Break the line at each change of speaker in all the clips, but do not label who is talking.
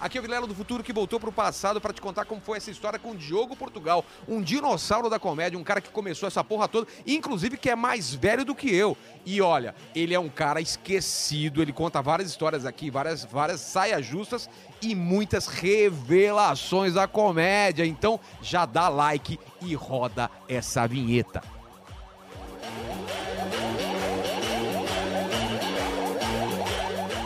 Aqui é o Vilelo do Futuro que voltou pro passado para te contar como foi essa história com o Diogo Portugal, um dinossauro da comédia, um cara que começou essa porra toda, inclusive que é mais velho do que eu. E olha, ele é um cara esquecido, ele conta várias histórias aqui, várias, várias saias justas e muitas revelações da comédia. Então já dá like e roda essa vinheta.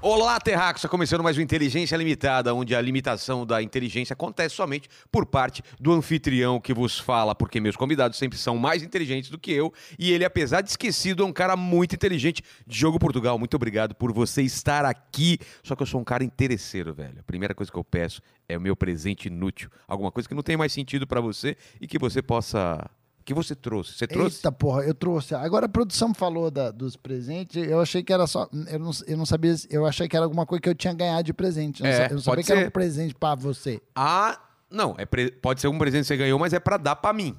Olá, Terráqueo! Está começando mais um Inteligência Limitada, onde a limitação da inteligência acontece somente por parte do anfitrião que vos fala, porque meus convidados sempre são mais inteligentes do que eu, e ele, apesar de esquecido, é um cara muito inteligente. Diogo Portugal, muito obrigado por você estar aqui. Só que eu sou um cara interesseiro, velho. A primeira coisa que eu peço é o meu presente inútil. Alguma coisa que não tem mais sentido para você e que você possa... que você trouxe.
É
Você trouxe?
Eita porra, eu trouxe. Agora a produção falou da- dos presentes, eu achei que era só. Eu não, eu não sabia. se- Eu achei que era alguma coisa que eu tinha ganhado de presente. Eu não,
É,
sa- eu não sabia
pode
que era
ser.
um presente pra você.
Ah, não. É pre- Pode ser um presente que você ganhou, mas é para dar para mim.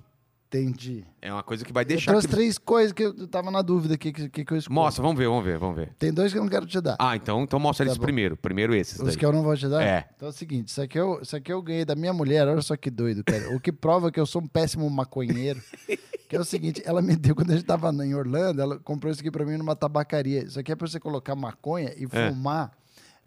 Entendi.
É uma coisa que vai
eu
deixar...
trouxe
que-
três coisas que eu tava na dúvida aqui que, que, que eu escolhi.
Tipo, Mostra, vamos ver, vamos ver, vamos ver.
Tem dois que eu não quero te dar.
Ah, então, então mostra
Tá
eles
bom.
primeiro. Primeiro esses
Os
daí.
que eu não vou te dar?
É.
Então é o seguinte, isso aqui, eu, isso aqui eu ganhei da minha mulher, olha só que doido, cara. O que prova que eu sou um péssimo maconheiro. Que é o seguinte, ela me deu, quando a gente tava em Orlando, ela comprou isso aqui pra mim numa tabacaria. Isso aqui é pra você colocar maconha e fumar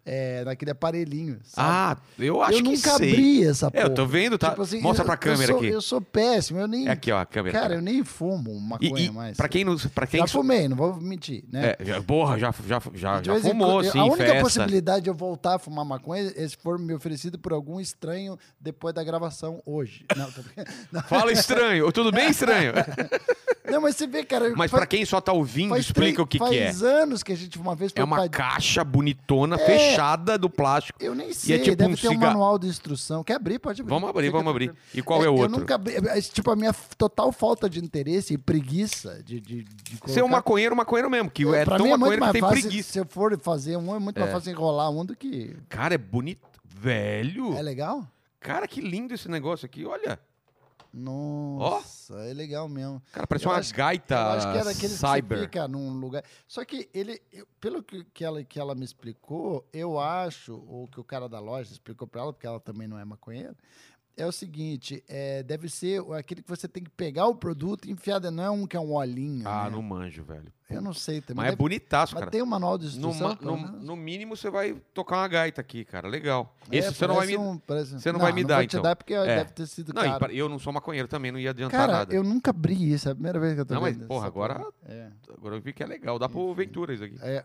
é, naquele aparelhinho, sabe?
Ah, eu acho
eu
que
nunca
sei.
abri essa
É,
porra. Tipo assim,
eu tô vendo, tá? Mostra
eu-
pra câmera
eu sou,
aqui.
Eu sou péssimo, eu nem...
É aqui, ó, a câmera.
Cara, eu nem fumo
E-
maconha
e
mais.
Pra quem não. Pra quem
Já fumei, não vou mentir, né?
É, já, porra, já, já, já,
De
Ah, já
vez em
fumou,
quando-
sim,
A
em
única
festa.
possibilidade de eu voltar a fumar maconha é se for me oferecido por algum estranho depois da gravação hoje. Não, tô... brincando. não.
Fala estranho. Tudo bem, estranho?
Não, mas você vê, cara.
Mas
faz-
pra quem só tá ouvindo,
faz
explica
três-
o que, que é.
Faz É. anos que a gente uma vez foi
É uma
pra-
caixa bonitona, fechada do plástico.
Eu nem sei,
tipo
deve
um
ter um
cigarro.
manual de instrução. Quer abrir? Pode abrir.
Vamos abrir,
Fica
vamos abrir.
tranquilo.
E qual é o
Eu
outro?
nunca abri. é, Tipo, a minha f- total falta de interesse e preguiça de, de, de
Ser um
colocar-
maconheiro, maconheiro mesmo. Que é
Pra
tão
mim é muito
maconheiro que
mais
tem
fácil.
preguiça.
Se eu for fazer um, é muito mais fácil enrolar um do que.
Cara, é bonito. Velho.
É legal?
Cara, que lindo esse negócio aqui. Olha.
Nossa, é legal mesmo.
Cara, parece
Eu
uma
acho-
gaita
eu acho que era aquele que
Tá, cyber.
você fica num lugar. Só que ele, eu- pelo que, que ela, que ela me explicou, eu acho, ou que o cara da loja explicou pra ela, porque ela também não é maconheira, é o seguinte: é, deve ser o- aquele que você tem que pegar o produto e enfiar dentro. Não é um que é um olhinho.
Ah,
né?
não manjo, velho.
Eu não sei também.
Mas é
Deve-
bonitaço,
mas
cara.
tem um manual de
No,
instrução?
ma-
pelo
no,
menos?
no mínimo você vai tocar uma gaita aqui, cara. Legal.
né? É,
Esse você não vai me.
parece um- parece-
você não vai me dar,
Não vou te
então.
dar porque
É.
deve ter sido
Não, e
caro.
pa- eu não sou maconheiro também, não ia adiantar
Cara,
nada.
eu nunca abri isso, é a primeira vez que eu tô
Não, mas,
vendo
porra,
essa
agora-
porra. É.
Agora eu vi que é legal. Dá pro Ventura isso aqui.
É.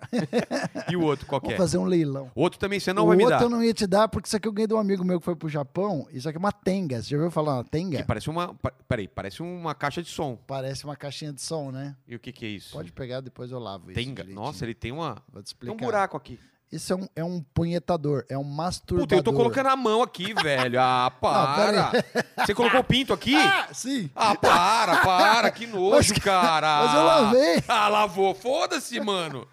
E o outro, qual que
Vamos
é?
fazer um leilão.
Outro também você não
o
vai me
outro
dar.
eu não ia te dar, porque isso aqui eu ganhei de um amigo meu que foi pro Japão. Isso aqui é uma tenga. Você já ouviu falar uma tenga?
Que parece uma. pa- Peraí, parece uma caixa de som.
Parece uma caixinha de som, né?
E o que que é isso?
Pode pegar, depois eu lavo isso.
tem...
direitinho.
Nossa, ele tem uma.
Vou te explicar.
Tem um buraco aqui.
Isso é um, é um punhetador, é um masturbador.
Puta, eu tô colocando a mão aqui, velho. Ah, para. você colocou o pinto aqui?
Ah, sim.
Ah, para, para, que nojo,
Mas-
cara.
mas eu lavei.
Ah, lavou. Foda-se, mano.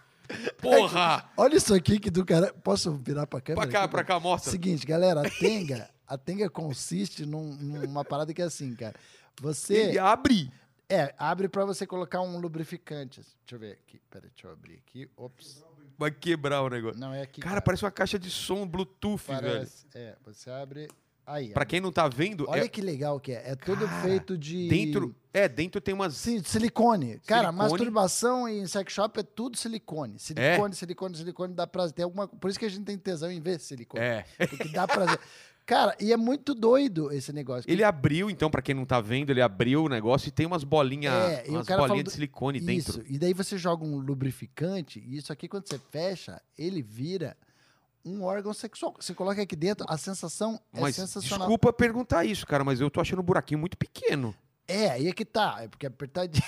Porra.
Olha isso aqui que do cara... Posso virar pra câmera?
Pra cá,
aqui? É
pra cá, mostra.
Seguinte, galera, a tenga... A tenga consiste num- numa parada que é assim, cara. Você...
Ele abre.
É, abre pra você colocar um lubrificante. Deixa eu ver aqui. Pera, deixa eu abrir aqui. Ops.
Vai quebrar o negócio.
Não, é aqui.
Cara, parece uma caixa de som Bluetooth, velho.
parece. É, você abre. Aí.
Pra
abre.
quem não tá vendo,
Olha
é
que legal que é. É tudo
Cara,
feito de.
dentro, é, dentro tem umas
Sim, de silicone. Cara,
Silicone.
masturbação em sex shop é tudo silicone. Silicone, silicone, silicone dá prazer. Tem alguma... Por isso que a gente tem tesão em ver silicone.
é.
Porque dá prazer. Cara, e é muito doido esse negócio.
Ele abriu, então, pra quem não tá vendo, ele abriu o negócio e tem umas bolinhas,
É, e o
umas
cara
bolinhas
falando-
de silicone
Isso.
é dentro.
E daí você joga um lubrificante e isso aqui quando você fecha, ele vira um órgão sexual. Você coloca aqui dentro, a sensação é
Mas
sensacional.
desculpa perguntar isso, cara, mas eu tô achando um buraquinho muito pequeno.
É, aí é que tá, é porque é apertadinho.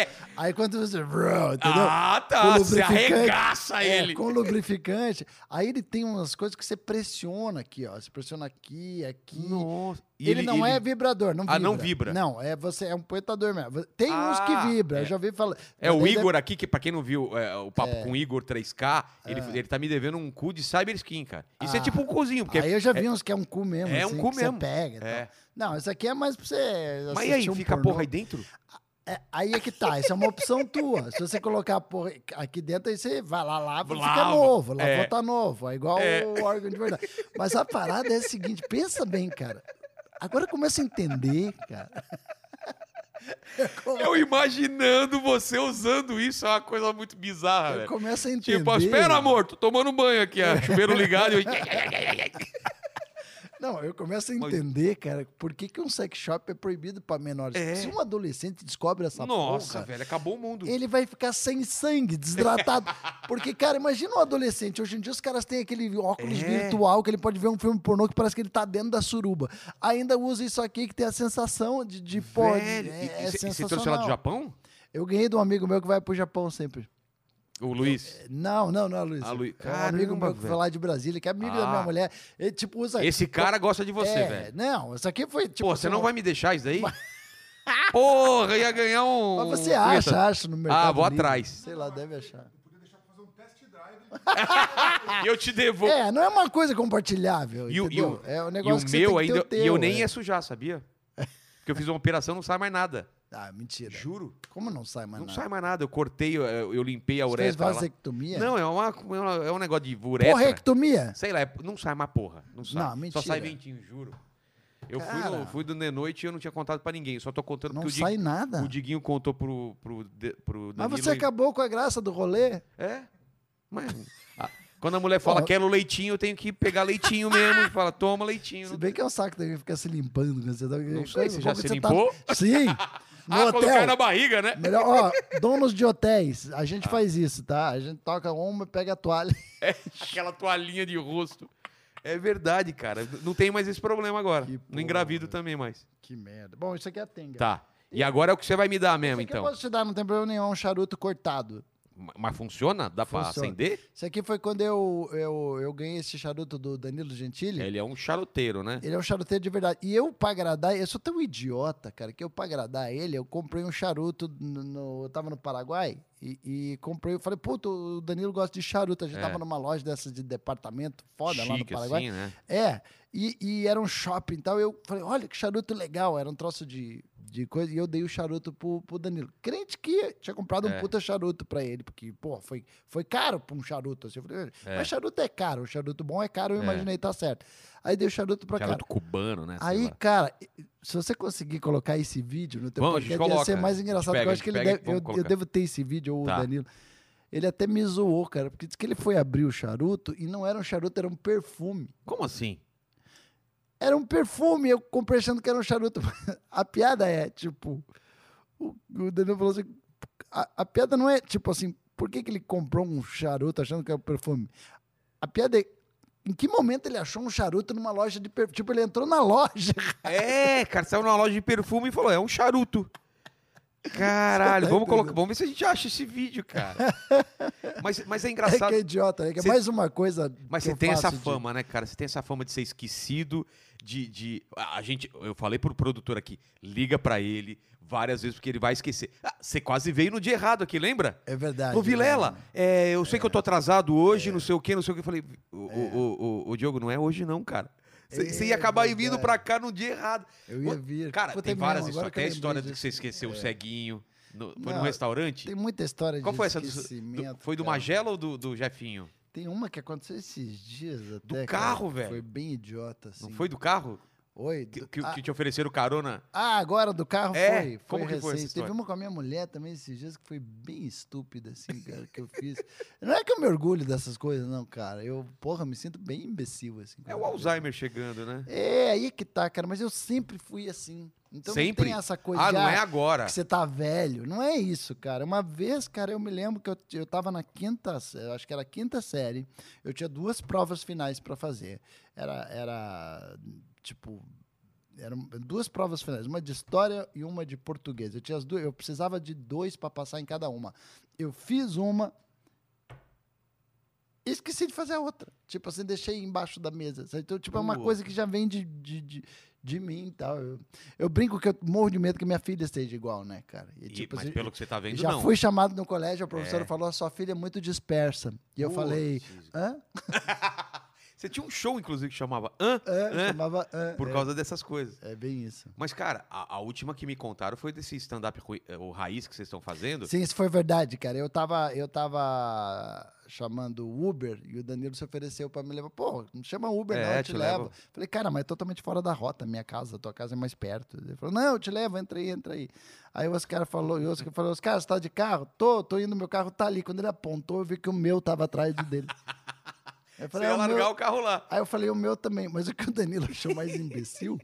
aí quando você. Bro, entendeu?
É. Ah, tá.
Com
Você
lubrificante-
arregaça
É,
ele.
Com lubrificante. Aí ele tem umas coisas que você pressiona aqui, ó. Você pressiona aqui, aqui.
Nossa. E
Ele, não é vibrador, não vibra.
Ah, não vibra.
Não, é você é um poetador mesmo. Tem uns
Ah,
que vibra, eu já ouvi falar.
É o
Daí
Igor aqui, que pra quem não viu é, o papo com o Igor 3K, ele, ele tá me devendo um cu de Cyber Skin, cara. Isso é
Ah.
tipo um cozinho, porque.
deve- Aí eu já vi uns que é um cu mesmo.
É um
assim,
cu
que você
mesmo.
pega. e tal.
É.
Não, isso aqui é mais pra você.
Mas e aí,
assistir um
fica a
pornô.
porra aí dentro?
É, aí é que tá, isso é uma opção tua. Se você colocar a porra aqui dentro, aí você vai lá, lava, fica
Lava.
novo, lavou,
É.
tá novo. É igual
É.
o órgão de verdade. Mas a parada é a seguinte, pensa bem, cara. Agora eu começo a entender, cara.
Eu imaginando você usando isso, é uma coisa muito bizarra,
Eu
velho.
começo a
Ah,
entender.
é. Tipo, espera, amor, tô tomando banho aqui, ó, chuveiro ligado. Eu...
Não, eu começo a entender, cara, por que, que um sex shop é proibido pra menores.
É.
Se um adolescente descobre essa
Nossa,
porra,
velho, acabou o mundo.
ele vai ficar sem sangue, desidratado. Porque, cara, imagina um adolescente. Hoje em dia os caras têm aquele óculos
É.
virtual que ele pode ver um filme pornô que parece que ele tá dentro da suruba. Ainda usa isso aqui que tem a sensação de, de pó. de-
Velho,
é,
e-
é
e cê- e você trouxe ela
sensacional.
do Japão?
Eu ganhei de um amigo meu que vai pro Japão sempre.
O Luiz?
Não, não, não é Luiz.
Ah, Luiz.
É um amigo
Caramba,
meu que foi
velho.
lá de Brasília, que é amigo da
Ah.
minha mulher. Ele, tipo, usa...
Esse cara gosta de você,
É,
velho.
Não, isso aqui foi tipo.
Pô, você
assim,
não
ó,
vai me deixar isso daí? Porra, ia ganhar um.
Mas você
um
acha, tá
punheta.
acha no mercado.
Ah, vou
Livre.
atrás.
Sei lá, deve achar.
Podia deixar pra fazer um test drive.
E eu te devo.
É, não é uma coisa compartilhável.
E o, e o-
entendeu? é um
e o
negócio que você tem
meu
que ter
ainda.
o teu,
e eu nem
é.
ia sujar, sabia? Porque eu fiz uma operação, não sai mais nada.
Ah, mentira.
Juro.
Como não sai mais
Não
nada?
sai mais nada. Eu cortei, eu, eu limpei a
Você fez
uretra. lá.
vasectomia?
Não, é, uma, é uma- é um negócio de uretra.
Correctomia?
Sei lá, é- não sai mais porra. Não sai.
tá. Não,
Só
mentira.
sai ventinho, juro. Eu fui,
Cara.
no, fui do de noite e eu não tinha contado pra ninguém. Só tô contando
Não
porque o,
sai
Dig-
nada.
o Diguinho contou pro, pro, De- pro
Mas
Danilo.
você
e-
acabou com a graça do rolê?
É. Mas. a- Quando a mulher fala,
Ó.
quero leitinho, eu tenho que pegar leitinho mesmo. E fala, toma leitinho. Ah,
Se bem que é um saco também ficar se limpando. Né? Você dá-
Não sei,
coisa,
você já
como
se
que tá-
limpou?
Sim. No
Ah,
hotel.
colocar na Ah. barriga, né?
Melhor, ó, donos de hotéis, a gente faz isso, tá? A gente toca uma e pega a toalha.
Aquela toalhinha de rosto. É verdade, cara. N- Não tem mais esse problema agora.
Que
Não
porra, né?
engravido também mais.
Que merda. Bom, isso aqui é a tenga.
Tá. E agora é o que você vai me dar
Isso
mesmo,
aqui eu
então.
posso te dar, não tem problema nenhum, é um charuto cortado.
Ma- Mas funciona? Dá pra
Funciona.
acender?
Isso aqui foi quando eu, eu, eu ganhei esse charuto do Danilo Gentili.
Ele é um charuteiro, né?
Ele é um charuteiro de verdade. E eu, pra agradar, eu sou tão idiota, cara, que eu, pra agradar ele, eu comprei um charuto. No, no- eu tava no Paraguai e, e comprei. Eu falei, puta, o Danilo gosta de charuto. A gente
É.
tava numa loja dessas de departamento foda lá no
Chique,
Paraguai.
assim, né?
É, e, e era um shopping e tal. Eu falei, olha que charuto legal, era um troço de, de coisa. E eu dei o charuto pro, pro Danilo. Crente que tinha comprado um
É.
puta charuto pra ele, porque, pô, foi, foi caro pra um charuto. Assim. Eu falei, mas charuto é caro, o charuto bom é caro, eu
É.
imaginei, tá certo. Aí dei o charuto pra
Charuto
cara.
cubano, né? Sei
Aí,
lá.
cara, se você conseguir colocar esse vídeo no teu
Vamos, a gente
podcast, ia ser
coloca. A
mais
gente
engraçado.
pega,
eu
a
acho que
gente
ele
pega e
deve- eu,
vamos
eu
colocar.
devo ter esse vídeo, ou
Tá.
o Danilo. Ele até me zoou, cara, porque disse que ele foi abrir o charuto e não era um charuto, era um perfume.
Como assim?
Era um perfume, eu comprei achando que era um charuto. A piada é, tipo. O, o Danilo falou assim. A, a piada não é, tipo assim, por que, que ele comprou um charuto achando que era um perfume? A piada é. Em que momento ele achou um charuto numa loja de perfume? Tipo, ele entrou na loja.
É, cara, saiu numa loja de perfume e falou: é um charuto. Caralho,
Você tá
vamos colocar.
entendendo?
Vamos ver se a gente acha esse vídeo, cara. Mas, mas é
É
engraçado.
que é idiota, é que é
Cê-
mais uma coisa.
Mas
que
você
eu
tem essa
faço de-
fama, né, cara? Você tem essa fama de ser esquecido, de, de... A a gente, eu falei pro produtor aqui, liga pra ele várias vezes porque ele vai esquecer. Ah, você quase veio no dia errado aqui, lembra?
É verdade.
Ô, Vilela,
né?
é, eu sei que eu tô atrasado
É.
hoje, não sei o quê, não sei o que. Eu falei, o, o- o- o Diogo, não é hoje não, cara. Você
É
você ia acabar vindo
verdade. é.
pra cá no dia errado.
Eu ia
Ô,
vir.
Cara,
Puta,
tem
é mesmo,
várias
agora
histórias.
que eu
Tem a história
lembrei
de que você
disso. É.
esqueceu o ceguinho. no- foi
Não,
no restaurante?
Tem muita história
Qual
de
foi essa? do-
esquecimento,
do- foi do
cara.
Magela ou do, do Jefinho?
Tem uma que aconteceu esses dias até.
Do
cara,
carro,
que
velho.
Foi bem idiota, assim.
Não foi do carro?
Oi.
Que,
do-
que-
ah,
que te ofereceram carona?
ah, agora do carro
É,
foi.
como
foi
que foi essa
recente.
história?
Teve uma com a minha mulher também esses dias que foi bem estúpida, assim, cara, que eu fiz. Não é que eu me orgulho dessas coisas, não, cara. Eu, porra, me sinto bem imbecil, assim.
É
quando
o
eu vejo.
Alzheimer chegando, né?
É, aí que tá, cara. Mas eu sempre fui assim. Então
Sempre?
não tem essa coisa
Ah,
de,
não
ah,
é agora.
que você tá velho. Não é isso, cara. Uma vez, cara, eu me lembro que eu, eu tava na quinta, sé- eu acho que era a quinta série. Eu tinha duas provas finais para fazer. Era, era tipo eram duas provas finais, uma de história e uma de português. Eu tinha as duas, eu precisava de dois para passar em cada uma. Eu fiz uma e esqueci de fazer a outra. Tipo assim, deixei embaixo da mesa. sabe? Então, tipo, é uma
Putz.
coisa que já vem de, de, de, de mim e tal. Eu, eu brinco que eu morro de medo que minha filha esteja igual, né, cara? E,
E-
tipo,
mas
assim,
pelo que você tá vendo,
já
não.
fui chamado no colégio, a professora falou: "A sua filha é muito dispersa. E eu
Putz.
falei: hã?
Você tinha um show, inclusive, que chamava Hã?
Hã?
Hã?
Chamava hã.
Por
É,
causa dessas coisas.
É bem isso.
Mas, cara, a, a última que me contaram foi desse stand-up, ru- eh, o raiz que vocês estão fazendo.
Sim, isso foi verdade, cara. Eu tava, eu tava chamando o Uber e o Danilo se ofereceu pra me levar. Pô, não chama Uber,
É,
não, eu
te
te,
levo.
levo. Falei, cara, mas é totalmente fora da rota, minha casa, tua casa é mais perto. Ele falou, não, eu te levo, entra aí, entra aí. Aí o Oscar falou, e o Oscar falou, Oscar, você tá de carro? Tô, tô indo, meu carro tá ali. Quando ele apontou, eu vi que o meu tava atrás do dele. Eu
Você ia
"Ah, o meu-
largar o carro lá.
Aí eu falei, o meu também. Mas o que o Danilo achou mais imbecil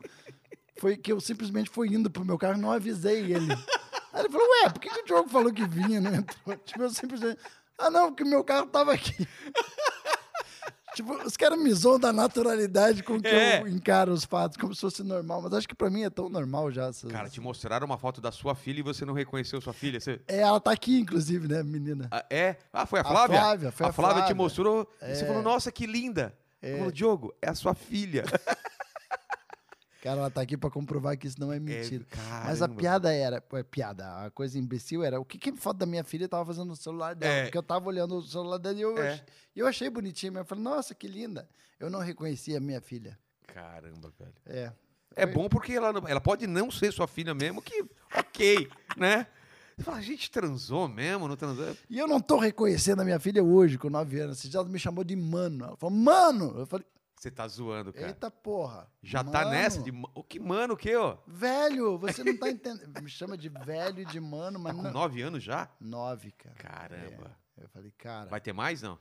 foi que eu simplesmente fui indo pro meu carro e não avisei ele. Aí ele falou, ué, por que, que o Diogo falou que vinha, né? entrou?" Tipo, eu simplesmente... Ah, não, porque meu carro tava aqui. tipo, os caras me zoam da naturalidade com que
É.
eu encaro os fatos, como se fosse normal. Mas acho que pra mim é tão normal já. essas-
Cara, te mostraram uma foto da sua filha e você não reconheceu sua filha. Você...
É, ela tá aqui, inclusive, né, menina?
Ah, É? Ah, foi a
A
Flávia?
Flávia, foi a
te
Flávia. É.
mostrou. E você falou, nossa, que linda. Ela falou, Diogo, é a sua filha.
Cara, ela tá aqui pra comprovar que isso não é mentira. Mas a
caramba.
piada era, pô, é piada, a coisa imbecil era o que, que foto da minha filha tava fazendo no celular dela.
É.
Porque eu tava olhando o celular dela e eu,
É.
ach- e eu achei bonitinho mesmo. Eu falei, nossa, que linda. Eu não reconhecia a minha filha.
Caramba, velho.
É.
É bom porque ela, não- ela pode não ser sua filha mesmo, que ok, né? Você fala, a gente transou mesmo, não transou?
E eu não tô reconhecendo a minha filha hoje, com 9 anos. Esse dia ela me chamou de mano. Ela falou, mano! Eu falei,
Você tá zoando, cara.
eita porra.
Já tá nessa
mano,
de... ma- O que, mano, o Tá que, ó?
Velho, você não tá entendendo. Me chama de velho e de
Tá
mano, mas
com
não.
nove anos já?
Nove, cara.
Caramba.
Eu falei, cara.
Vai ter mais, não?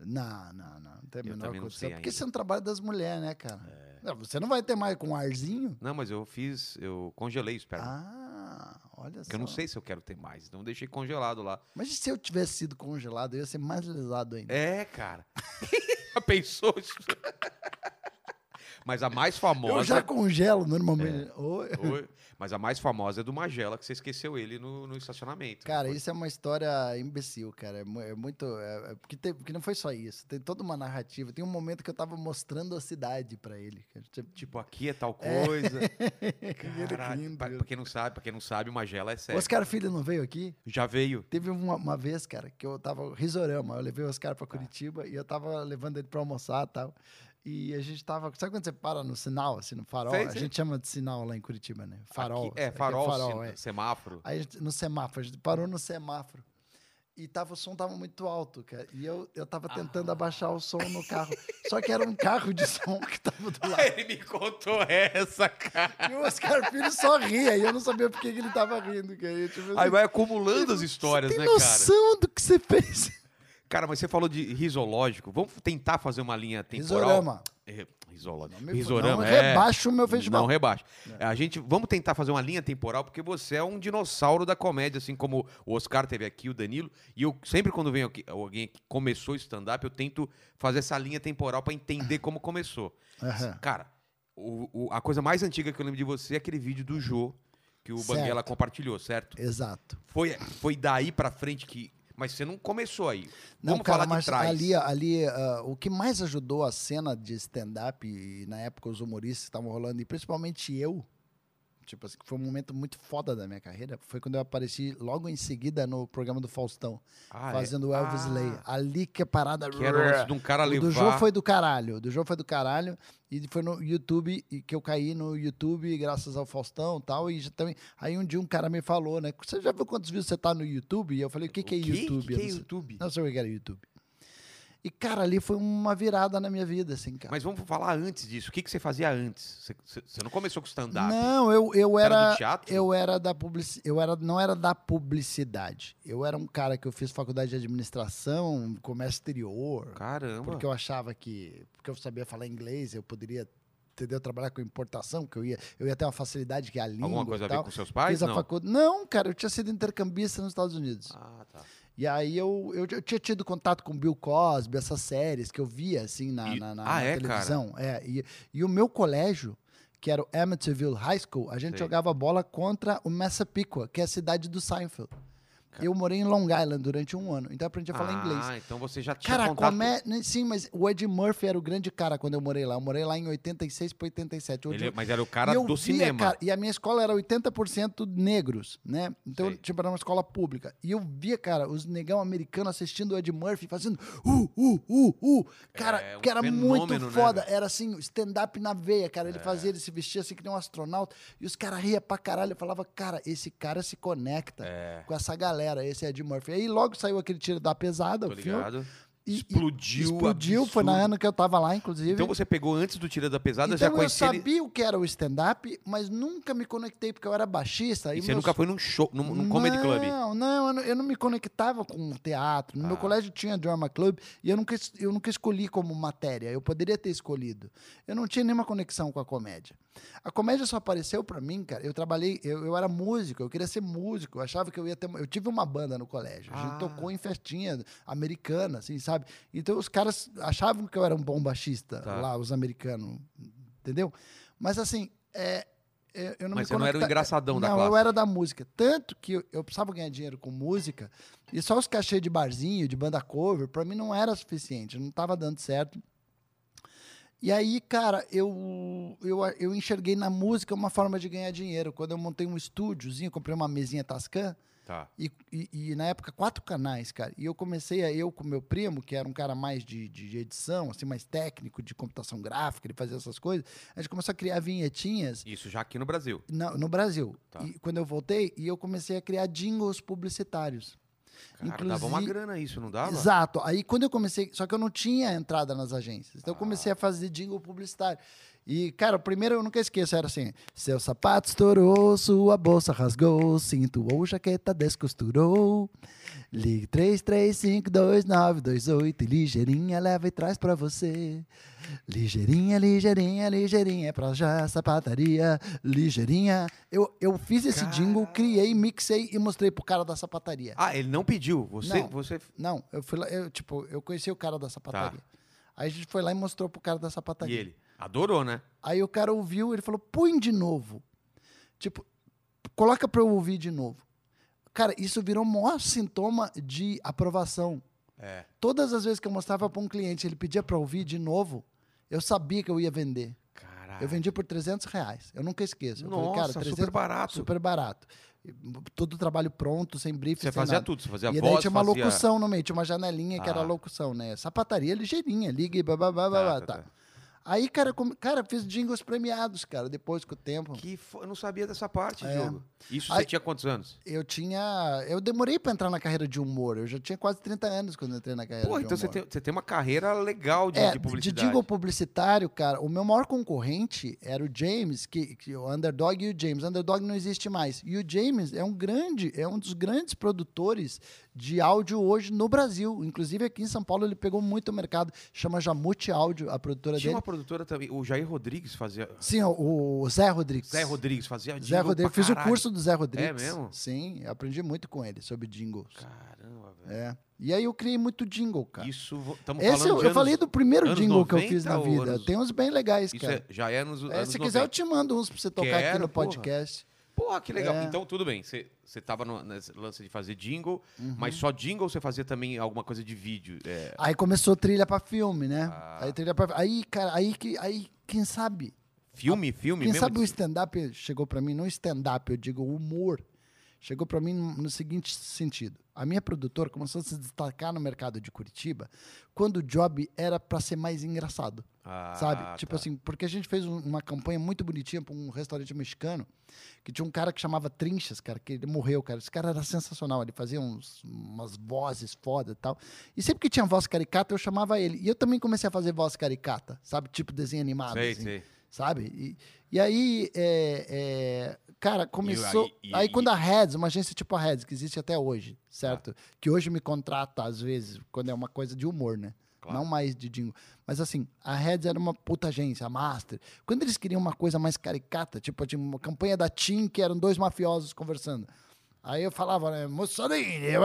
Não, não, não. Não tem a
Eu
menor
também não sei
condição. Porque
ainda. É.
isso é um trabalho das mulheres, né, cara? Não, você não vai ter mais com um arzinho?
Não, mas eu fiz... Eu congelei o esperma.
Ah, olha só.
É. porque eu não sei se eu quero ter mais. Então eu deixei congelado lá.
Mas e se eu tivesse sido congelado, eu ia ser mais lesado ainda.
É, cara. já pensou isso? Mas a mais famosa...
eu já congelo
É.
normalmente. Oi.
Oi. Mas a mais famosa é do Magela, que você esqueceu ele no, no estacionamento.
Cara,
Foi-
isso é uma história imbecil, cara. É mu- é muito. é- é porque, tem- porque não foi só isso. Tem toda uma narrativa. Tem um momento que eu tava mostrando a cidade pra ele. cara. Tipo,
Tipo, aqui é tal coisa.
ele
Caralho,
rindo.
pra, pra quem não sabe, pra quem não sabe, o Magela é sério.
Oscar Filho não veio aqui?
Já veio.
Teve uma, uma vez, cara, que eu tava risorama, eu levei o Oscar
Tá.
pra Curitiba e eu tava levando ele pra almoçar e tal. E a gente tava. Sabe quando você para no sinal, assim, no farol?
Sei,
a
sei.
gente chama de sinal lá em Curitiba, né? Farol.
Aqui- é,
aqui
farol,
farol,
sin-
é.
semáforo.
Aí a gente- no semáforo, a gente parou no semáforo. E tava, o som tava muito alto, cara. E eu, eu tava
Ah.
tentando abaixar o som no carro. Só que era um carro de som que tava do lado.
Ele me contou essa, cara.
E o Oscar Filho só ria. E eu não sabia por que que ele tava rindo, cara. E eu, tipo,
Aí
assim,
vai acumulando as histórias,
tem
né, cara?
noção do que você fez?
Cara, mas você falou de risológico. Vamos tentar fazer uma linha temporal.
Risorama.
É, Risológico.
Não me-
Risorama,
não É.
é.
rebaixa o meu festival.
Não rebaixa. A gente, vamos tentar fazer uma linha temporal, porque você é um dinossauro da comédia, assim como o Oscar teve aqui, o Danilo. E eu sempre, quando vem aqui- alguém que começou stand-up, eu tento fazer essa linha temporal pra entender como começou.
Aham.
Cara, o- o- a coisa mais antiga que eu lembro de você é aquele vídeo do Jô, que o
Certo.
Banguela compartilhou, certo?
Exato.
Foi, foi daí pra frente que. Mas você não começou aí.
Não,
Vamos
cara,
falar
mas
de trás.
ali, ali ah, o que mais ajudou a cena de stand-up, e na época os humoristas que estavam rolando, e principalmente eu, tipo assim, que foi um momento muito foda da minha carreira, foi quando eu apareci logo em seguida no programa do Faustão,
Ah, é.
fazendo o Elvis
Ah,
Ley. Ali que a parada...
Que era o lance de um cara
O
levar.
do jogo foi do caralho. O do jogo foi do caralho. E foi no YouTube e que eu caí no YouTube, graças ao Faustão e tal. E já também. Aí um dia um cara me falou, né? Você já viu quantos vídeos você tá no YouTube? E eu falei, o que, que é
O quê?
YouTube?
Que
Eu
que é
não sei-
YouTube?
Não sei o que era YouTube. E, cara, ali foi uma virada na minha vida, assim, cara.
Mas vamos falar antes disso. O que, que você fazia antes? Você- Você você não começou com stand-up?
Não, eu, eu
Você era do
era.
teatro?
Eu era da publici eu era não era da publicidade. Eu era um cara que eu fiz faculdade de administração, comércio exterior.
Caramba.
Porque eu achava que. Porque eu sabia falar inglês, eu poderia. Entendeu? Trabalhar com importação, que eu ia, eu ia ter uma facilidade que é a língua.
Alguma coisa
e
a ver
tal.
com seus pais?
Fiz a
Não.
facu- Não, cara, eu tinha sido intercambista nos Estados Unidos.
Ah, tá.
E aí eu, eu, eu tinha tido contato com Bill Cosby, essas séries que eu via assim na,
E-
na, na-
Ah,
na
é, cara?
televisão. É, e, e o meu colégio, que era o Amityville High School, a gente
Sei.
jogava bola contra o Massapequa, que é a cidade do Seinfeld. Eu morei em Long Island durante um ano, então eu aprendi a falar inglês.
Ah, então você já tinha
Cara,
contato...
comé... né, Sim, mas o Ed Murphy era o grande cara quando eu morei lá. Eu morei lá em 86 pra 87. O Ed-
Ele- é, mas era o cara
e eu
do
via,
cinema.
cara, e a minha escola era 80% negros, né? Então,
Sei.
tipo, era uma escola pública. E eu via, cara, os negão americanos assistindo o Ed Murphy, fazendo uh, uh, uh, uh. Cara,
É um
que era muito
fenômeno, né,
foda.
velho? É.
era assim, stand-up na veia, cara. Ele fazia, ele se vestia assim que nem um astronauta. E os caras riam pra caralho. Eu falava, cara, esse cara se conecta
É.
com essa galera, esse Ed Murphy. Aí logo saiu aquele tiro da pesada,
Tô
o filme.
tá ligado?
E- e-
Explodiu,
Explodiu, foi na
absurdo.
ano que eu tava lá, inclusive.
Então você pegou antes do Tira da Pesada, já
Então, eu
conhecia ele...
sabia o que era o stand-up, mas nunca me conectei, porque eu era baixista.
E
E
você
meus-
nunca foi num show, num, num comedy club. Ah.
Não, não eu, não, eu não me conectava com o teatro. No meu colégio tinha drama club e eu nunca, es- eu nunca escolhi como matéria. Eu poderia ter escolhido. Eu não tinha nenhuma conexão com a comédia. A comédia só apareceu pra mim, cara. Eu trabalhei, eu, eu era músico, eu queria ser músico. Eu achava que eu ia ter. uma- Eu tive uma banda no colégio. A gente
Ah.
tocou em festinha americana, assim, sabe? Então os caras achavam que eu era um bom baixista
Tá.
lá, os americanos. Entendeu? Mas assim, é. é, Eu não me
Mas você não era o
conecta-
engraçadão da
não,
classe.
eu era da música. Tanto que eu, eu precisava ganhar dinheiro com música e só os cachê de barzinho, de banda cover, pra mim não era suficiente, não tava dando certo. E aí, cara, eu, eu, eu enxerguei na música uma forma de ganhar dinheiro. Quando eu montei um estúdiozinho, comprei uma mesinha Tascam,
Tá.
e, e- e na época, quatro canais, cara. E eu comecei a eu com meu primo, que era um cara mais de, de de edição, assim, mais técnico, de computação gráfica, ele fazia essas coisas. A gente começou a criar vinhetinhas
Isso já aqui no Brasil.
na- no Brasil.
Tá.
E quando eu voltei, e eu comecei a criar jingles publicitários.
Cara, dava uma
Inclusive-
grana isso, não dava?
Exato. Aí quando eu comecei, só que eu não tinha entrada nas agências. Então eu comecei a fazer jingle publicitário. E, cara, o primeiro eu nunca esqueço, era assim: seu sapato estourou, sua bolsa rasgou, cinto ou jaqueta descosturou. Ligue 33529928 e ligeirinha leva e traz pra você. Ligeirinha, ligeirinha, ligeirinha, é pra já sapataria, ligeirinha. Eu, eu fiz esse jingle, criei, mixei e mostrei pro cara da sapataria.
Ah, ele não pediu. Você.
Não. Tá
você...
Não, eu fui lá, eu, tipo, eu conheci o cara da sapataria. Aí a gente foi lá e mostrou pro cara da
Tá. E
sapataria.
ele? Adorou, né?
Aí o cara ouviu, ele falou, põe de novo. Tipo, coloca pra eu ouvir de novo. Cara, isso virou o maior sintoma de aprovação.
É.
Todas as vezes que eu mostrava pra um cliente, ele pedia pra ouvir de novo, eu sabia que eu ia vender.
Caralho.
Eu vendi por 300 reais. Eu nunca esqueço. Eu
Ah,
falei,
Nossa,
cara,
super
300,
barato.
super barato. E, Todo o trabalho pronto, sem briefing,
Você
sem
fazia
nada
tudo, você fazia
e daí
voz,
tinha uma
fazia...
locução no meio, tinha uma janelinha que era
Ah.
locução, né? Sapataria ligeirinha, liga e babá, babá,
Tá,
tá,
tá, tá.
Aí, cara, come- cara, fiz jingles premiados, cara, depois com o tempo.
Que fo- Eu não sabia dessa parte,
É.
Diogo. Isso
Aí-
você tinha quantos anos?
Eu tinha. Eu demorei pra entrar na carreira de humor. Eu já tinha quase 30 anos quando eu entrei na carreira
Pô,
de
então
humor.
você tem, você tem uma carreira legal tipo de,
É,
de
de
publicidade.
jingle publicitário, cara, o meu maior concorrente era o James, que, que o Underdog e o James. Underdog não existe mais. E o James é um grande, é um dos grandes produtores de áudio hoje no Brasil. Inclusive aqui em São Paulo ele pegou muito mercado. Chama Jamute Áudio, a produtora
Tinha
dele.
uma produtora também, o Jair Rodrigues fazia.
Sim, o, o Zé Rodrigues.
Zé Rodrigues fazia jingle.
Zé Rodrigues.
pra
Fiz o
caralho. É
curso do Zé Rodrigues.
mesmo?
Sim, eu aprendi muito com ele sobre jingles.
Caramba, velho.
É. E aí eu criei muito jingle, cara.
Isso. Estamos falando.
Esse eu,
de
eu
anos-
falei do primeiro
anos
jingle que eu fiz
90
na
ou
vida.
anos-
Tem uns bem legais,
Isso
cara.
é- já é nos,
É,
anos
se quiser, eu
90.
te mando uns pra você tocar aqui
Quero,
no
porra.
podcast.
Porra, que legal.
É.
Então, tudo bem. Você você tava no, nesse lance de fazer jingle, mas
Uhum.
só jingle ou você fazia também alguma coisa de vídeo? É,
Aí começou trilha pra filme, né?
Ah.
Aí trilha pra... Aí, cara, aí que. Aí, quem sabe?
filme, filme
Ah, Quem
mesmo?
sabe o stand-up chegou pra mim, não stand-up, eu digo o humor. Chegou pra mim no no seguinte sentido. A minha produtora começou a se destacar no mercado de Curitiba quando o job era pra ser mais engraçado.
Ah,
sabe? tipo
tá.
assim, porque a gente fez um- uma campanha muito bonitinha pra um restaurante mexicano que tinha um cara que chamava Trinchas, cara, que ele morreu, cara. Esse cara era sensacional, ele fazia uns- umas vozes foda e tal. E sempre que tinha voz caricata, eu chamava ele. E eu também comecei a fazer voz caricata, sabe? Tipo desenho animado,
Sei,
assim,
sei.
sabe? E, e aí, é, é, cara,
E
começou...
aí- e-
aí
e-
quando a Reds, uma agência tipo a Reds, que existe até hoje, certo? Que hoje me contrata, às vezes, quando é uma coisa de humor, né?
Claro.
Não mais de jingle. Mas assim, a Reds era uma puta agência, a Master. Quando eles queriam uma coisa mais caricata, tipo tinha uma campanha da TIM, que eram dois mafiosos conversando. Aí eu falava, né? Mussolini,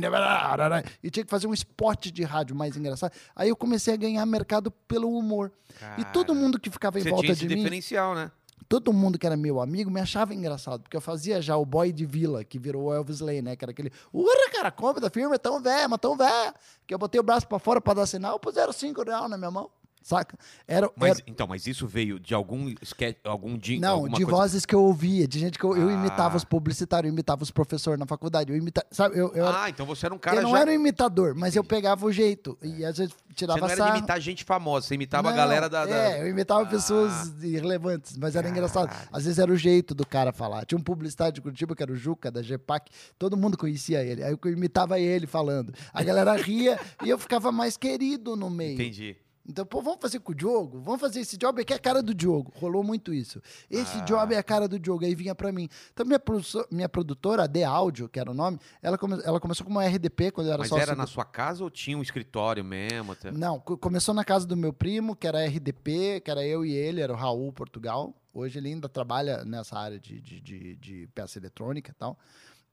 barará, barará, e tinha que fazer um spot de rádio mais engraçado. Aí eu comecei a ganhar mercado pelo humor. E todo
Cara,
mundo que ficava em
Você
volta
tinha esse
de mim
diferencial, né?
todo mundo que era meu amigo me achava engraçado, porque eu fazia já o boy de vila, que virou o Elvis Lane, né? Que era aquele, ura, cara, come da firma, é tão velho, mas tão velho. Que eu botei o braço pra fora pra dar sinal, puseram cinco real na minha mão, saca? Era,
Mas,
era-
Então, mas isso veio de algum sketch, algum dia.
Não,
alguma
de
coisa...
vozes que eu ouvia, de gente que eu, eu
Ah.
imitava os publicitários, eu imitava os professores na faculdade, eu imitava, sabe? Eu, eu era-
Ah, então você era um cara
eu não
já. É.
era um imitador, mas eu pegava o jeito. E às vezes tirava
você não era
sarro.
de imitar gente famosa, você imitava a
Não,
galera da. da-
É, eu imitava
Ah.
pessoas irrelevantes, mas era engraçado. Às vezes era o jeito do cara falar. Tinha um publicitário de Curitiba que era o Juca, da GEPAC, todo mundo conhecia ele. Aí eu imitava ele falando. A galera ria e eu ficava mais querido no meio.
Entendi.
Então, pô, vamos fazer com o Diogo? Vamos fazer esse job aqui, é a cara do Diogo. Rolou muito isso. Esse
Ah.
job é a cara do Diogo, aí vinha pra mim. Então, minha, produção- minha produtora, a The Audio, que era o nome, ela, come- ela começou como RDP, quando eu era
Mas
só
era na sua casa ou tinha um escritório mesmo? Até-
não, co- começou na casa do meu primo, que era RDP, que era eu e ele, era o Raul Portugal. Hoje ele ainda trabalha nessa área de, de, de- de peça eletrônica e tal.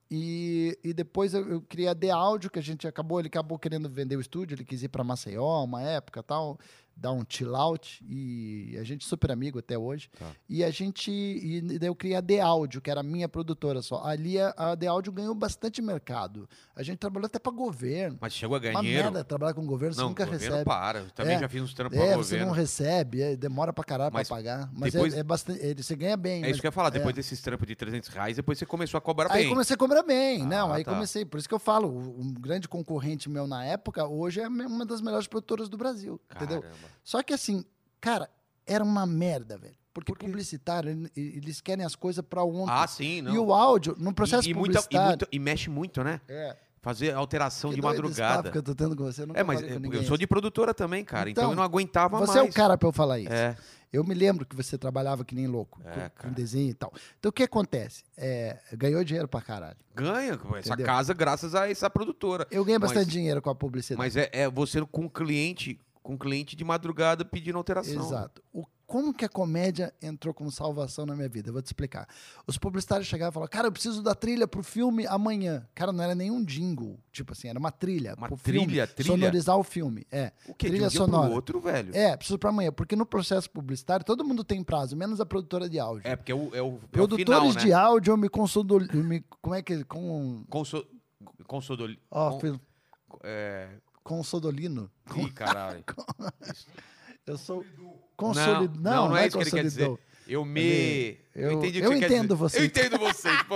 E, e depois eu, eu criei a The Áudio, que a gente acabou, ele acabou querendo vender o estúdio, ele quis ir para Maceió uma época e tal, dar um chill out, e a gente é super amigo até hoje.
Tá.
E a gente, e daí eu criei a The Áudio, que era a minha produtora só. Ali a, a The Áudio ganhou bastante mercado. A gente trabalhou até para governo.
Mas chegou a ganhar
Uma
dinheiro?
merda trabalhar com governo, você
não,
nunca
governo
recebe.
para. Eu também
É.
já fiz uns trampos
É,
pra
você não
governo.
recebe, é, demora pra caralho
Mas
pra pagar. Mas é-
depois-
é, bastante. ele- Você ganha bem.
É
mas-
isso que eu ia falar.
é.
Depois desses trampos de 300 reais, depois você começou a cobrar
Aí
bem.
comecei a cobrar bem. não,
Ah,
aí
tá.
comecei. Por isso que eu falo, o- um grande concorrente meu na época, hoje é uma das melhores produtoras do Brasil. Entendeu?
Caramba.
Só que assim, cara, era uma merda, velho. Porque
Por quê?
publicitário, ele- eles querem as coisas pra ontem.
Ah, sim, não.
e o áudio, no processo
E- e muita- e,
publicitário.
muito- e mexe muito, né?
É,
Fazer alteração
que
de
doido esse papo
madrugada.
que eu tô tendo com você, eu nunca
É, mas
falei com
eu,
ninguém
sou
isso.
de produtora também, cara. Então,
Então,
eu não aguentava
Você
mais.
é o cara pra eu falar isso.
É.
Eu me lembro que você trabalhava que nem louco,
É,
com- com,
cara.
desenho e tal. Então o que acontece? É, ganhou dinheiro pra caralho.
Ganha essa
Entendeu?
casa graças a essa produtora.
Eu ganhei
Mas-
bastante dinheiro com a publicidade.
Mas é, é você com cliente, com cliente de madrugada pedindo alteração.
Exato. O, como que a comédia entrou como salvação na minha vida? Eu vou te explicar. Os publicitários chegavam e falavam, cara, eu preciso da trilha pro filme amanhã. Cara, não era nenhum jingle. Tipo assim, era uma trilha.
Uma
pro filme,
trilha, trilha.
Sonorizar o filme. É.
O que?
Trilha
de um dia
sonora.
pro outro, velho. É,
É, preciso pra amanhã. Porque no processo publicitário, todo mundo tem prazo, menos a produtora de áudio.
porque é o, é o, é o
Produtores
final, né?
de áudio, eu me consolo. Me, como é que. Com,
Conso... Consodoli...
ó,
con-
fiz-
é...
Consolidino.
Ih, caralho.
Eu sou
Não,
consolido.
não, não é isso que ele quer dizer.
consolidou.
Eu me...
Eu-
entendi o que
eu
você quer
entendo
dizer.
você.
Eu entendo vocês, pô.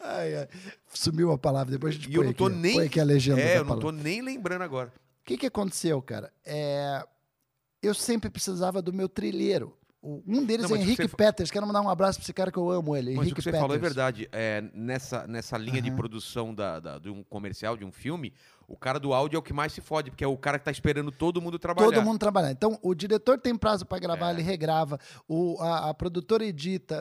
Ai, ai. Sumiu a palavra, depois a gente
E
põe
eu não tô
aqui,
nem...
põe aqui a legenda
é,
da
eu não tô
palavra.
nem lembrando agora.
O que, que aconteceu, cara? É, Eu sempre precisava do meu trilheiro. O- Um deles
Não, mas
é
o que
Henrique
você fa-
Peters. Quero mandar um abraço pra esse cara que eu amo ele.
Mas
Henrique
o que você
Peters.
falou é verdade. É, nessa, nessa linha de
Aham.
produção da, da- de um comercial, de um filme, o cara do áudio é o que mais se fode, porque é o cara que tá esperando todo mundo trabalhar.
Todo mundo trabalhando. Então, o diretor tem prazo para gravar, ele regrava, o, a, a produtora edita.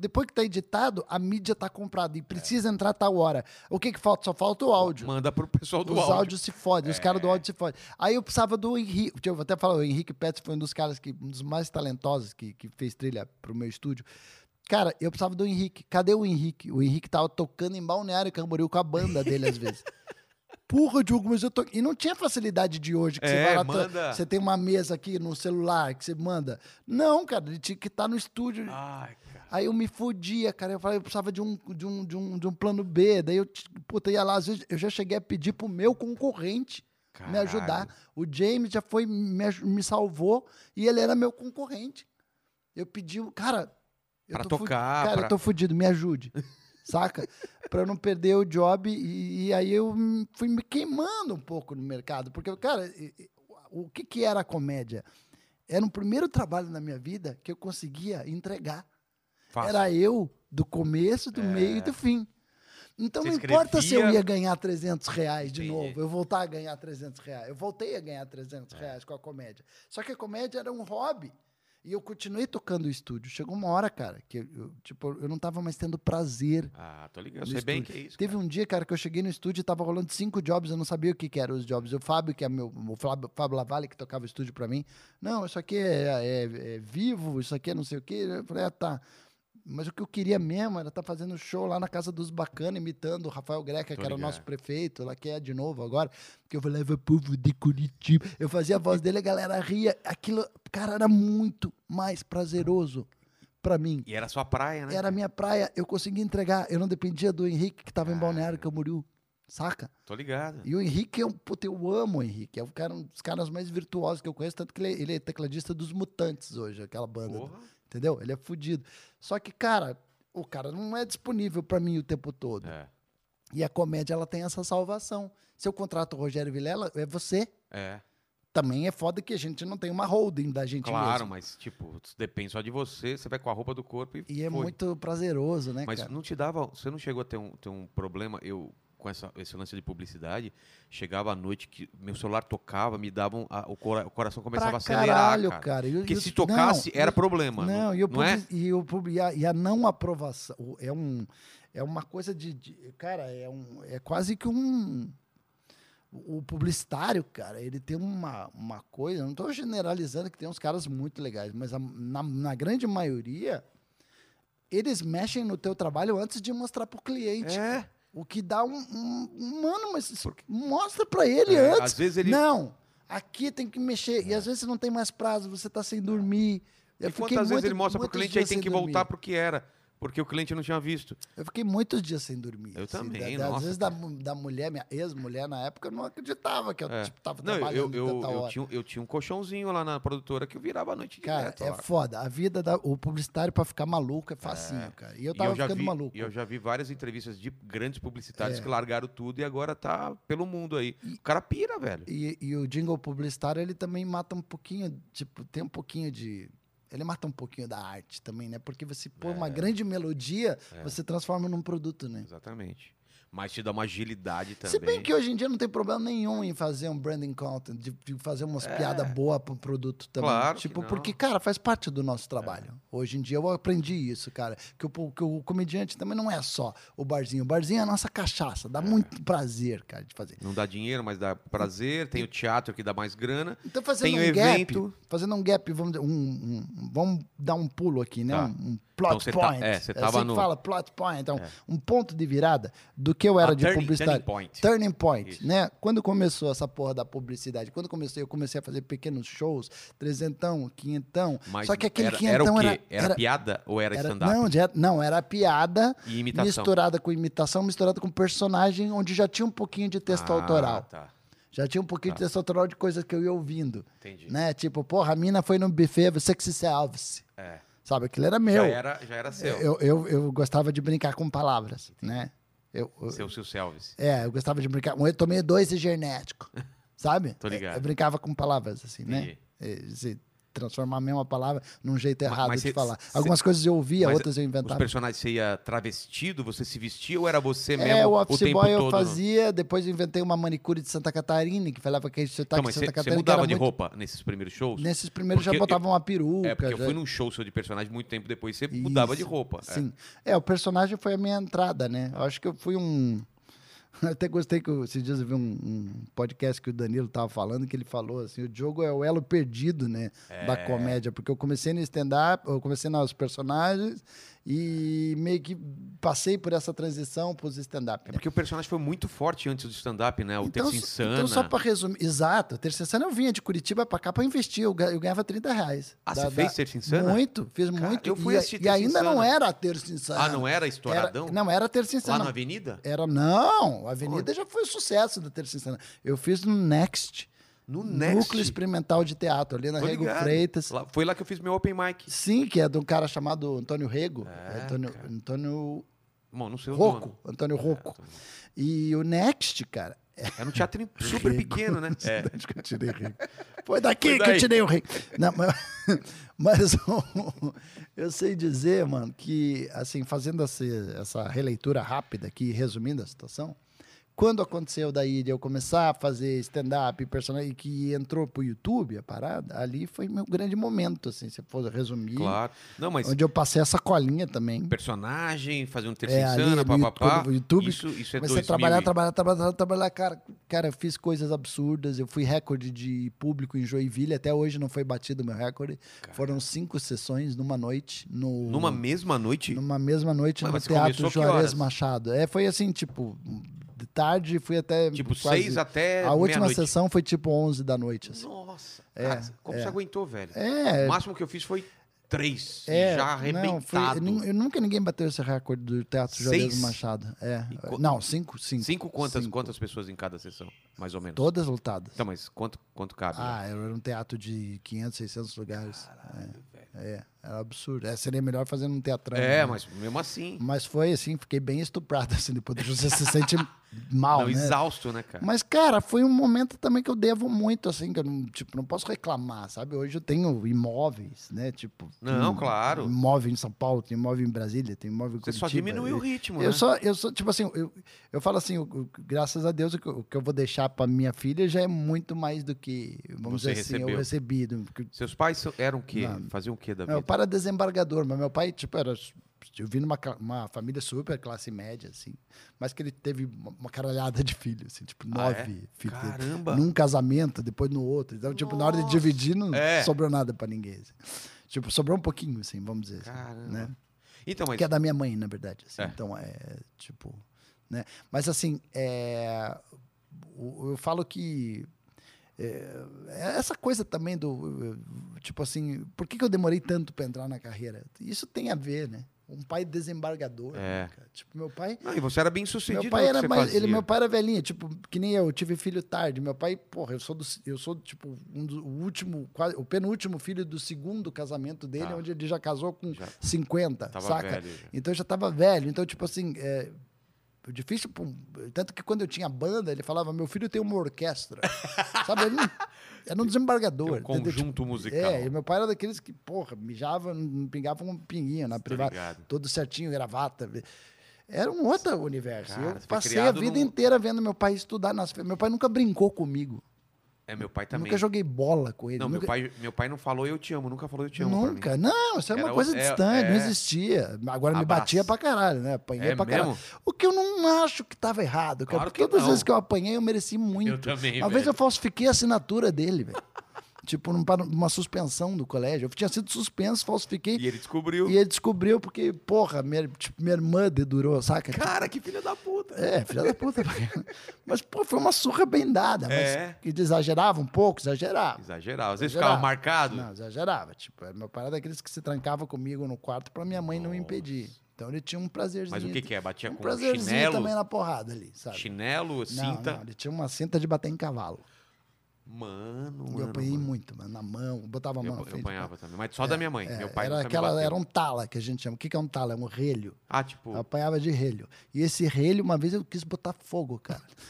Depois que tá editado, a mídia tá comprada e precisa entrar a tal hora. O que, que falta? Só falta o áudio.
Manda pro pessoal do
os
áudio. É.
áudios se fodem, os caras do áudio se fodem. Aí eu precisava do Henrique. Eu vou até falar, o Henrique Pets foi um dos caras que, um dos mais talentosos que, que fez trilha pro meu estúdio. Cara, eu precisava do Henrique. Cadê o Henrique? O Henrique tava tocando em Balneário Camboriú com a banda dele às vezes. Porra, Diogo, mas eu tô. E não tinha facilidade de hoje que
É,
você vai lá.
manda.
Você tem uma mesa aqui no celular que você manda. Não, cara, ele tinha que estar no estúdio.
Ai, cara.
Aí eu me fodia, cara. Eu falei, eu precisava de um, de um, de um, de um plano B. Daí eu, t- puta, ia lá. Às vezes eu já cheguei a pedir pro meu concorrente me ajudar. O James já foi, me, aj- me salvou e ele era meu concorrente. Eu pedi, o- cara. Eu
Pra
tô fudido,
tocar,
Cara,
pra-
eu tô fudido, me ajude. Saca? pra eu não perder o job. E, e aí eu hum, fui me queimando um pouco no mercado. Porque, cara, e- e- o que, que era a comédia? Era o primeiro trabalho na minha vida que eu conseguia entregar.
Fácil. É.
Era eu do começo, do meio e do fim. Então
Você
não importa se eu
escrevia-
ia ganhar 300 reais de
Entendi.
novo, eu voltar a ganhar 300 reais. Eu voltei a ganhar
É.
300 reais com a comédia. Só que a comédia era um hobby. E eu continuei tocando o estúdio. Chegou uma hora, cara, que eu- eu, tipo, eu não tava mais tendo prazer
Ah, tô ligado. Eu
no
sei bem que
estúdio.
é isso.
Teve um dia, cara, que eu cheguei no estúdio e tava rolando cinco jobs, eu não sabia o que que eram os jobs. O Fábio, que é meu, o Fábio, Fábio Lavalle, que tocava o estúdio pra mim, não, isso aqui é, é- é vivo, isso aqui é não sei o quê. Eu falei, ah, tá. Mas o que eu queria mesmo era estar fazendo show lá na Casa dos Bacana, imitando o Rafael Greca,
Tô
que era o
ligado.
nosso prefeito, lá que é de novo agora, que eu falava, povo de Curitiba. Eu fazia a voz dele, a galera ria. Aquilo, cara, era muito mais prazeroso pra mim.
E era sua praia, né?
Era a minha praia, eu conseguia entregar. Eu não dependia do Henrique, que tava em Balneário Camboriú. Saca?
Tô ligado.
E o Henrique é um. Puta, eu amo o Henrique. É um, cara, um dos caras mais virtuosos que eu conheço. Tanto que ele, é- ele é tecladista dos Mutantes hoje, aquela banda.
Porra.
Entendeu? Ele é fudido. Só que, cara, o cara não é disponível pra mim o tempo todo.
É.
E a comédia, ela tem essa salvação. Se eu contrato o Rogério Vilela, é você.
É.
Também é foda que a gente não tem uma holding da gente
Claro,
mesmo.
mas tipo, depende só de você, você vai com a roupa do corpo e,
E é
foi.
muito prazeroso, né,
Mas
cara?
não te dava. Você não chegou a ter um, ter um problema, eu, com essa, esse lance de publicidade, chegava à noite que meu celular tocava, me davam. a- o, cora- o coração começava a
pra
acelerar.
caralho,
cara.
cara. E o-
Porque
e o-
se tocasse,
não,
era
e-
problema. Não,
Não, e, o
não é?
publici- e, o publi- e a, e a não aprovação o- é, um, é uma coisa de, de- Cara, é, um, é quase que um. O o publicitário, cara, ele tem uma, uma coisa. eu Não estou generalizando que tem uns caras muito legais, mas a- na, na grande maioria, eles mexem no teu trabalho antes de mostrar pro cliente.
É.
O que dá um. um- um- mano, mas isso- mostra pra ele
É,
antes.
às vezes ele- É.
Não! Aqui tem que mexer. E às vezes você não tem mais prazo, você tá sem dormir. Eu
E
fiquei
quantas vezes
muito-
ele mostra pro
muitos
cliente aí
dias
tem
sem
que voltar
dormir.
pro que era. Porque o cliente não tinha visto.
Eu fiquei muitos dias sem dormir. assim,
Eu também,
da- da- Às
nossa, tá.
vezes da, mu- da mulher, minha ex-mulher na época, eu não acreditava que eu
É.
tipo, tava
Não, eu,
trabalhando
eu, eu,
tanta hora.
tinha, eu tinha um colchãozinho lá na produtora que eu virava a noite
Cara,
direto
é
lá.
foda. A vida da. O publicitário pra ficar maluco é facinho, cara. E eu
E
tava
já
ficando
vi,
maluco.
e Eu já vi várias entrevistas de grandes publicitários
É.
que largaram tudo e agora tá pelo mundo aí. O cara pira, velho.
E, e o jingle publicitário, ele também mata um pouquinho, tipo, tem um pouquinho de. Ele mata um pouquinho da arte também, né? Porque você põe
É.
uma grande melodia, você transforma num produto, né?
Exatamente. Mas te dá uma agilidade também.
Se bem que hoje em dia não tem problema nenhum em fazer um branding content, de, de fazer umas piadas boas para um produto também.
É. Claro que
tipo,
não. É.
porque, cara, faz parte do nosso trabalho. Hoje em dia eu aprendi isso, cara. Que o, po- que o comediante também não é só o barzinho. O barzinho é a nossa cachaça.
É.
Dá muito prazer, cara, de fazer.
Não dá dinheiro, mas dá prazer. Tem o teatro que dá mais grana.
Então, fazendo
Tem
um
o evento.
gap, fazendo um gap, vamos, dizer, um- um- um- vamos dar um pulo aqui, né?
Tá.
Um, um plot
você tá-
point.
é, você tava
assim que
no-
fala, plot point. Então, um ponto de virada do que eu era
Ah,
de
turning-
publicidade.
turning point.
Turning point,
Isso.
né? Quando começou essa porra da publicidade, quando comecei, eu comecei a fazer pequenos shows, trezentão, quinhentão.
Mas
Só que aquele
era, era
quinhentão
o quê?
era...
Era, piada ou era,
era-
stand-up?
não, já- não, era piada
E imitação.
misturada com imitação, misturada com personagem, onde já tinha um pouquinho de texto
Ah,
autoral.
Tá.
Já tinha um pouquinho de texto autoral de coisas que eu ia ouvindo.
Entendi.
Né? Tipo, porra, a mina foi no buffet, você que se serve.
É.
Sabe, aquilo era meu.
Já, era, já era seu.
eu, eu, eu gostava de brincar com palavras, né? Eu, eu-
Seu Silvio Selves.
é, eu gostava de brincar. Eu tomei dois de genético, sabe?
Tô ligado.
Eu, eu brincava com palavras, assim, né?
Entendi.
É, se transformar a mesma palavra num jeito errado
mas
de
cê-
falar.
cê-
Algumas coisas eu ouvia,
Mas
outras eu
Os
inventava.
personagens, você ia travestido? Você se vestia ou era você mesmo
É, o
o
office
tempo
boy
todo?
eu fazia, depois eu inventei uma manicure de Santa Catarina, que falava que a gente tá
Não,
de
mas você
Santa
você
Catarina. que era
mudava de
muito-
roupa nesses primeiros shows?
Nesses primeiros
Porque
já
eu-
botava uma peruca.
É, porque eu
já-
fui num show seu de personagem muito tempo depois, você mudava de
Isso,
roupa. é.
Sim. É, o personagem foi a minha entrada, né? Eu acho que eu fui um. Eu até gostei que eu- esses dias eu vi um, um podcast que o Danilo tava falando, que ele falou assim: o Diogo é o elo perdido, né? Da
É.
comédia. Porque eu comecei no stand-up, eu comecei nos personagens e meio que passei por essa transição pros stand-up.
É
né?
porque o personagem foi muito forte antes do stand-up, né? O Terça
s-
Insana.
então, só pra resumir. Exato, Terça Insana eu vinha de Curitiba pra cá pra investir. Eu, ga- eu ganhava 30 reais.
Ah, você fez Terça Insana?
Muito, fiz muito.
eu fui
e, a-
assistir
e
Terça
ainda não
Insana.
era a Terça Insana.
Ah, não era estouradão?
Era- não, era a Terça
Lá na
Insana.
Avenida?
Era, não, a Avenida já foi um sucesso da Terça Insana. Eu fiz no Next.
No Next?
Núcleo Experimental de Teatro, ali na
Tô
Rego
ligado.
Freitas.
Lá- foi lá que eu fiz meu open mic.
Sim, que é de um cara chamado Antônio Rego.
É,
Antônio,
cara.
Antônio
Bom, não sei o
Rocco.
nome. É.
Antônio Rocco. E o Next, cara,
Era um teatro super
Rego.
pequeno, né? É.
Acho que eu tirei o rei. Foi daqui
Foi
que eu
daí.
tirei o rei. Não, mas mas o- eu sei dizer, mano, que assim, fazendo essa, essa releitura rápida aqui, resumindo a situação, quando aconteceu daí de eu começar a fazer stand-up personagem e que entrou pro YouTube a parada, ali foi meu grande momento, assim, se eu for resumir.
Claro. Não, mas
Onde eu passei essa colinha também.
personagem, fazer um Terça
É, ali
Insana,
no
papapá.
YouTube- YouTube,
Isso, isso é
Comecei
2000
a trabalhar,
e-
trabalhar, trabalhar, trabalhar, cara. Cara, eu fiz coisas absurdas. Eu fui recorde de público em Joinville. Até hoje não foi batido o meu recorde. Foram cinco sessões numa noite. No,
Numa mesma noite?
um numa mesma noite
Mas
no
você
Teatro
começou que
Juarez
horas?
Machado. É, foi assim, tipo, de tarde fui até.
Tipo,
quase-
seis até
A última
meia-noite.
sessão foi tipo 11 da noite. assim.
Nossa, cara, como você aguentou, velho?
É,
O máximo que eu fiz foi três
É,
já
não, foi- eu
arrebentado.
nu- eu nunca ninguém bateu esse recorde do Teatro Juarez
Seis?
Machado. É.
E qu-
Não, cinco, cinco.
Cinco quantas,
Cinco.
quantas pessoas em cada sessão, mais ou menos?
Todas lutadas.
Então, mas quanto, quanto cabe? né?
Ah, era um teatro de 500, 600 lugares. é, é, era absurdo. É, seria melhor fazer um teatrão.
é,
né?
mas mesmo assim.
Mas foi assim, fiquei bem estuprado, assim, depois você se sente mal,
não,
né?
exausto, né, cara?
Mas, cara, foi um momento também que eu devo muito, assim, que eu não, tipo, não posso reclamar, sabe? Hoje eu tenho imóveis, né? Tipo,
Não,
tenho
claro.
Imóvel em São Paulo, tem imóvel em Brasília, tem imóvel em
Você só
Curitiba.
diminuiu o ritmo,
Eu
né?
só, eu só, tipo assim, eu, eu falo assim, o- o- graças a Deus, o que, eu- o que eu vou deixar pra minha filha já é muito mais do que, vamos
Você
dizer assim,
recebeu.
eu recebi. do- que-
Seus pais são- eram o quê?
Não.
Faziam o quê da vida?
Meu pai era desembargador, mas meu pai, tipo, era. Eu vim numa cla- uma família super classe média, assim. Mas que ele teve uma uma caralhada de filhos, assim, tipo,
Ah, é?
nove filhos.
Caramba!
Num casamento, depois no outro. Então, tipo, na hora de
Nossa!
dividir, não
É.
sobrou nada pra ninguém. assim. Tipo, sobrou um pouquinho, assim, vamos dizer. assim,
Caramba.
né?
Então, mas.
Que é da minha mãe, na verdade. assim.
É.
Então, é tipo. Né? Mas assim, é, o- eu falo que. é, essa coisa também do. eh, Tipo assim, por que, que eu demorei tanto para entrar na carreira? Isso tem a ver, né? Um pai desembargador. né, cara? Tipo, meu pai.
Não, e É. você era bem sucedido. no
Meu pai
que
era
você
mais,
fazia.
ele, é meu pai era velhinho, tipo, que nem eu, eu tive filho tarde. Meu pai, porra, eu sou do, eu sou tipo um do, o último, quase, o penúltimo filho do segundo casamento dele,
Tá.
onde ele já casou com
Já
50,
tava
saca?
velho já.
Então eu já tava velho, então tipo assim, é, difícil, pra um- tanto que quando eu tinha banda, ele falava: "Meu filho tem uma orquestra". Sabe? Ele não, era um desembargador,
Tem um
entendeu? Tipo,
conjunto musical. tá
É, e meu pai era daqueles que, porra, mijava, não pingava um pinguinho na privada
Tá ligado.
todo certinho, gravata. Era um outro universo.
Cara, você
eu
foi
passei a
criado
vida
num-
inteira vendo meu pai estudar nas feiras. Meu pai nunca brincou comigo.
É, meu pai também.
Nunca joguei bola com ele.
Não, meu
nunca...
pai, meu pai não falou eu te amo, nunca falou eu te amo. pra mim.
Nunca, não, isso é uma
Era o-
coisa
é-
distante, não
é.
existia. Agora me
Abraço.
batia pra caralho, né? Apanhei
É
pra caralho.
mesmo?
O que eu não acho que tava errado, cara.
Claro
porque
que
todas as
não.
vezes que eu apanhei, eu mereci muito.
Eu também,
Uma vez
velho.
eu falsifiquei a assinatura dele, velho. tipo, num- pra uma suspensão do colégio. Eu tinha sido suspenso, falsifiquei.
E ele descobriu.
E ele descobriu porque, porra, minha, tipo, minha irmã dedurou, saca? Tipo,
Cara, que filha da puta.
É, filha da puta. pra caralho. mas, pô, foi uma surra bem dada. Mas
É.
que exagerava um pouco, exagerava.
Exagerava. Às vezes
Exagerava.
ficava marcado.
Não, exagerava. Tipo, era uma parada daqueles que se trancava comigo no quarto pra minha mãe não impedir. Então ele tinha um prazerzinho.
Mas o que que é? Batia
um
com
prazerzinho
chinelo?
também na porrada ali, sabe?
Chinelo,
Não,
cinta.
não, ele tinha uma cinta de bater em cavalo.
Mano,
eu
mano.
apanhei
mano.
muito, mano, na mão, botava a
Eu,
mão na
eu
frente.
apanhava também. Mas só da minha mãe.
É,
meu pai
era,
nunca me
aquela,
bateu.
era um tala que a gente chama. O que, que é um tala? É um relho.
Ah, tipo,
Eu apanhava de relho. E esse relho, uma vez eu quis botar fogo, cara.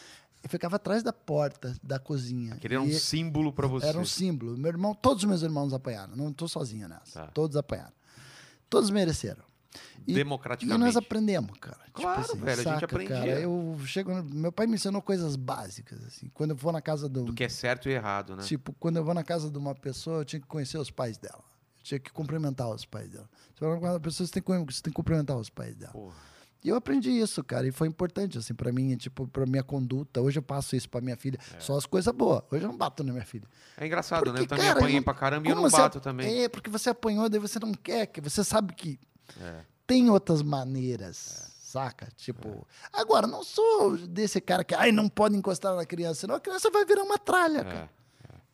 Eu ficava atrás da porta da cozinha.
aquele era um
E
símbolo pra você.
era um símbolo. Meu irmão, todos os meus irmãos apanharam. Não estou sozinho nessa.
Tá.
Todos apanharam. Todos mereceram. E, e é
Democraticamente.
nós aprendemos, cara. Tipo assim,
Claro, velho, a gente aprendia.
Cara, eu chego, no- meu pai me ensinou coisas básicas assim. Quando eu vou na casa do,
Do que é certo e errado, né?
Tipo, quando eu vou na casa de uma pessoa, eu tinha que conhecer os pais dela. Eu tinha que cumprimentar os pais dela. Você vai na casa da pessoa, você tem que, cum- você tem que cumprimentar os pais dela.
Porra.
E eu aprendi isso, cara, e foi importante, assim, pra mim, tipo, pra minha conduta. Hoje eu passo isso pra minha filha. Só as coisas boas. Hoje eu não bato na minha filha.
É engraçado, né? Eu também
cara,
apanhei
não-
pra caramba e eu
como
não
você-
bato também.
É, porque você apanhou, daí você não quer, que você sabe que
É.
tem outras maneiras, saca? Tipo,
É.
agora, não sou desse cara que, ai, não pode encostar na criança, senão a criança vai virar uma tralha,
É.
cara.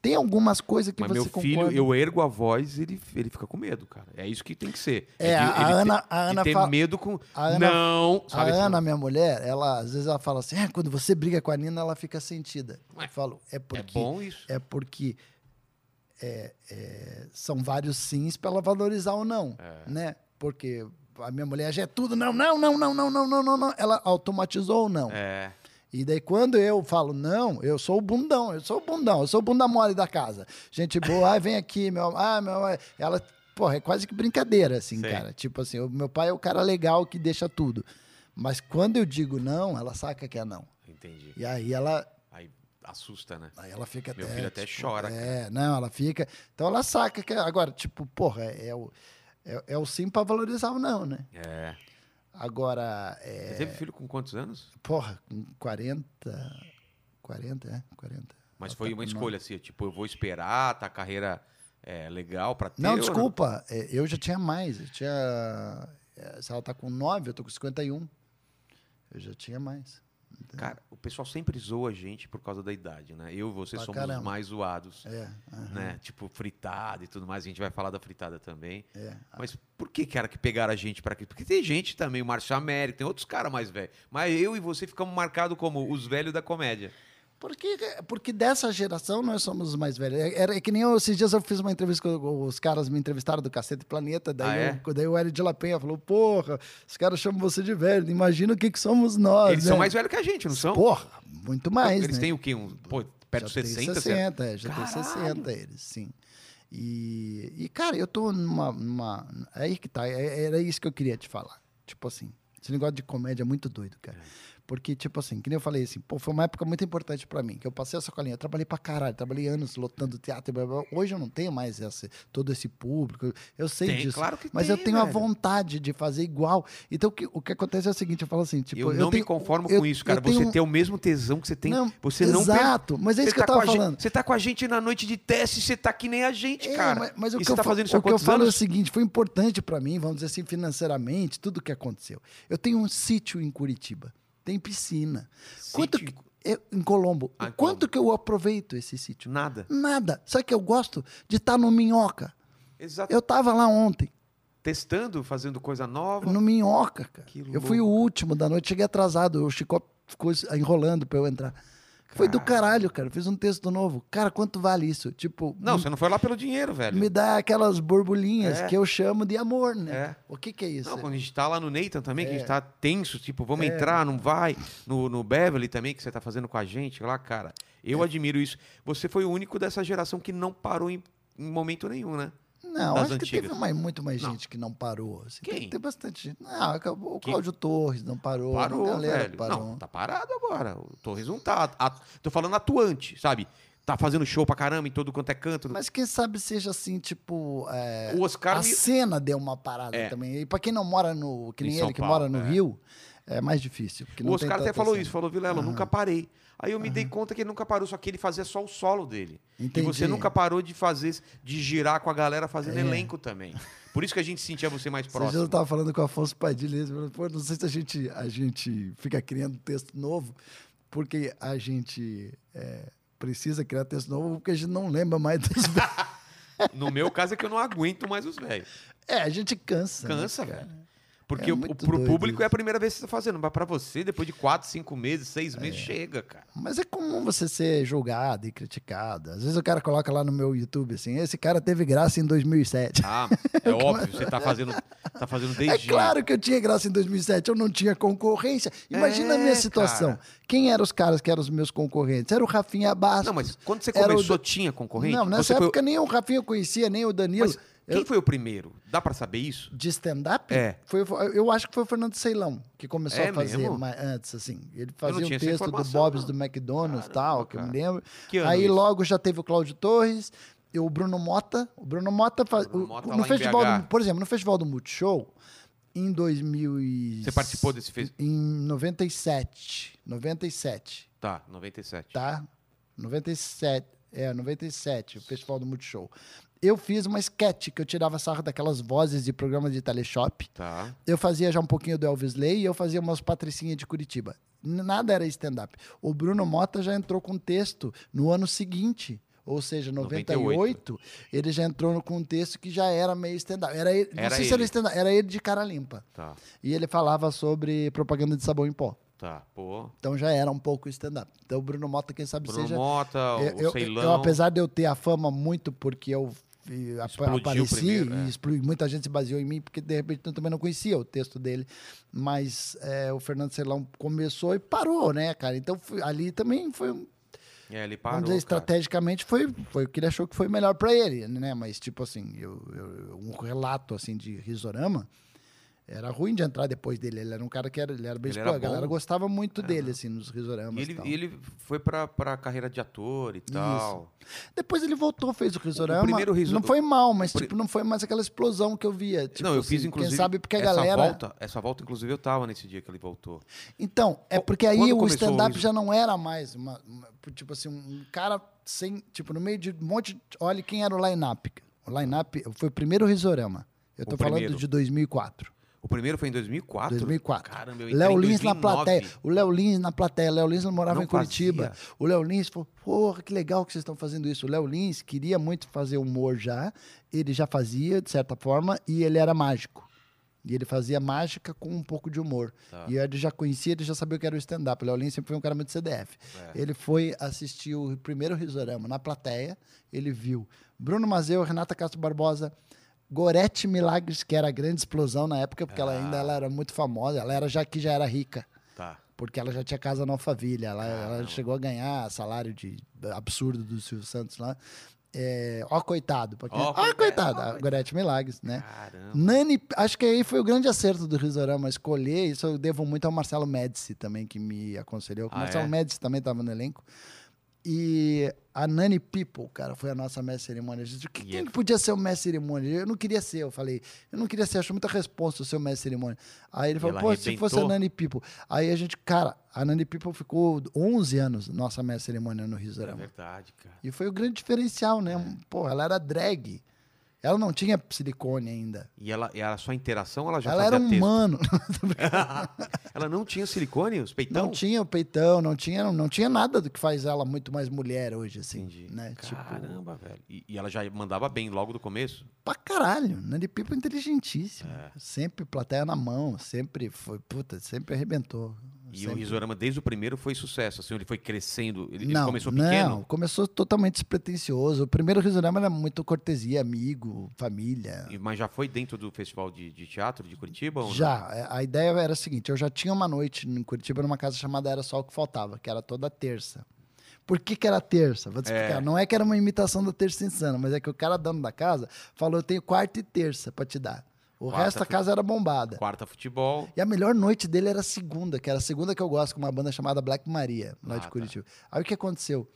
Tem algumas coisas que
Mas
você
meu
concorda.
filho, eu ergo a voz, ele, ele fica com medo, cara. É isso que tem que ser.
É,
de-
a- a
ele te-
Ana- a
de
Ana
ter
fala-
medo com.
a Ana-
não,
A
sabe?
Ana, minha mulher, ela às vezes ela fala assim: "Ah, quando você briga com a Nina, ela fica sentida.
Ué,
eu falo, é
é
porque.
bom isso.
É porque é, é, são vários sims para ela valorizar ou não. Né? Porque a minha mulher já é tudo, não, não, não, não, não, não, não, não, não. Ela automatizou ou não.
É.
E daí, quando eu falo, não, eu sou o bundão, eu sou o bundão, eu sou o bunda mole da casa. Gente boa, ai, vem aqui, meu. Ah, meu. ai. Ela, porra, é quase que brincadeira, assim,
Sei.
cara. Tipo assim, o meu pai é o cara legal que deixa tudo. Mas quando eu digo não, ela saca que é não.
Entendi.
E aí ela.
Aí assusta, né?
Aí ela fica
Meu
até.
filho até
tipo,
chora,
É, não, ela fica. Então ela saca que. é- Agora, tipo, porra, é, é o. É, é o sim pra valorizar ou não, né?
É.
Agora,
Você
é,
teve filho com quantos anos?
porra, com 40. 40, é? 40.
Mas
Ela
foi
tá
uma
com
escolha, assim, tipo, eu vou esperar, tá a carreira é, legal pra ter.
Não,
ou
desculpa, é, eu já tinha mais. Eu tinha. é, Se ela tá com 9, eu tô com 51. Eu um. já tinha mais.
Cara, o pessoal sempre zoa a gente por causa da idade, né? Eu e você
Pra
somos os
caramba.
mais zoados,
É, aham,
né? Tipo, fritada e tudo mais. A gente vai falar da fritada também.
é.
Mas por que, cara, que pegaram a gente pra aqui? Porque tem gente também, o Márcio Américo, tem outros caras mais velhos. Mas eu e você ficamos marcados como os velhos da comédia.
Porque, porque dessa geração nós somos os mais velhos. É, Era, é que nem eu, esses dias eu fiz uma entrevista com os caras me entrevistaram do Cacete Planeta, daí,
Ah, é?
eu- daí o Hélio de La Penha falou: Porra, os caras chamam você de velho, imagina o que, que somos nós.
Eles
né?"
são mais velhos que a gente, não são?
Porra, muito mais.
Eles
né?
têm o quê? Um, pô, perto de
já
60,
Tem
60.
60 é, já
Caralho!
tem 60 eles, sim. E, e, cara, eu tô numa. numa- aí que tá. é- Era isso que eu queria te falar. Tipo assim, esse negócio de comédia é muito doido, cara.
É.
Porque, tipo assim, que nem eu falei assim, pô, foi uma época muito importante pra mim, que eu passei essa colinha, eu trabalhei pra caralho, trabalhei anos lotando teatro, e blá, blá, blá. hoje eu não tenho mais esse, todo esse público, eu sei
Tem,
disso,
claro que
mas
tem,
eu tenho a
velho.
vontade de fazer igual. Então, o que, o que acontece é o seguinte, eu falo assim, tipo...
eu não me
tenho-
conformo
eu-
com isso,
eu
cara. Você
tenho um-
tem o mesmo tesão que você tem.
Não,
você não per-
Exato, mas é
Você
isso que
tá
eu
com
tava
a gente-
falando.
Você tá com a gente na noite de teste, você tá que nem a gente,
É,
cara.
mas, mas
e
o que
você
eu,
tá
fa-
fazendo isso há
o que eu
quantos
falo é o
anos?
seguinte, foi importante pra mim, vamos dizer assim, financeiramente, tudo que aconteceu. Eu tenho um sítio em Curitiba, tem piscina. assim, Quanto
Sítio
que- eu- em Colombo.
Ah, em Colombo.
Quanto que eu aproveito esse sítio?
Nada.
Nada. Sabe que eu gosto de estar no Minhoca?
Exato.
Eu tava lá ontem,
Testando, fazendo coisa nova.
no Minhoca, cara.
Que
Eu fui o último da noite, cheguei atrasado, o Chicó ficou enrolando pra eu entrar. Foi do
Cara.
caralho, cara. Fiz um texto novo. Cara, quanto vale isso? Tipo,
Não, você não foi lá pelo dinheiro, velho.
me dá aquelas borbulhinhas
É.
que eu chamo de amor, né?
É.
O que que é isso?
Não, quando a gente tá lá no Nathan também, que a gente tá tenso, tipo, vamos entrar, não vai. No, no Beverly também, que você tá fazendo com a gente lá, cara.
É.
Eu admiro isso. Você foi o único dessa geração que não parou em, em momento nenhum, né?
não,
das
acho que teve
antigas.
mais, muito mais
Não.
gente que não parou. assim. Tem-
Quem?
Tem, bastante gente. Não, acabou. O
Quem?
Cláudio Torres não parou.
Parou,
a galera
velho.
parou.
Não, tá parado agora. O Torres não tá. A- tô falando atuante, sabe? Tá fazendo show pra caramba em todo quanto é canto.
Mas quem sabe seja assim, tipo. é,
o Oscar
a
me-
cena deu uma parada
É.
também. E pra quem não mora no. Que
Em
nem
São
ele que
Paulo,
mora no
é.
Rio, é mais difícil. porque
O
não tem
Oscar até
tanta
falou
cena.
isso, falou, Vilela, eu nunca parei. Aí eu me dei conta que ele nunca parou, só que ele fazia só o solo dele. E
Entendi. É.
você nunca parou de fazer, de girar com a galera fazendo elenco também. Por isso que a gente sentia você mais
Esses dias eu
próximo.
tava falando com o Afonso Padilha, ele falou, pô, não sei se a gente, a gente fica criando texto novo, porque a gente é, precisa criar texto novo, porque a gente não lembra mais dos velhos.
No meu caso é que eu não aguento mais os velhos.
É, a gente cansa. né,
Cansa,
cara?
velho. Porque
É
o,
muito
pro
doido
público é a
isso.
primeira vez que você tá fazendo, mas pra você, depois de quatro, cinco meses, seis meses, chega, cara.
Mas é comum você ser julgado e criticado. Às vezes o cara coloca lá no meu YouTube assim, esse cara teve graça em 2007.
Ah, é óbvio, você tá fazendo, tá fazendo
É
desde.
claro que eu tinha graça em 2007, eu não tinha concorrência. Imagina
É,
a minha situação.
cara.
Quem eram os caras que eram os meus concorrentes? Era o Rafinha Bastos.
Não, mas quando você
Era o
começou,
da-
tinha concorrente?
Não, nessa
Você foi o-
época nem o Rafinha eu conhecia, nem o Danilo.
Mas quem
Eu-
foi o primeiro? Dá pra saber isso?
de stand-up?
É.
Foi, foi- eu acho que foi o Fernando Ceilão que começou
É
a fazer
mesmo?
mais antes, assim. Ele fazia
tinha
um
essa
texto do
informação,
Bob's,
não.
do
Caramba,
McDonald's e tal, que eu me
cara.
lembro.
Que ano
Aí
isso?
logo já teve o Cláudio Torres, e o Bruno Mota. O Bruno Mota faz.
Bruno
o-
Mota lá
no
em
festival
BH.
do- por exemplo, no Festival do Multishow, em 2000 e-
Você participou desse fes-
Em 97. 97
Tá, 97.
tá? 97, é, 97, o Festival do Multishow. Eu fiz uma sketch que eu tirava sarro daquelas vozes de programa de teleshop.
Tá.
Eu fazia já um pouquinho do Elvis Lay e eu fazia umas patricinhas de Curitiba. N- Nada era stand-up. O Bruno Mota já entrou com texto no ano seguinte. Ou seja, 98,
98.
ele já entrou no contexto que já era meio stand-up. Era ele, não
Era
sei se era
ele.
stand-up, era ele de cara limpa.
Tá,
E ele falava sobre propaganda de sabão em pó.
tá. Pô.
Então já era um pouco stand-up. Então o Bruno Mota, quem sabe
Bruno
seja
Mota,
É, eu,
o
eu-
Ceilão.
eu, apesar de eu ter a fama muito porque eu eh, ap-
Explodiu
apareci
primeiro, é.
e explodi, muita gente se baseou em mim, porque de repente eu também não conhecia o texto dele. Mas eh, o Fernando Celão começou e parou, né, cara? Então fui- ali também foi, um-
É, ele parou.
vamos dizer,
cara.
estrategicamente foi, foi o que ele achou que foi melhor para ele, né? Mas tipo assim, eu- eu- um relato assim de risorama. Era ruim de entrar depois dele. Ele era um cara que era, ele era bem
Ele
ele
era
a galera
bom. É, né?
gostava muito dele, assim, nos risoramas.
E
e
ele,
tal.
e ele foi pra, pra carreira de ator e tal.
Depois ele voltou, fez o risorama.
O primeiro riso-
Não foi mal, mas
Pri-
tipo, não foi mais aquela explosão que eu via. Tipo,
não, eu fiz
assim,
inclusive.
Quem sabe porque a
essa
galera.
Volta, essa volta, inclusive, eu tava nesse dia que ele voltou.
Então, é
Qu-
porque
quando
aí o
começou o
stand-up
riso-
já não era mais. uma- uma- tipo assim, um cara sem. Tipo, no meio de um monte. de- Olha quem era o line-up. O line-up foi o primeiro risorama. Eu
O
tô
primeiro.
falando de 2004.
O primeiro foi em 2004?
2004.
Caramba, eu entrei
Léo
em
Lins na
2009.
plateia. O Léo Lins na plateia. O Léo Lins morava
Não
em Curitiba.
fazia.
O Léo Lins falou: porra, que legal que vocês estão fazendo isso. O Léo Lins queria muito fazer humor já. Ele já fazia, de certa forma, e ele era mágico. E ele fazia mágica com um pouco de humor.
Tá.
E ele já conhecia, ele já sabia o que era o stand-up. O Léo Lins sempre foi um cara muito CDF.
É.
Ele foi assistir o primeiro Risorama na plateia, ele viu Bruno Mazeu, Renata Castro Barbosa, Gorete Milagres, que era a grande explosão na época, porque ela
Ah.
ainda ela era muito famosa, ela era já que já era rica,
Tá.
porque ela já tinha casa na Alphaville, ela, ela chegou a ganhar salário de absurdo do Silvio Santos lá. É, ó, coitado. Porque,
Ó,
ó,
coitado.
coitado, a Gorete Milagres, né?
Caramba.
Nani, acho que aí foi o grande acerto do Risorama escolher. Isso eu devo muito ao Marcelo Médici também, que me aconselhou. O
Ah,
Marcelo
é?
Médici também estava no elenco. E a Nani People, cara, foi a nossa mestre cerimônia. A gente, que-
E
Quem
é-
que podia ser o mestre cerimônia? Eu não queria ser, eu falei. Eu não queria ser, acho muita resposta o seu mestre cerimônia. Aí ele falou,
ela
pô, se fosse a
arrebentou?
Nani People. Aí a gente, cara, a Nani People ficou 11 anos nossa mestre cerimônia no
É
Risorama.
verdade, cara.
E foi o grande diferencial, né? Pô, ela era drag. Ela não tinha silicone ainda
E ela, e a sua interação, ela já
ela
fazia
era um
texto.
humano.
ela não tinha silicone, os
Não
peitão?
tinha o peitão, não tinha, não, tinha nada do que faz ela muito mais mulher hoje, assim.
Entendi.
Né? Tipo,
Caramba, velho. E, e ela já mandava bem logo do começo?
pra caralho. Nani Pipo é inteligentíssima.
É.
Sempre plateia na mão, sempre foi, puta, sempre arrebentou.
E o
Sempre.
Risorama, desde o primeiro, foi sucesso. Assim, ele foi crescendo. Ele, ele
não,
começou
Não,
pequeno?
começou totalmente despretensioso. O primeiro Risorama era muito cortesia, amigo, família.
E- Mas já foi dentro do Festival de, de Teatro de Curitiba? ou não?
Já, é, a ideia era a seguinte: eu já tinha uma noite em Curitiba numa casa chamada Era Só o que Faltava, que era toda terça. Por que, que era terça? Vou te explicar. Não é que era uma imitação da Terça Insana, mas é que o cara dono da casa falou: eu tenho quarta e terça pra te dar. O
Quarta
resto da
fu-
casa era bombada.
Quarta Futebol.
E a melhor noite dele era a segunda, que era a segunda que eu gosto, com uma banda chamada Black Maria, lá
Ah,
de
tá.
Curitiba. Aí o que aconteceu?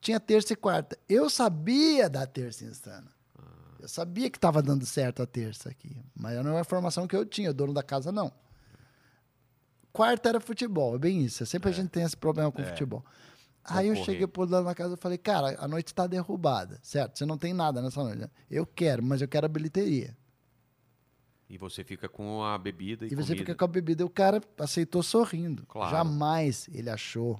Tinha terça e quarta. Eu sabia da terça insana.
Ah.
Eu sabia que estava dando certo a terça aqui. Mas não era a formação que eu tinha, o dono da casa não. Quarta era futebol, é bem isso. Sempre a gente tem esse problema
É.
com futebol. Aí eu
Concorrer.
cheguei pro dono da casa e falei, cara, a noite tá derrubada, certo? Você não tem nada nessa noite. né? Eu quero, mas eu quero a bilheteria.
E você fica com a bebida e,
E você
comida.
fica com a bebida. E o cara aceitou sorrindo.
Claro.
Jamais ele achou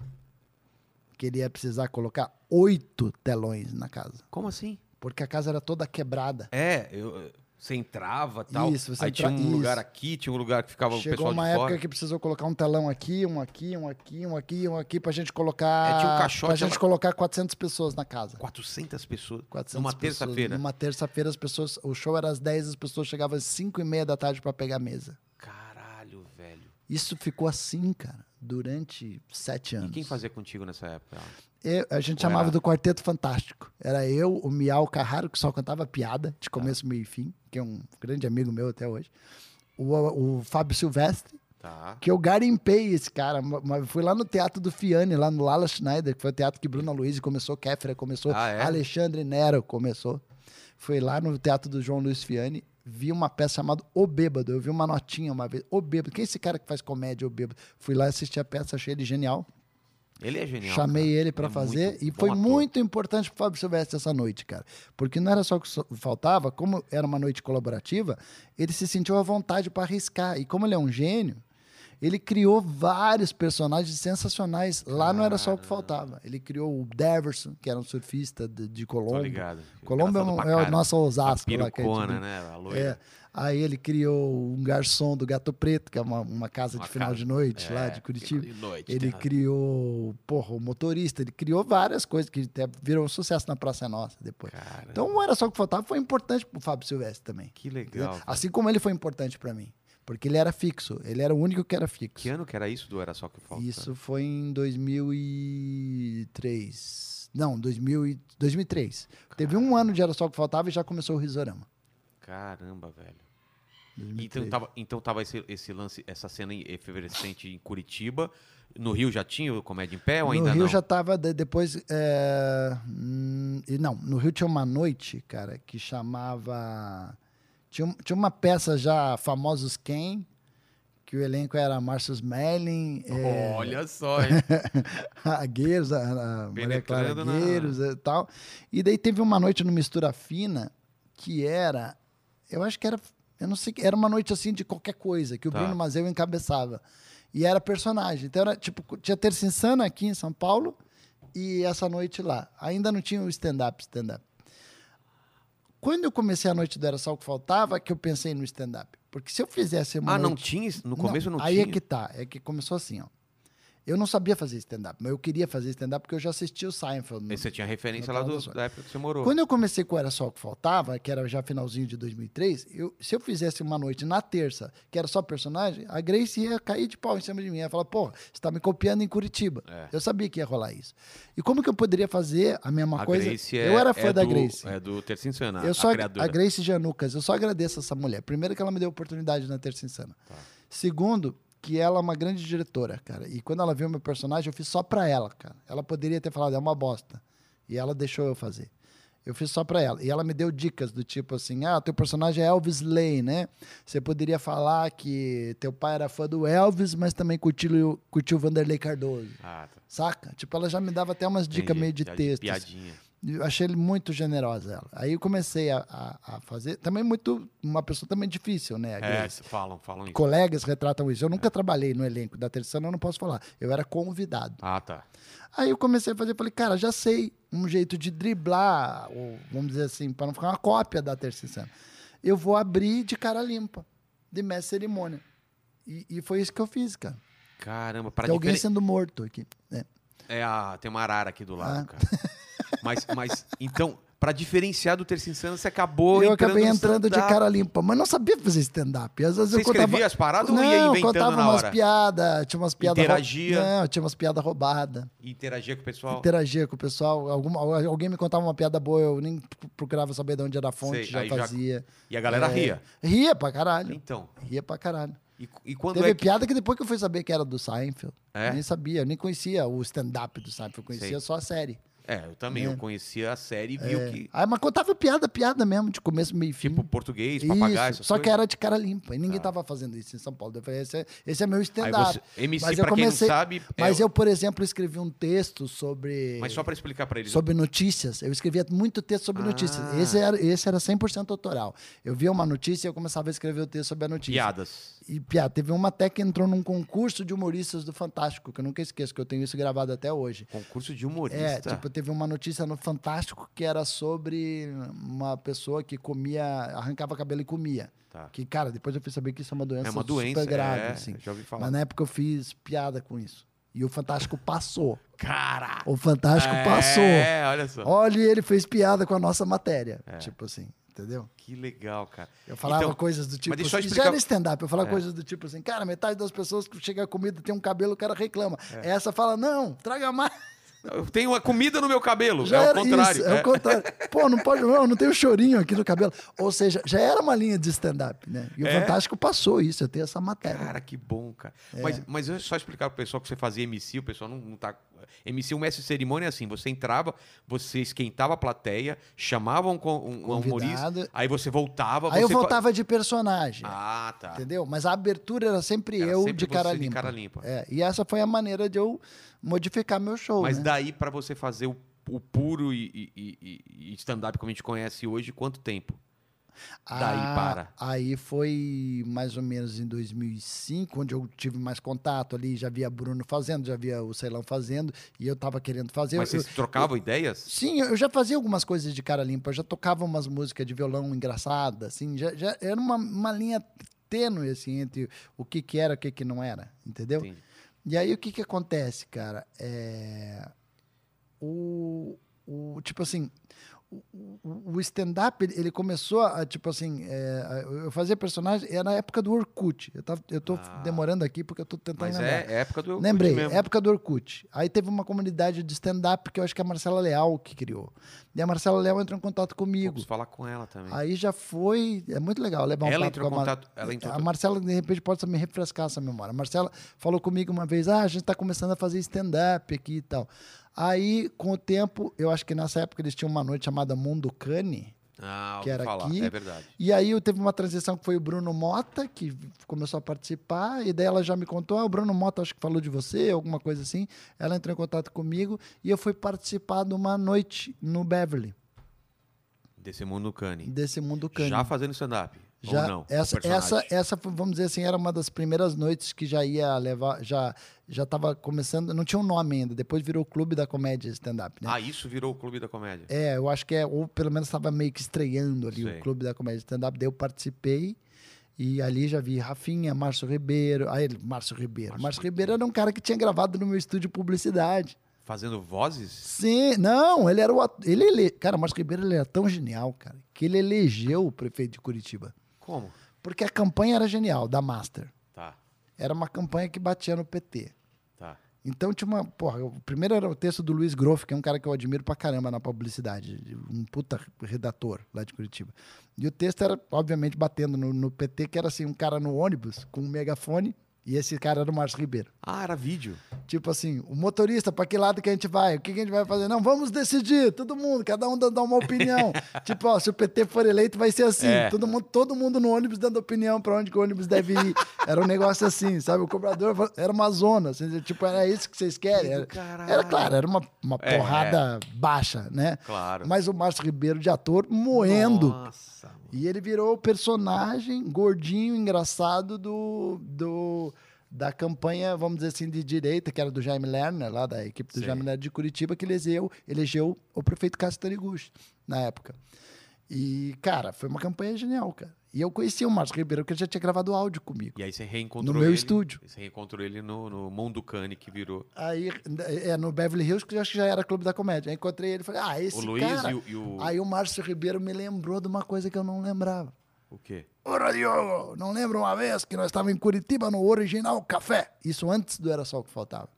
que ele ia precisar colocar oito telões na casa.
Como assim?
Porque a casa era toda quebrada.
É, eu- você entrava e tal.
Isso, você
Aí
entra-
tinha um
isso.
lugar aqui, tinha um lugar que ficava o
Chegou
pessoal
uma
de
época
fora.
que precisou colocar um telão aqui, um aqui, um aqui, um aqui, um aqui, pra gente colocar.
É, tinha um caixote,
Pra gente
ela-
colocar 400 pessoas na casa.
400 pessoas.
400
numa
pessoas. né?
terça-feira.
Numa terça-feira, as pessoas. O show era às 10, as pessoas chegavam às 5 e meia da tarde pra pegar a mesa.
Caralho, velho.
Isso ficou assim, cara, durante sete anos.
E quem fazia contigo nessa época?
Eu- a gente
Ou
chamava
era-
do Quarteto Fantástico. Era eu, o Miau Carraro, que só cantava piada, de
Ah.
começo, meio e fim, que é um grande amigo meu até hoje. O, o Fábio Silvestre,
Tá.
que eu garimpei esse cara. Ma- ma- Fui lá no teatro do Fiane, lá no Lala Schneider, que foi o teatro que Bruna Luiz começou, Kéfera começou,
Ah, é?
Alexandre Nero começou. Fui lá no teatro do João Luiz Fiane, vi uma peça chamada O Bêbado. Eu vi uma notinha uma vez, O Bêbado. Quem é esse cara que faz comédia, O Bêbado? Fui lá assistir a peça, achei ele genial.
Ele é genial.
Chamei
cara.
ele pra
É
fazer
muito
e
bom
foi
ator.
muito importante pro Fábio Silvestre essa noite, cara. Porque não era só o que so- faltava, como era uma noite colaborativa, ele se sentiu à vontade pra arriscar. E como ele é um gênio, ele criou vários personagens sensacionais. Lá não era só o que faltava. Ele criou o Deverson, que era um surfista de, de
Tô
Colombo.
ligado.
Colombo é,
Engraçado
um-
pra
é o
caralho.
nosso
A
Osasco. lá, que a gente
Pirucona,
brinca.
né? A
É.
loira.
Aí ele criou um garçom do Gato Preto, que é uma, uma casa
Uma
de final
casa-
de noite lá
É,
de Curitiba.
de noite,
Ele
tá.
criou, porra, o motorista, ele criou várias coisas que até viram um sucesso na Praça é Nossa depois.
Caramba.
Então não era só o que faltava, foi importante pro Fábio Silvestre também.
Que
entendeu?
legal. velho.
Assim como ele foi importante pra mim, porque ele era fixo, ele era o único que era fixo.
Que ano que era isso do Era Só Que Falta?
Isso foi em 2003. Não, 2000 e- 2003. Teve um ano de Era Só o que Faltava e já começou o Risorama.
Caramba, velho.
2003.
Então tava, então tava esse, esse lance, essa cena em- efervescente em Curitiba. No Rio já tinha o Comédia em Pé ou ainda
no Rio
não?
já tava de- depois. é, hum, e não, no Rio tinha uma noite, cara, que chamava. Tinha, um- tinha uma peça já, Famosos Quem, que o elenco era Márcio Smelling, é,
Olha só, hein?
a Gueiros, a, a Maria Clara
Penetrando na-
Gueiros e tal. E daí teve uma noite no Mistura Fina que era. Eu acho que era Eu não sei, que- era uma noite assim de qualquer coisa, que o
Tá.
Bruno Mazeu encabeçava. E era personagem. Então era tipo, tinha Terça Insana aqui em São Paulo e essa noite lá. Ainda não tinha o stand-up, stand-up. Quando eu comecei a noite do Era Só o que Faltava, que eu pensei no stand-up. Porque se eu fizesse uma
Ah, não
noite-
tinha? No começo não,
aí
tinha?
é que tá. É que começou assim, ó. Eu não sabia fazer stand-up, mas eu queria fazer stand-up porque eu já assisti o Seinfeld. no-
Aí você tinha referência
no
lá
canal
do-
das oito.
da época que você morou.
Quando eu comecei com Era Só o que Faltava, que era já finalzinho de 2003, eu, se eu fizesse uma noite na terça, que era só personagem, a Grace ia cair de pau em cima de mim. Ia falar, porra, você tá me copiando em Curitiba.
É.
Eu sabia que ia rolar isso. E como que eu poderia fazer a mesma
a
coisa?
Grace é,
eu era fã
é
da
do,
Grace.
É do Terça Insana,
Eu
a
só,
criadora.
a Grace Janucas, eu só agradeço essa mulher. Primeiro que ela me deu oportunidade na Terça Insana.
Tá.
Segundo, que ela é uma grande diretora, cara. E quando ela viu meu personagem, eu fiz só pra ela, cara. Ela poderia ter falado, é uma bosta. E ela deixou eu fazer. Eu fiz só pra ela. E ela me deu dicas do tipo assim: ah, teu personagem é Elvis Lay, né? Você poderia falar que teu pai era fã do Elvis, mas também curtiu, curtiu o Vanderlei Cardoso.
Ah, tá.
Saca? Tipo, ela já me dava até umas dicas
Entendi.
meio de
Já
texto. assim.
Piadinha.
Eu achei ele muito generosa ela. Aí eu comecei a, a, a fazer. Também muito. Uma pessoa também difícil, né? a
É,
Grace?
c- falam, falam isso.
Colegas retratam isso. Eu nunca trabalhei no elenco da Terçana, eu não posso falar. Eu era convidado.
Ah, tá.
Aí eu comecei a fazer, falei, cara, já sei um jeito de driblar, ou vamos dizer assim, para não ficar uma cópia da Terceira. Eu vou abrir de cara limpa, de mestre cerimônia. E, e foi isso que eu fiz, cara.
Caramba, para
Tem alguém
diferen...
sendo morto aqui. né?
É a... Tem uma arara aqui do lado,
Ah.
cara. Mas, mas, então, pra diferenciar do Terça Insana, você acabou
eu
entrando
acabei
no
entrando de
stand-up.
cara limpa, mas não sabia fazer stand-up. Às vezes
Você
eu contava.
escrevia as paradas ou um ia
Não,
inventando
contava
na
umas
hora?
piadas, tinha umas piadas. rou-
Interagia?
Não, tinha umas piadas roubadas.
Interagia com o pessoal?
Interagia com o pessoal. Alguma, al- alguém me contava uma piada boa, eu nem procurava saber de onde era a fonte,
Sei,
já
aí já-
fazia.
E a galera
É,
ria.
Ria pra caralho.
Então,
Ria pra caralho.
e, e quando
Teve
é que...
piada que depois que eu fui saber que era do Seinfeld.
É?
Nem sabia, eu nem conhecia o stand-up do Seinfeld, eu conhecia
Sei.
só a série.
É, eu também. Eu conhecia a série e vi
É.
o que...
Aí, mas contava piada, piada mesmo, de começo, meio e fim.
Tipo, português, papagaio,
Isso,
essas
só que
coisas. Ah.
era de cara limpa. E ninguém tava fazendo isso em São Paulo. Eu falei, esse é, esse é meu
Aí
stand-up.
você, MC,
Mas eu
pra quem
comecei-
não sabe... é-
Mas eu, por exemplo, escrevi um texto sobre,
Mas só pra explicar pra eles.
sobre notícias. Eu escrevia muito texto sobre
Ah.
notícias. Esse era, esse era 100% autoral. Eu via uma notícia e eu começava a escrever o texto sobre a notícia.
Piadas.
E, piada, teve uma até que entrou num concurso de humoristas do Fantástico, que eu nunca esqueço, que eu tenho isso gravado até hoje.
Concurso de
É,
humorista.
tipo, teve uma notícia no Fantástico que era sobre uma pessoa que comia, arrancava cabelo e comia.
Tá.
Que, cara, depois eu fui saber que isso é uma doença,
É uma doença.
super grave,
é,
assim.
Já ouvi falar.
Mas na época eu fiz piada com isso. E o Fantástico passou.
Caraca!
O Fantástico é- passou.
É, olha só.
Olha, ele fez piada com a nossa matéria. Tipo assim, entendeu?
Que legal, cara.
Eu falava
É. Então,
coisas do tipo.
deixa eu só
assim,
explicar- É.
Já era stand-up. Eu falava coisas do tipo assim, cara, metade das pessoas que chega a comida tem um cabelo, o cara reclama.
É.
Essa fala, não, traga mais.
Eu tenho uma comida no meu cabelo.
Já
é o
era
contrário.
isso, é, o contrário. Pô, não pode, não, não tem o chorinho aqui no cabelo. Ou seja, já era uma linha de stand-up, né? E o
É.
Fantástico passou isso, eu tenho essa matéria.
Cara, que bom, cara.
É.
Mas, mas eu só explicar pro pessoal que você fazia MC, o pessoal não, não tá. MC, o mestre de cerimônia é assim: você entrava, você esquentava a plateia, chamava um, co- um, um humorista,
Convidado.
aí você voltava.
Aí eu
você fa-
voltava de personagem.
Ah, tá.
Entendeu? Mas a abertura era sempre
Era
eu
É, sempre
de cara
você de
limpa.
cara limpa.
É, e essa foi a maneira de eu modificar meu show.
Mas
né?
daí pra você fazer o, o puro e, e- e- e stand-up como a gente conhece hoje, quanto tempo? daí para.
Ah, Aí foi mais ou menos em 2005, onde eu tive mais contato ali. Já via Bruno fazendo, já via o Ceilão fazendo. E eu tava querendo fazer.
mas
eu,
vocês trocavam ideias?
Sim, eu já fazia algumas coisas de cara limpa. Eu já tocava umas músicas de violão engraçada, assim. Já, já era uma, uma linha tênue, assim, entre o que que era e o que que não era, entendeu?
Entendi.
E aí, o que que acontece, cara? É... O, o... Tipo assim... o- O, o stand-up, ele, ele começou a, tipo assim, é, a- eu fazia personagem, era na época do Orkut. Eu, tava, eu tô
Ah.
demorando aqui porque eu tô tentando
Mas
lembrar.
é, é época do. Orkut
Lembrei,
mesmo.
época do Orkut. Aí teve uma comunidade de stand-up que eu acho que é a Marcela Leal que criou. E a Marcela Leal entrou em contato
Pô,
comigo.
preciso falar com ela também.
Aí já foi. É muito legal levar um
ela
papo
entrou em
com a Mar-
contato. Ela entrou.
A Marcela, de repente, pode me refrescar essa memória. A Marcela falou comigo uma vez: ah, a gente tá começando a fazer stand-up aqui e tal. Aí, com o tempo, eu acho que nessa época eles tinham uma noite chamada Mundo Cane.
Ah,
que
ouvi
era
falar,
aqui.
é verdade.
E aí eu teve uma transição que foi o Bruno Mota, que começou a participar, e daí ela já me contou, ah, o Bruno Mota acho que falou de você, alguma coisa assim. Ela entrou em contato comigo e eu fui participar de uma noite no Beverly,
Desse mundo no cane.
desse mundo cânimo.
Já fazendo stand-up.
Já
Ou não,
essa,
o personagem.
essa, essa, vamos dizer assim, era uma das primeiras noites que já ia levar, já já estava começando, não tinha um nome ainda, depois virou Clube da Comédia Stand-Up, né?
Ah, isso virou o Clube da Comédia.
É, eu acho que é, ou pelo menos estava meio que estreando ali
Sei.
o Clube da Comédia Stand-Up, daí eu participei e ali já vi Rafinha, Márcio Ribeiro, aí ele, Márcio Ribeiro,
Márcio
Márcio Ribeiro era um cara que tinha gravado no meu estúdio publicidade.
Fazendo vozes?
Sim, não, ele era o ato- ele, ele cara, Márcio Ribeiro ele era tão genial, cara, que ele elegeu o prefeito de Curitiba.
Como?
Porque a campanha era genial, da Master.
Tá,
Era uma campanha que batia no PT.
tá.
Então tinha uma. Porra, o primeiro era o texto do Luiz Groff, que é um cara que eu admiro pra caramba na publicidade, um puta redator lá de Curitiba. E o texto era, obviamente, batendo no, no PT, que era assim, um cara no ônibus com um megafone, e esse cara era o Márcio Ribeiro.
Ah, era vídeo.
Tipo assim, o motorista, pra que lado que a gente vai? O que, que a gente vai fazer? Não, vamos decidir, todo mundo, cada um dando uma opinião. tipo, ó, se o PT for eleito, vai ser assim.
É.
Todo, mundo, todo mundo no ônibus dando opinião pra onde que o ônibus deve ir. Era um negócio assim, sabe? O cobrador fa- era uma zona. assim, tipo, era isso que vocês querem.
Que do
Era,
caralho.
era claro, era uma, uma
É,
porrada baixa, né?
Claro.
Mas o Márcio Ribeiro de ator moendo.
Nossa, mano.
E ele virou o personagem gordinho, engraçado do, do da campanha, vamos dizer assim, de direita, que era do Jaime Lerner, lá da equipe do
Sei.
Jaime Lerner de Curitiba, que elegeu, elegeu o prefeito Cássio Taniguchi na época. E, cara, foi uma campanha genial, cara. E eu conheci o Márcio Ribeiro, porque ele já tinha gravado áudio comigo.
E aí você reencontrou
No meu
ele-
estúdio.
Você reencontrou ele no, no Monducane, que virou
Aí, é, no Beverly Hills, que eu acho que já era Clube da Comédia. Aí encontrei ele e falei, ah, esse
o Luiz
cara...
e o... e o-
Aí o Márcio Ribeiro me lembrou de uma coisa que eu não lembrava.
O quê?
Ora, Diogo, não lembra uma vez que nós estávamos em Curitiba no Original Café? Isso antes do Era Só o que Faltava.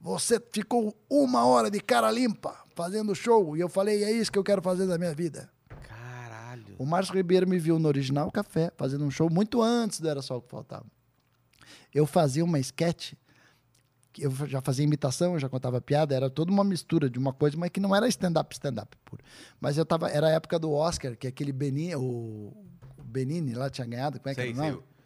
Você ficou uma hora de cara limpa fazendo show e eu falei, é isso que eu quero fazer da minha vida.
Caralho.
O Márcio Ribeiro me viu no Original Café fazendo um show muito antes do Era Só o que Faltava. Eu fazia uma sketch, que eu já fazia imitação, eu já contava piada, era toda uma mistura de uma coisa, mas que não era stand-up, stand-up puro. Mas eu tava, era a época do Oscar, que aquele Benini, o o Benini lá tinha ganhado, como é que
sei,
era o nome?
sei.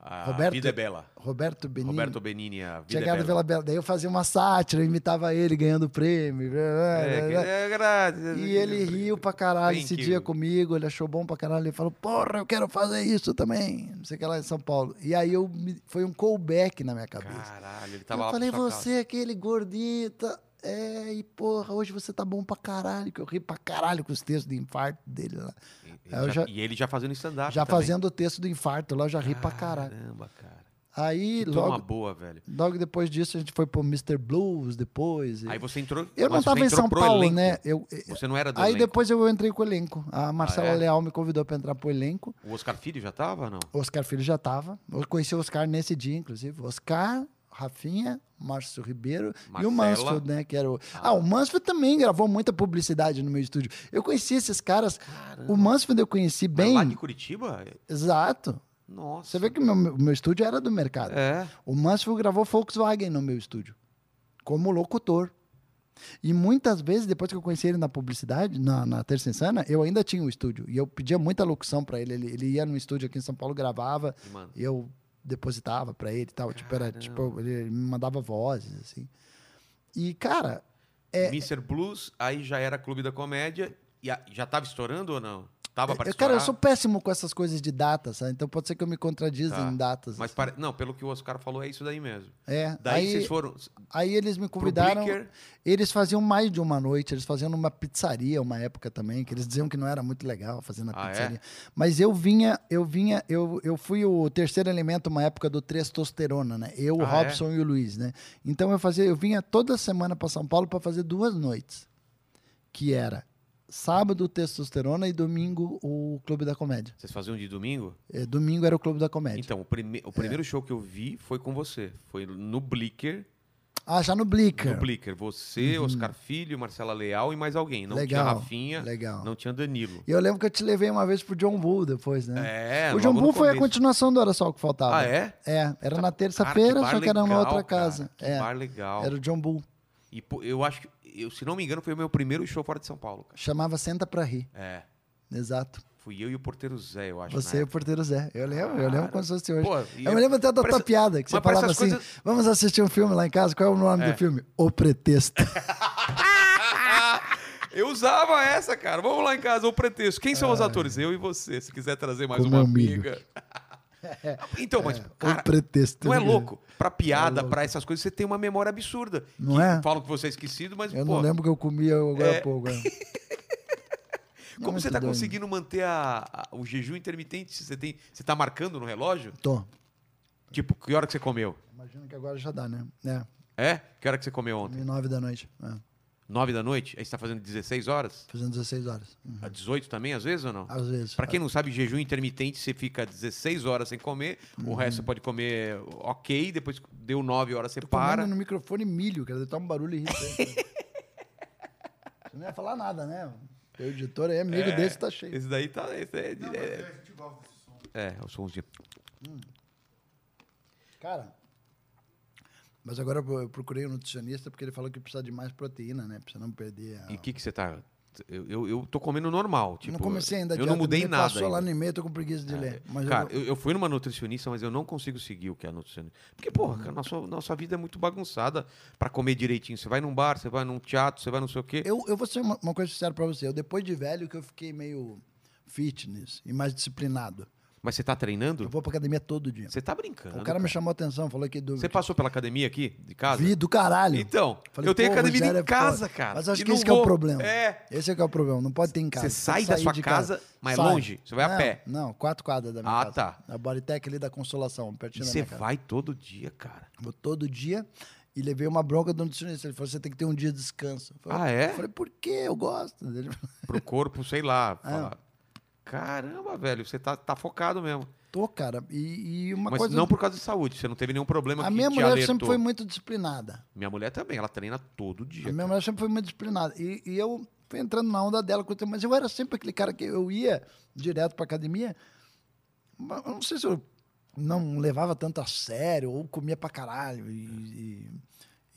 A
Roberto-
Vida é Bela.
Roberto Benini.
Roberto Benini, a Vida
tinha
é
ganhado
Bela.
Vela Bela. Daí eu fazia uma sátira, eu imitava ele ganhando o prêmio. blá, blá,
É,
blá,
que-
blá.
é, gra-
né, E ele
né,
riu pra caralho
Thank
esse
you.
dia comigo, ele achou bom pra caralho. Ele falou, porra, eu quero fazer isso também. Não sei o que lá em São Paulo. E aí eu me- foi um callback na minha cabeça.
Caralho, ele tava
eu
lá
falei,
pra sua casa.
você, aquele gordita. É, e porra, hoje você tá bom pra caralho, que eu ri pra caralho com os textos do infarto dele lá.
E- ele
Eu
já-
já-
E ele já fazendo stand-up
já
também.
fazendo o texto do infarto lá, eu já ri pra caralho.
Caramba, cara.
Aí,
Toma
logo,
boa, velho.
Logo depois disso, a gente foi pro Mr. Blues depois. e-
Aí você entrou...
eu não
mas você
tava em
entrou
São
pro
Paulo,
elenco.
né? Eu,
Você não era do
aí
elenco.
depois eu entrei com o elenco. A Marcela
Ah, é?
Leal me convidou pra entrar pro elenco.
O Oscar Filho já tava, não?
O Oscar Filho já tava. Eu conheci o Oscar nesse dia, inclusive. Oscar, Rafinha, Márcio Ribeiro e
Marcela.
o Mansfield, né? Que era o... Ah, o Mansfield também gravou muita publicidade no meu estúdio. Eu conheci esses caras. O Mansfield eu conheci
Mas
bem.
Lá de Curitiba?
Exato.
Nossa.
Você vê que o meu, meu estúdio era do mercado.
É.
O Mansfield gravou Volkswagen no meu estúdio, como locutor. E muitas vezes, depois que eu conheci ele na publicidade, na, na Terça Insana, eu ainda tinha um estúdio. E eu pedia muita locução pra ele. ele. Ele ia no estúdio aqui em São Paulo, gravava,
Mano,
e eu depositava pra ele e tal. Tipo, era,
Caramba.
tipo, ele me mandava vozes, assim. E, cara, é-
Mr. Blues, aí já era Clube da Comédia. E a- já tava estourando ou não? Tava para
eu, cara, eu
estourar?
sou péssimo com essas coisas de datas, sabe? Então pode ser que eu me contradiza
Tá.
em datas.
Mas
assim.
pare- não, pelo que o Oscar falou, é isso daí mesmo.
É,
Daí vocês
aí,
foram
aí eles me
pro
convidaram...
Blicker.
Eles faziam mais de uma noite, eles faziam numa pizzaria uma época também, que eles diziam que não era muito legal fazer na
Ah, é?
pizzaria. Mas eu vinha, eu vinha, eu, eu fui o terceiro elemento uma época do Testosterona, né? Eu, o
Ah, é?
Robson e o Luiz, né? Então eu fazia, eu vinha toda semana para São Paulo para fazer duas noites, que era sábado o Testosterona e domingo o Clube da Comédia.
Vocês faziam de domingo?
Eh, Domingo era o Clube da Comédia.
Então, o, prime- o
É.
primeiro show que eu vi foi com você. Foi no Blicker.
Ah, já no Blicker.
Então, No Blicker. Você, Oscar Filho, Marcela Leal e mais alguém. Não tinha
Uhum. Legal,
Rafinha,
legal.
não tinha Danilo.
E eu lembro que eu te levei uma vez pro John Bull depois, né?
É,
o John
logo no
Bull foi a
começo.
continuação do Era Só o que Faltava.
Ah, é?
É, era na
Cara,
terça-feira,
bar
só que era numa
legal,
outra
cara.
casa.
Que
é,
bar legal.
era o John Bull.
E pô, eu acho que, eu, se não me engano, foi o meu primeiro show fora de São Paulo, cara.
Chamava Senta Pra Rir.
É.
Exato.
Fui eu e o porteiro Zé, eu acho. na
Você e o
época.
porteiro Zé. Eu lembro, eu lembro como se fosse hoje.
Pô, e
eu me lembro até da
parece-
tua piada, que você
mas parece
falava
as
assim:
coisas-
vamos
É.
assistir um filme lá em casa, qual é o nome do filme? O Pretexto.
Eu usava essa, cara. Vamos lá em casa, o pretexto. Quem são os atores? Eu e você, se quiser trazer mais
Como
uma
eu Ah. milho. É.
amiga. então, mas,
O
cara,
pretexto.
não é
né?
louco? Pra piada, pra essas coisas, você tem uma memória absurda.
É Não
Que
é?
Falam que você é esquecido, mas,
Eu
pô,
não lembro o que eu comia agora
É.
há pouco. né? Não, é
como
muito
você tá
doido.
conseguindo manter a- a- o jejum intermitente? Você, tem, você tá marcando no relógio?
Tô.
Tipo, que hora que você comeu?
Imagino que agora já dá, né? É,
É? Que hora que você comeu ontem?
9 da noite. É,
Nove da noite? Aí você tá fazendo 16 horas?
fazendo 16 horas. Uhum.
A 18 também, às vezes, ou não?
Às vezes. é.
Pra quem não sabe, jejum intermitente, você fica 16 horas sem comer,
Uhum.
o resto você pode comer ok, depois deu 9 horas você
Para.
para.
no microfone milho, cara. Deve tá um barulho irritante. né? Você não ia falar nada, né? O editor aí,
É.
amigo desse, tá cheio.
Esse daí tá. Esse é,
Não, mas
é,
é, a gente gosta desse som.
é, o somzinho.
Cara. Mas agora eu procurei um nutricionista porque ele falou que precisa de mais proteína, né? Pra você não perder a...
E o que, que você tá. Eu, eu, eu tô comendo normal. Tipo,
não comecei ainda a
Eu não
dieta,
mudei
porque
nada.
Passou lá
ainda. É,
no e-mail, tô com preguiça de ler. Mas eu
Cara,
vou-
eu, eu fui numa nutricionista, mas eu não consigo seguir o que é a nutricionista. Porque, porra, cara, nossa, nossa vida é muito bagunçada pra comer direitinho. Você vai num bar, você vai num teatro, você vai não sei o quê.
Eu, eu vou ser uma, uma coisa sincera pra você. Eu, depois de velho, que eu fiquei meio fitness e mais disciplinado.
Mas você tá
Eu
treinando?
vou pra academia todo dia.
Você tá brincando.
o cara me chamou a atenção, falou que do.
Você passou pela academia aqui, de casa?
Vi do caralho.
Então,
Falei,
eu tenho
pô,
academia
Rogério
em
é foda.
casa, cara.
Mas acho
e
que
não
esse que é
vou.
o problema.
É.
Esse é que é o problema. Não pode ter em casa.
Você sai
Tem que
da
sair
sua
de
casa, mas longe? Você vai a
Não,
pé?
Não, quatro quadras da minha
Ah,
casa.
tá.
A Bodytech ali da Consolação, pertinho
E
da
você
minha casa.
vai todo dia, cara.
Vou todo dia e levei uma bronca do nutricionista. Ele falou, você tem que ter um dia de descanso. Eu falei,
Ah, é?
Eu falei, por quê? Eu gosto. Ele falou,
Pro corpo, sei lá.
É.
falar, Caramba, velho, você tá, tá focado mesmo.
tô, cara. E, e uma
mas
coisa...
não por causa de saúde, você não teve nenhum problema
a
que
minha
te
mulher
alertou.
sempre foi muito disciplinada.
Minha mulher também, ela treina todo dia.
A minha mulher sempre foi muito disciplinada. E, e eu fui entrando na onda dela, com o tempo, mas eu era sempre aquele cara que eu ia direto pra academia. mas Eu não sei se eu não levava tanto a sério, ou comia pra caralho, e, e-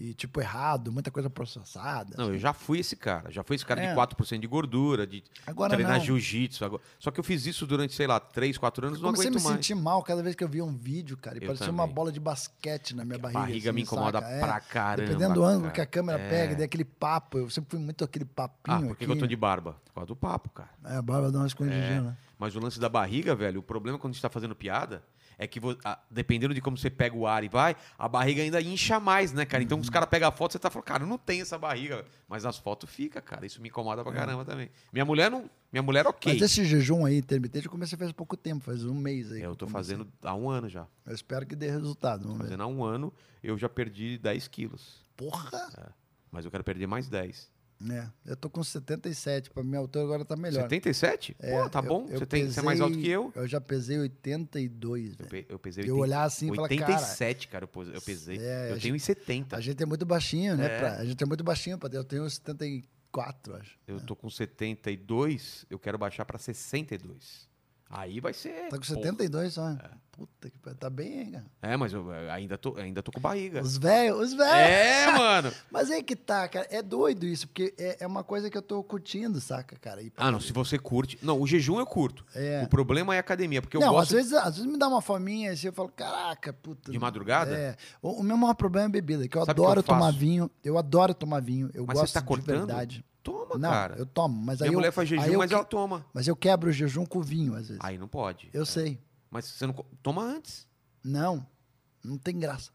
e, tipo, errado, muita coisa processada.
Não, eu já fui esse cara. Já fui esse cara
É.
de 4% de gordura, de
Agora
treinar
não.
jiu-jitsu. agora- Só que eu fiz isso durante, sei lá, 3, 4 anos,
Eu
não
comecei a
aguento
me
mais.
sentir mal cada vez que eu via um vídeo, cara. E
Eu
parecia
também.
uma bola de basquete na minha barriga.
barriga me incomoda
saca? É.
pra caramba,
Dependendo do ângulo
cara.
que a câmera
É.
pega, daquele aquele papo. Eu sempre fui muito aquele papinho.
Ah, por que que eu
aqui,
tô de É. barba? Por causa do papo, cara.
né? É, a barba dá uma escondidinha, né?
Mas o lance da barriga, velho, o problema quando a gente tá fazendo piada é que, vo- a- dependendo de como você pega o ar e vai, a barriga ainda incha mais, né, cara? Então os caras pegam a foto, você tá falando, cara, eu não tem essa barriga. Mas nas fotos fica, cara. Isso me incomoda pra caramba também. Minha mulher não. Minha mulher, ok.
É. Mas esse jejum aí intermitente eu comecei faz pouco tempo, faz um mês aí.
É,
que É.
Eu tô
comecei.
fazendo há um ano já.
Eu espero que dê resultado. Vamos ver.
Fazendo há um ano, eu já perdi 10 quilos.
Porra!
Mas eu quero perder mais 10.
Né? Eu tô com 77, pra minha altura agora tá melhor.
77? Pô, tá
eu-
bom.
eu
você, tem, você é mais alto que
pesei-
eu.
Eu já pesei 82,
Eu,
velho.
pe- eu pesei
Eu
80
olhar assim e falar, cara,
87, cara, eu pos- eu pesei.
É, a
eu tenho 70.
A gente é muito baixinho, né?
tá." É.
pra- a gente é muito baixinho, pra ter- eu tenho 74, acho.
Eu tô com 72, eu quero baixar pra 62. Aí vai ser.
Tá
porra.
com 72 só. Puta que pariu, tá bem, hein, cara?
É, mas eu eh, ainda tô, ainda tô com barriga.
Os velhos, os velhos!
É, mano.
Mas é que tá, cara, é doido isso, porque é, é uma coisa que eu tô curtindo, saca, cara? E-
Ah, não, se você curte. Não, o jejum eu curto.
É.
O problema é a academia, porque eu
não, às
gosto.
vezes, às vezes me dá uma fominha assim, eu falo, caraca, puta.
De madrugada?
É. O, o meu maior problema é bebida, que eu
Sabe o que
adoro
eu faço?
tomar vinho. Eu adoro tomar vinho. Eu
Mas
gosto
você tá
de
cortando?
verdade.
Toma,
não,
cara.
eu tomo, mas
Minha
aí
mulher
eu,
faz
aí
jejum,
eu
mas
que-
ela toma.
mas eu quebro o jejum com vinho, às vezes.
Aí é. não pode.
Eu sei.
Mas você não. co- Toma antes.
Não, não tem graça.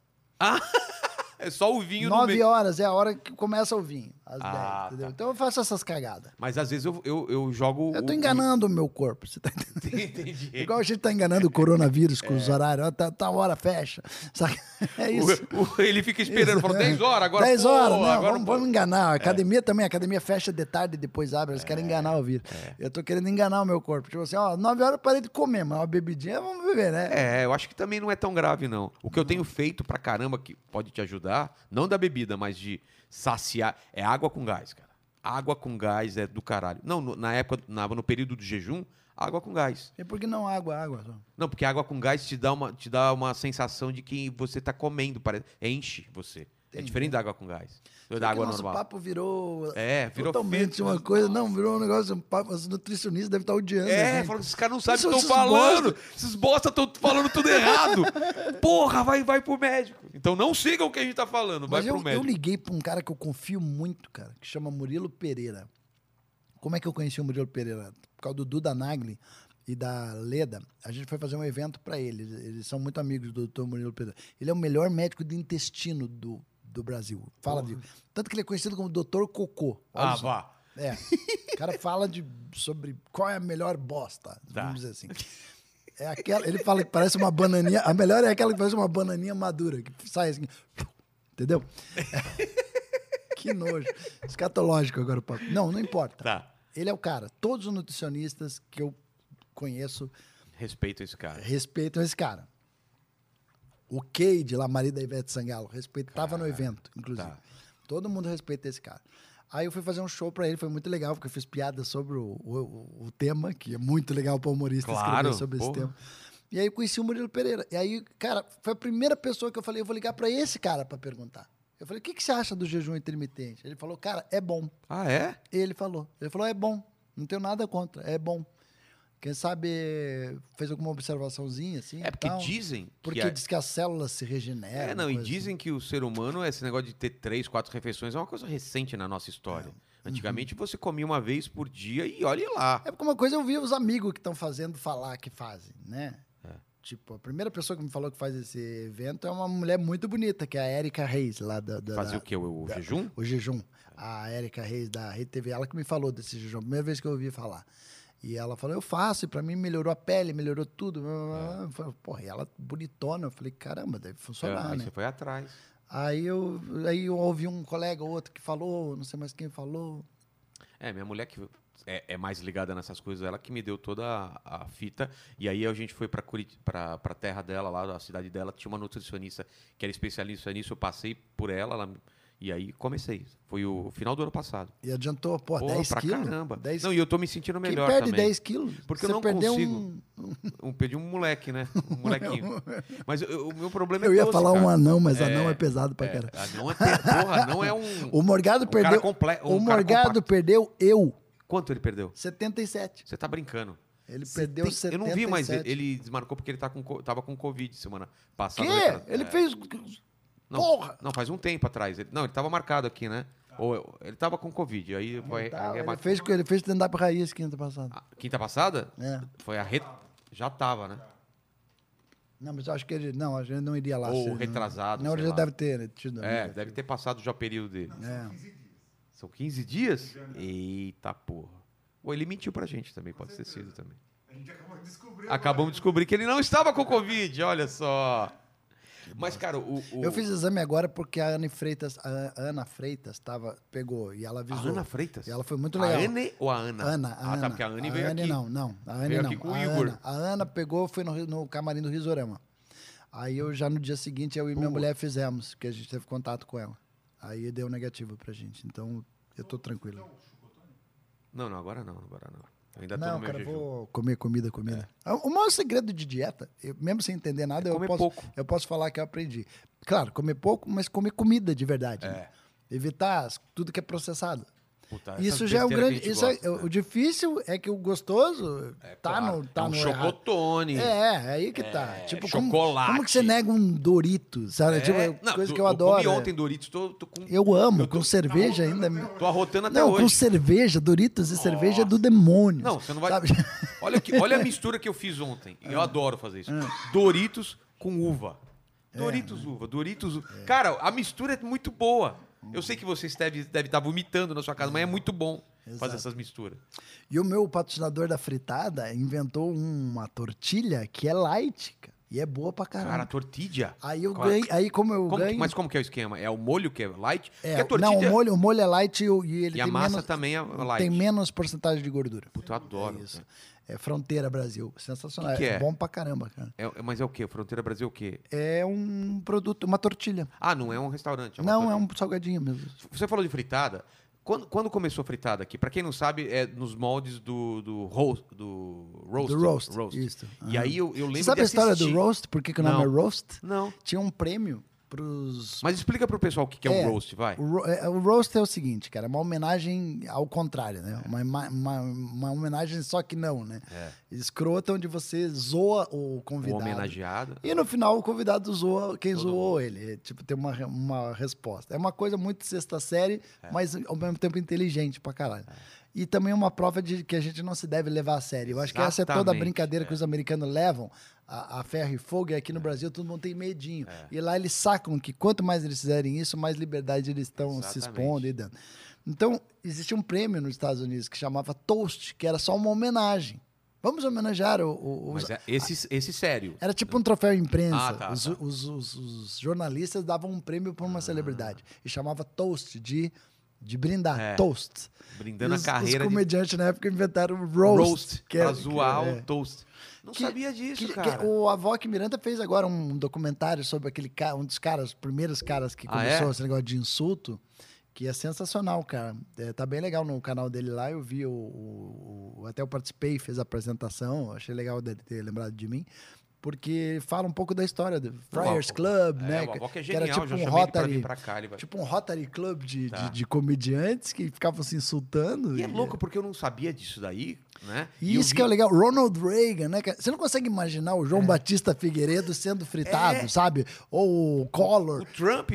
É só o vinho no
Nove
meio.
horas é a hora que começa o vinho, às
Ah,
dez, entendeu?
tá.
Então eu faço essas cagadas.
Mas às vezes eu, eu, eu jogo.
Eu tô
o-
enganando o meu corpo, você tá entendendo?
Entendi.
Igual a gente tá enganando o coronavírus com os horários, ó, tá, tá hora, fecha. Saca? É isso.
É. O- o- ele fica esperando, falou 10 horas, agora.
10
pô, É.
horas, não,
agora
vamos, vamos enganar. A academia também, a academia fecha de tarde e depois abre. Eles
É,
querem enganar o vírus. Eu tô querendo enganar o meu corpo. Tipo assim, ó, 9 horas eu parei de comer, mas uma bebidinha vamos beber, né?
É, eu acho que também não é tão grave, não. O que eu tenho feito pra caramba, que pode te ajudar, não da bebida, mas de saciar, é água com gás, cara. Água com gás é do caralho. Não, no- na época, na- no período do jejum, água com gás.
E por que não água, água? só?
Não, porque água com gás te dá uma, te dá uma sensação de que você tá comendo, parece, enche você. É diferente da água com gás.
Só
Da
que
água
nosso
normal.
papo virou.
É, virou
Totalmente
fake,
uma
mas-
coisa, não, virou um negócio, um papo, os nutricionistas devem estar odiando. a
É,
gente.
falou que esses caras não sabem o que
Esses-
estão
esses bosta.
falando. Esses bosta estão falando tudo errado. Porra, vai, vai pro médico. Então não sigam o que a gente tá falando, vai
Mas
pro
eu, eu
médico.
liguei pra um cara que eu confio muito, cara, que chama Murilo Pereira. Como é que eu conheci o Murilo Pereira? Por causa do Duda Nagli e da Leda, a gente foi fazer um evento para eles. Eles são muito amigos do Dr. Murilo Pereira. Ele é o melhor médico do intestino do, do Brasil. Fala de. Tanto que ele é conhecido como Dr. Cocô. Olha
Ah,
isso.
vá.
É. O cara fala de, sobre qual é a melhor bosta,
Tá.
vamos dizer assim. É aquela, ele fala que parece uma bananinha. A melhor é aquela que parece uma bananinha madura, que sai assim. Entendeu? que nojo. Escatológico agora o papo. Não, não importa.
Tá.
Ele é o cara. Todos os nutricionistas que eu conheço
Respeito esse cara.
respeitam esse cara. O Cade, lá, marido da Ivete Sangalo, respeitava no evento, inclusive.
Ah, tá.
Todo mundo respeita esse cara. Aí eu fui fazer um show pra ele, foi muito legal, porque eu fiz piada sobre o, o, o tema, que é muito legal pra humorista
Claro,
escrever sobre esse
porra.
tema. E aí eu conheci o Murilo Pereira. E aí, cara, foi a primeira pessoa que eu falei, eu vou ligar pra esse cara pra perguntar. Eu falei, o que, que você acha do jejum intermitente? Ele falou, cara, é bom.
Ah, é?
Ele falou. Ele falou, é bom. Não tenho nada contra, é bom. Quem sabe fez alguma observaçãozinha, assim.
É porque
tal,
dizem que.
Porque
a-
diz que as células se regeneram.
É, não, e
coisa assim.
dizem que o ser humano, esse negócio de ter três, quatro refeições, é uma coisa recente na nossa história. Antigamente
Uhum.
você comia uma vez por dia e olhe lá.
É porque uma coisa eu vi os amigos que estão fazendo falar que fazem, né?
É.
Tipo, a primeira pessoa que me falou que faz esse evento é uma mulher muito bonita, que é a Érica Reis, lá da. da
Fazer
da-
o quê? O, o jejum?
o jejum. A Érica Reis da Rede TV, ela que me falou desse jejum, a primeira vez que eu ouvi falar. E ela falou, eu faço, e pra mim melhorou a pele, melhorou tudo.
É.
Eu falei, Porra, e ela bonitona. Eu falei, caramba, deve funcionar,
É, Aí
né?
você foi atrás.
Aí eu, aí eu ouvi um colega ou outro que falou, não sei mais quem falou.
É, minha mulher que é, é mais ligada nessas coisas, ela que me deu toda a, a fita. E aí a gente foi pra, Curit pra, pra terra dela, lá, a cidade dela, tinha uma nutricionista que era especialista nisso, eu passei por ela, ela me- e aí comecei. Foi o final do ano passado.
E adiantou, pô,
Porra,
10
pra
quilos?
caramba.
10
Não, e eu tô me sentindo
Quem
melhor
perde
também.
10 quilos?
Porque eu
você
não
perdeu
consigo.
um...
Um, perdi um moleque, né? Um molequinho. Mas eu- o meu problema é
Eu ia
doce,
falar
cara.
um anão, mas
É,
anão é pesado pra
É,
caralho.
anão é pe- porra, anão é um...
O Morgado
um Cara
perdeu...
comple...
o
um cara
Morgado
compacto.
perdeu eu,
Quanto ele perdeu?
77.
Você tá brincando.
Ele
Você
perdeu
tem-
77.
Eu não vi mais ele. Ele desmarcou porque ele tá com, co- tava com Covid semana passada.
Quê?
retrasada.
Ele
É.
fez.
Não,
Porra!
Não, faz um tempo atrás. Ele- Não, ele tava marcado aqui, né?
Tá.
Ou ele tava com Covid. Aí foi.
Tá,
aí
ele
remar-
fez, ele fez stand-up raiz quinta passada.
Ah, Quinta passada?
É.
Foi a. Re... Já tava, né?
Não, mas eu acho que ele. Não, a gente não iria lá.
Ou
se ele não-
retrasado,
Não,
sei
ele já
lá.
deve ter né, tido.
É, deve ter passado já o período dele.
É.
São 15 dias?
né?
Eita porra. Ou ele mentiu pra gente também, pode ter sido também.
A gente acabou de descobrir.
Acabamos de descobrir que ele não estava com Covid, olha só. Mas, cara, o. o-
Eu fiz exame agora porque a Ana Freitas, a Ana Freitas tava, pegou e ela
a
avisou.
Ana Freitas.
E ela foi muito
a
legal.
Anne ou a Ana?
Ana,
ah,
a Ana.
tá, porque a Anne veio
Anne
aqui.
não, não. A Anne
Veio
não.
aqui com o
a,
Igor.
Ana, a Ana pegou, foi no, no camarim do Risorama. Aí eu já no dia seguinte, eu e minha mulher fizemos, porque a gente teve contato com ela. Aí deu negativo pra gente. Então eu tô tranquilo.
Não, não, agora não, agora não. Eu ainda tô
Não,
no meu
cara, eu
jejum.
vou comer comida, comida. O maior segredo de dieta, eu- mesmo sem entender nada,
É
eu,
comer
posso,
pouco.
eu posso falar que eu aprendi. Claro, comer pouco, mas comer comida de
É.
verdade. né? Evitar as- tudo que é processado.
Puta, Ah, essas
Isso já é o
besteiras que a
grande.
gente
Isso é-
gosta, né?
o difícil é que o gostoso tá
Claro,
no. Tá
é um
no errado.
chocotone.
É, é aí que tá. tipo, como-
chocolate.
Como, que você nega um Dorito? Sabe?
É,
Tipo, é
não,
coisa
do-
que eu adoro.
comi
é.
ontem Doritos, tô, tô com.
Eu amo, com
tá
cerveja ainda.
rolando até
Tô arrotando até
não, com
hoje.
cerveja, Doritos e cerveja é do demônio.
Não, você não vai.
sabe?
Olha, que, olha a mistura que eu fiz ontem. Eu
Ah.
adoro fazer isso. Doritos com uva.
É.
Doritos, uva, Doritos, uva. Cara, a mistura é muito boa.
Hum.
Eu sei que vocês deve deve estar vomitando na sua casa, mas é muito bom
Exato.
fazer essas misturas.
E o meu patrocinador da fritada inventou uma tortilha que é light, cara, e é boa pra caramba.
Cara, a tortilha.
aí eu
Qual-
ganhei, aí como eu
como que-
ganho,
mas como que é o esquema? É o molho que é light?
é,
Porque a tortilha.
não, o molho, o molho é light e, o- e ele
e a
tem
massa
menos
também é light.
tem menos porcentagem de gordura.
Puta, eu adoro.
É isso.
cara.
É fronteira Brasil, sensacional,
Que que
é?
é?
bom pra caramba, cara.
É- mas é o quê? Fronteira Brasil é o quê?
É um produto, uma tortilha.
Ah, não é um restaurante. uma
Não,
tortilha.
é um salgadinho mesmo.
Você falou de fritada. Quando, quando começou a fritada aqui? Pra quem não sabe, é nos moldes do, do, roast, do roast.
Do roast, isso.
E
Aham.
aí eu, eu lembro
Você sabe
de
a história
assistir.
do roast? Por que, que o nome
Não.
é roast?
Não.
Tinha um prêmio pros
Mas explica pro pessoal o que, que é,
É.
um roast, vai.
O, ro- é, o roast é o seguinte, cara, é uma homenagem ao contrário, né?
É.
Uma, ima- uma, uma homenagem só que não, né? Escrota onde você zoa o
Um
convidado.
homenageado.
E no final o convidado zoa quem
Todo
zoou ele. É, Tipo, tem uma, re-
É.
uma resposta. É uma coisa muito sexta série, mas ao mesmo tempo inteligente pra caralho. e também uma prova de que a gente não se deve levar a sério. Eu acho que essa é toda a
Exatamente,
brincadeira que os americanos levam a, a ferro e fogo, e aqui
É.
no Brasil todo mundo tem medinho. E lá eles sacam que quanto mais eles fizerem isso, mais liberdade eles estão se
Exatamente.
expondo e dando. Então, existia um prêmio nos Estados Unidos que chamava Toast, que era só uma homenagem. Vamos homenagear o, o- os,
Mas é esse, esse sério.
era tipo um troféu imprensa.
Ah, tá,
os,
tá. Ah.
os- os- os jornalistas davam um prêmio para uma celebridade. E chamava toast de, de brindar.
É.
Toast.
Brindando
E os,
a carreira
Os
de
comediantes na época inventaram roast.
roast, pra
é-
zoar
que
o toast. Não
Que-
sabia disso,
que- é um, que
cara.
o Avoc Miranda fez agora um documentário sobre aquele cara, um dos caras, os primeiros caras que
Ah,
começou
é?
esse negócio de insulto, que é sensacional, cara. É, tá bem legal no canal dele lá, eu vi o, o- o- até eu participei, fez a apresentação, achei legal dele ter lembrado de mim. Porque fala um pouco da história do Friars
Avo-
Club,
É,
né?
o Avoca é
que
genial,
era tipo
já
um
chamei ele pra vir
Rotary,
pra cá. Ele vai...
tipo um Rotary Club de,
Tá.
de, de comediantes que ficavam se insultando.
E é louco porque eu não sabia disso daí, né?
E
eu
isso que é
vi- É.
legal. Ronald Reagan, né? cara? Você não consegue imaginar o João Batista Figueiredo sendo fritado, sabe? Ou o
O
Collor.
Trump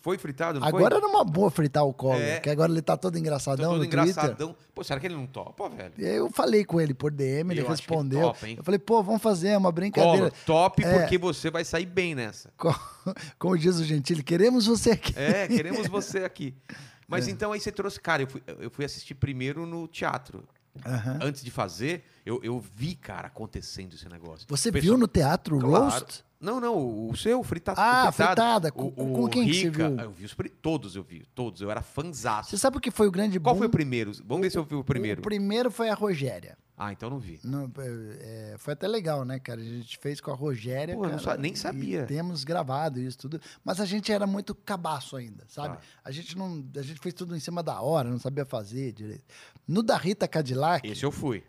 foi fritado, não
Agora
foi?
era uma boa fritar o Collor,
É.
que agora ele tá todo engraçadão
Todo
no Twitter.
engraçadão. Pô, será que ele não topa, velho?
Eu falei com ele por DM, ele
Eu acho que
respondeu.
topa, hein?
eu falei, pô, vamos fazer uma brincadeira.
Collor, top
É.
porque você vai sair bem nessa.
Co- Como diz o Gentili, queremos você aqui.
É, queremos você aqui.
É.
Mas então aí você trouxe... Cara, eu fui, eu fui assistir primeiro no teatro.
Aham.
Antes de fazer, eu, eu vi, cara, acontecendo esse negócio.
Você
O pessoal-
viu no teatro o
Claro.
Roast?
Não, não, o- o seu, o frita,
Ah,
o fritado.
fritada. Com- com quem que você viu?
Eu vi os pri- todos, eu vi, todos. Eu era fanzaço.
Você sabe o que foi o grande
Qual
boom?
foi o primeiro? Vamos ver se eu vi o primeiro.
O primeiro foi a Rogéria.
Ah, então não vi.
Não, é, é, foi até legal, né, cara? A gente fez com a Rogéria.
Pô, eu não sa-
cara,
nem
e
sabia.
temos gravado isso tudo. Mas a gente era muito cabaço ainda, sabe?
Tá.
A gente não. A gente fez tudo em cima da hora, não sabia fazer direito. No da Rita Cadillac, esse,
Esse eu fui.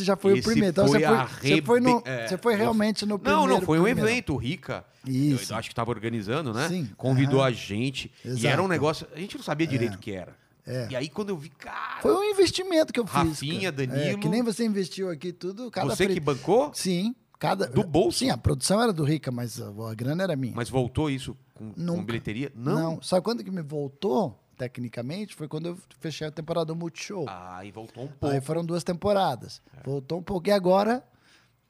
já foi o
esse
primeiro. Então
foi
você foi, você foi, no-
arrebe- é,
você foi
eu-
realmente no primeiro.
Não, não, foi um
primeiro.
evento, o Rica.
Isso.
Eu acho que estava organizando, né?
Sim,
Convidou
aham.
a gente. E
Exato.
era um negócio. A gente não sabia direito o que era.
É.
E aí, quando eu vi, cara.
Foi um investimento que eu fiz. cara.
Rafinha,
É,
Danilo.
que nem você investiu aqui tudo. Cada
você que
fri-
bancou,
Sim. Cada...
Do bolso?
Sim, a produção era do Rica, mas a a grana era minha.
mas voltou isso com, com
Nunca.
bilheteria?
Não.
Não.
Só quando que me voltou, tecnicamente, foi quando eu fechei a temporada do Multishow.
Ah, e voltou um pouco. É.
Aí foram duas temporadas. Voltou um pouco. E agora,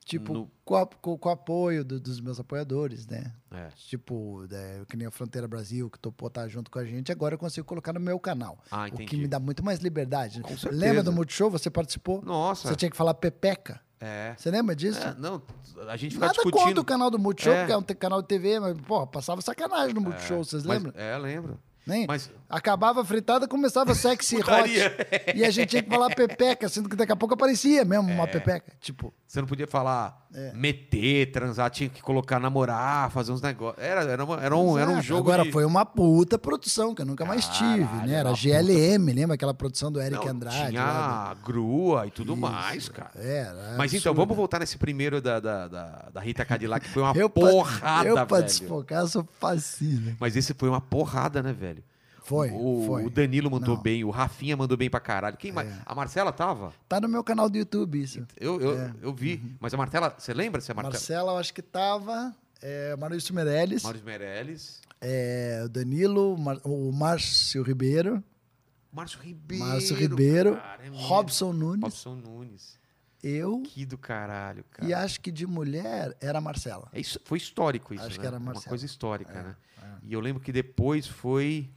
tipo,
No-
com, a- com- com o apoio do- dos meus apoiadores, né?
É.
Tipo, né, que nem a Fronteira Brasil, que topou estar junto com a gente, agora eu consigo colocar no meu canal.
Ah,
o que
entendi.
me dá muito mais liberdade. né?
Com certeza.
Lembra do Multishow? Você participou?
Nossa.
Você tinha que falar Pepeca.
É.
Você lembra disso?
É, não, a gente fica
Nada contra
discutindo.
o canal do Multishow,
É.
porque é um te- canal de TV, mas, porra, passava sacanagem no Multishow, vocês
Mas-
lembram?
é, lembro.
Nem?
Mas
Acabava a fritada, começava sexy hot.
Putaria.
E a gente tinha que falar pepeca, sendo que daqui a pouco aparecia mesmo
É.
uma pepeca. Tipo,
você não podia falar
É.
meter, transar, tinha que colocar namorar, fazer uns negócios. Era, era, uma- era um, era um
exato.
jogo.
é, Agora
de-
foi uma puta produção que eu nunca mais
Caralho,
tive, né? Era
uma
GLM, lembra aquela produção do Eric
Não,
Andrade?
Tinha
lá
a grua e tudo
do-
mais,
Isso.
cara.
Era.
Mas então,
absurdo.
vamos voltar nesse primeiro da, da, da, da Rita Cadillac, que foi uma
Eu pra-
porrada,
Eu, pra
velho.
desfocar, sou fascina.
Mas esse foi uma porrada, né, velho?
Foi,
O,
foi.
o Danilo mandou
Não. É.
bem, o Rafinha mandou bem pra caralho. Quem mais? A Marcela tava?
Tá no meu canal do YouTube isso.
Eu, eu, eu vi. Mas a Marcela, você lembra se a Marcela?
É. Uhum. Marcela, eu acho que tava. É, Maurício Meirelles,
Maurício Meirelles.
é, o Danilo, o Mar- o Márcio Ribeiro.
Márcio Ribeiro.
Márcio Ribeiro,
cara, é mesmo.
Robson Nunes,
Robson Nunes.
eu
Que do caralho, cara.
e acho que de mulher era a Marcela.
É isso, foi histórico isso,
Acho
né?
que era
Uma
Marcelo. É,
coisa histórica, né? E eu lembro que depois foi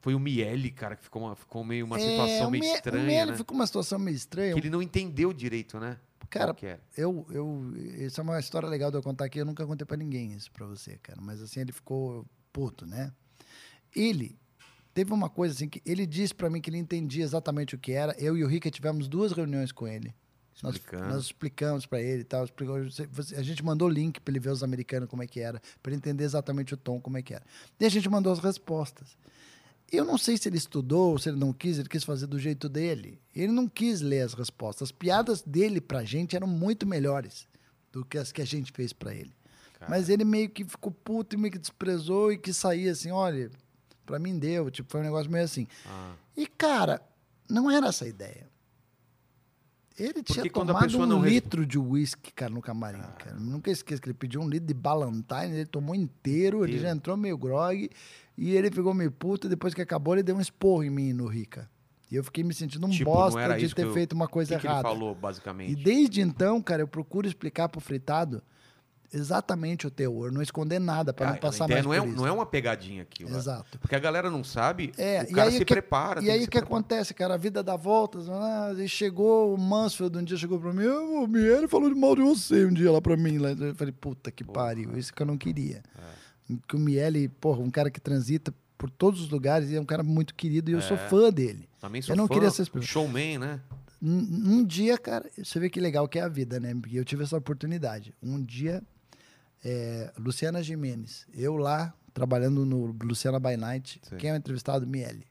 foi o Miele, cara, que ficou, uma- ficou meio uma situação
É, o
meio
Me- o
estranha,
Meirelles
né?
ficou uma situação meio estranha.
Que ele não entendeu direito, né? Qual
Cara,
que era.
Eu, eu, isso é uma história legal de eu contar aqui. Eu nunca contei pra ninguém isso pra você, cara. Mas assim, ele ficou puto, né? Ele teve uma coisa assim que ele disse pra mim que ele entendia exatamente o que era. Eu e o Rica tivemos duas reuniões com ele. Nós,
Explicando.
nós explicamos pra ele e tal. Explicou, você- você- a gente mandou o link pra ele ver os americanos como é que era, pra ele entender exatamente o tom como é que era. E a gente mandou as respostas. Eu não sei se ele estudou, se ele não quis, ele quis fazer do jeito dele. Ele não quis ler as respostas. As piadas dele pra gente eram muito melhores do que as que a gente fez pra ele.
Cara.
Mas ele meio que ficou puto e meio que desprezou e que saía assim, olha, pra mim deu, tipo, foi um negócio meio assim.
Ah.
E cara, não era essa a ideia. Ele tinha
quando a
tomado
pessoa
um
não Ah. resp-
litro de uísque, cara, no camarim, cara. Eu Nunca esqueço que ele pediu um litro de Ballantine, ele tomou inteiro, ele
Inteiro.
já entrou meio grog e ele ficou meio puto. Depois que acabou, ele deu um esporro em mim, no Rica. E eu fiquei me sentindo um
Tipo, não era
bosta de
isso que
ter
eu-
feito uma
O
coisa
que, que ele
errada.
falou,
E
basicamente?
desde então, cara, eu procuro explicar pro fritado exatamente o teor, não esconder nada para
Ah,
não passar
a ideia
mais
não é,
por isso.
não é uma pegadinha aquilo. né?
Exato.
Porque a galera não sabe,
É,
o
e
cara
aí
se
o que-
prepara.
E
tem
aí
que
o
se
que
preparar.
acontece, cara? A vida dá voltas. Ah, e chegou o Mansfield um dia, chegou pra mim, "Ah, o Miele falou de mal de você um dia lá pra mim. lá." Eu falei, puta que pariu, isso que eu não queria.
É.
Que o Miele, porra, um cara que transita por todos os lugares e é um cara muito querido e eu sou
É.
fã dele.
Também sou
eu não
fã,
queria ser-
showman, né?
Um, um dia, cara, você vê que legal que é a vida, né? Porque eu tive essa oportunidade. Um dia, é, Luciana Jimenez, eu lá, trabalhando no Luciana by Night,
Sim.
quem é o entrevistado? Miele.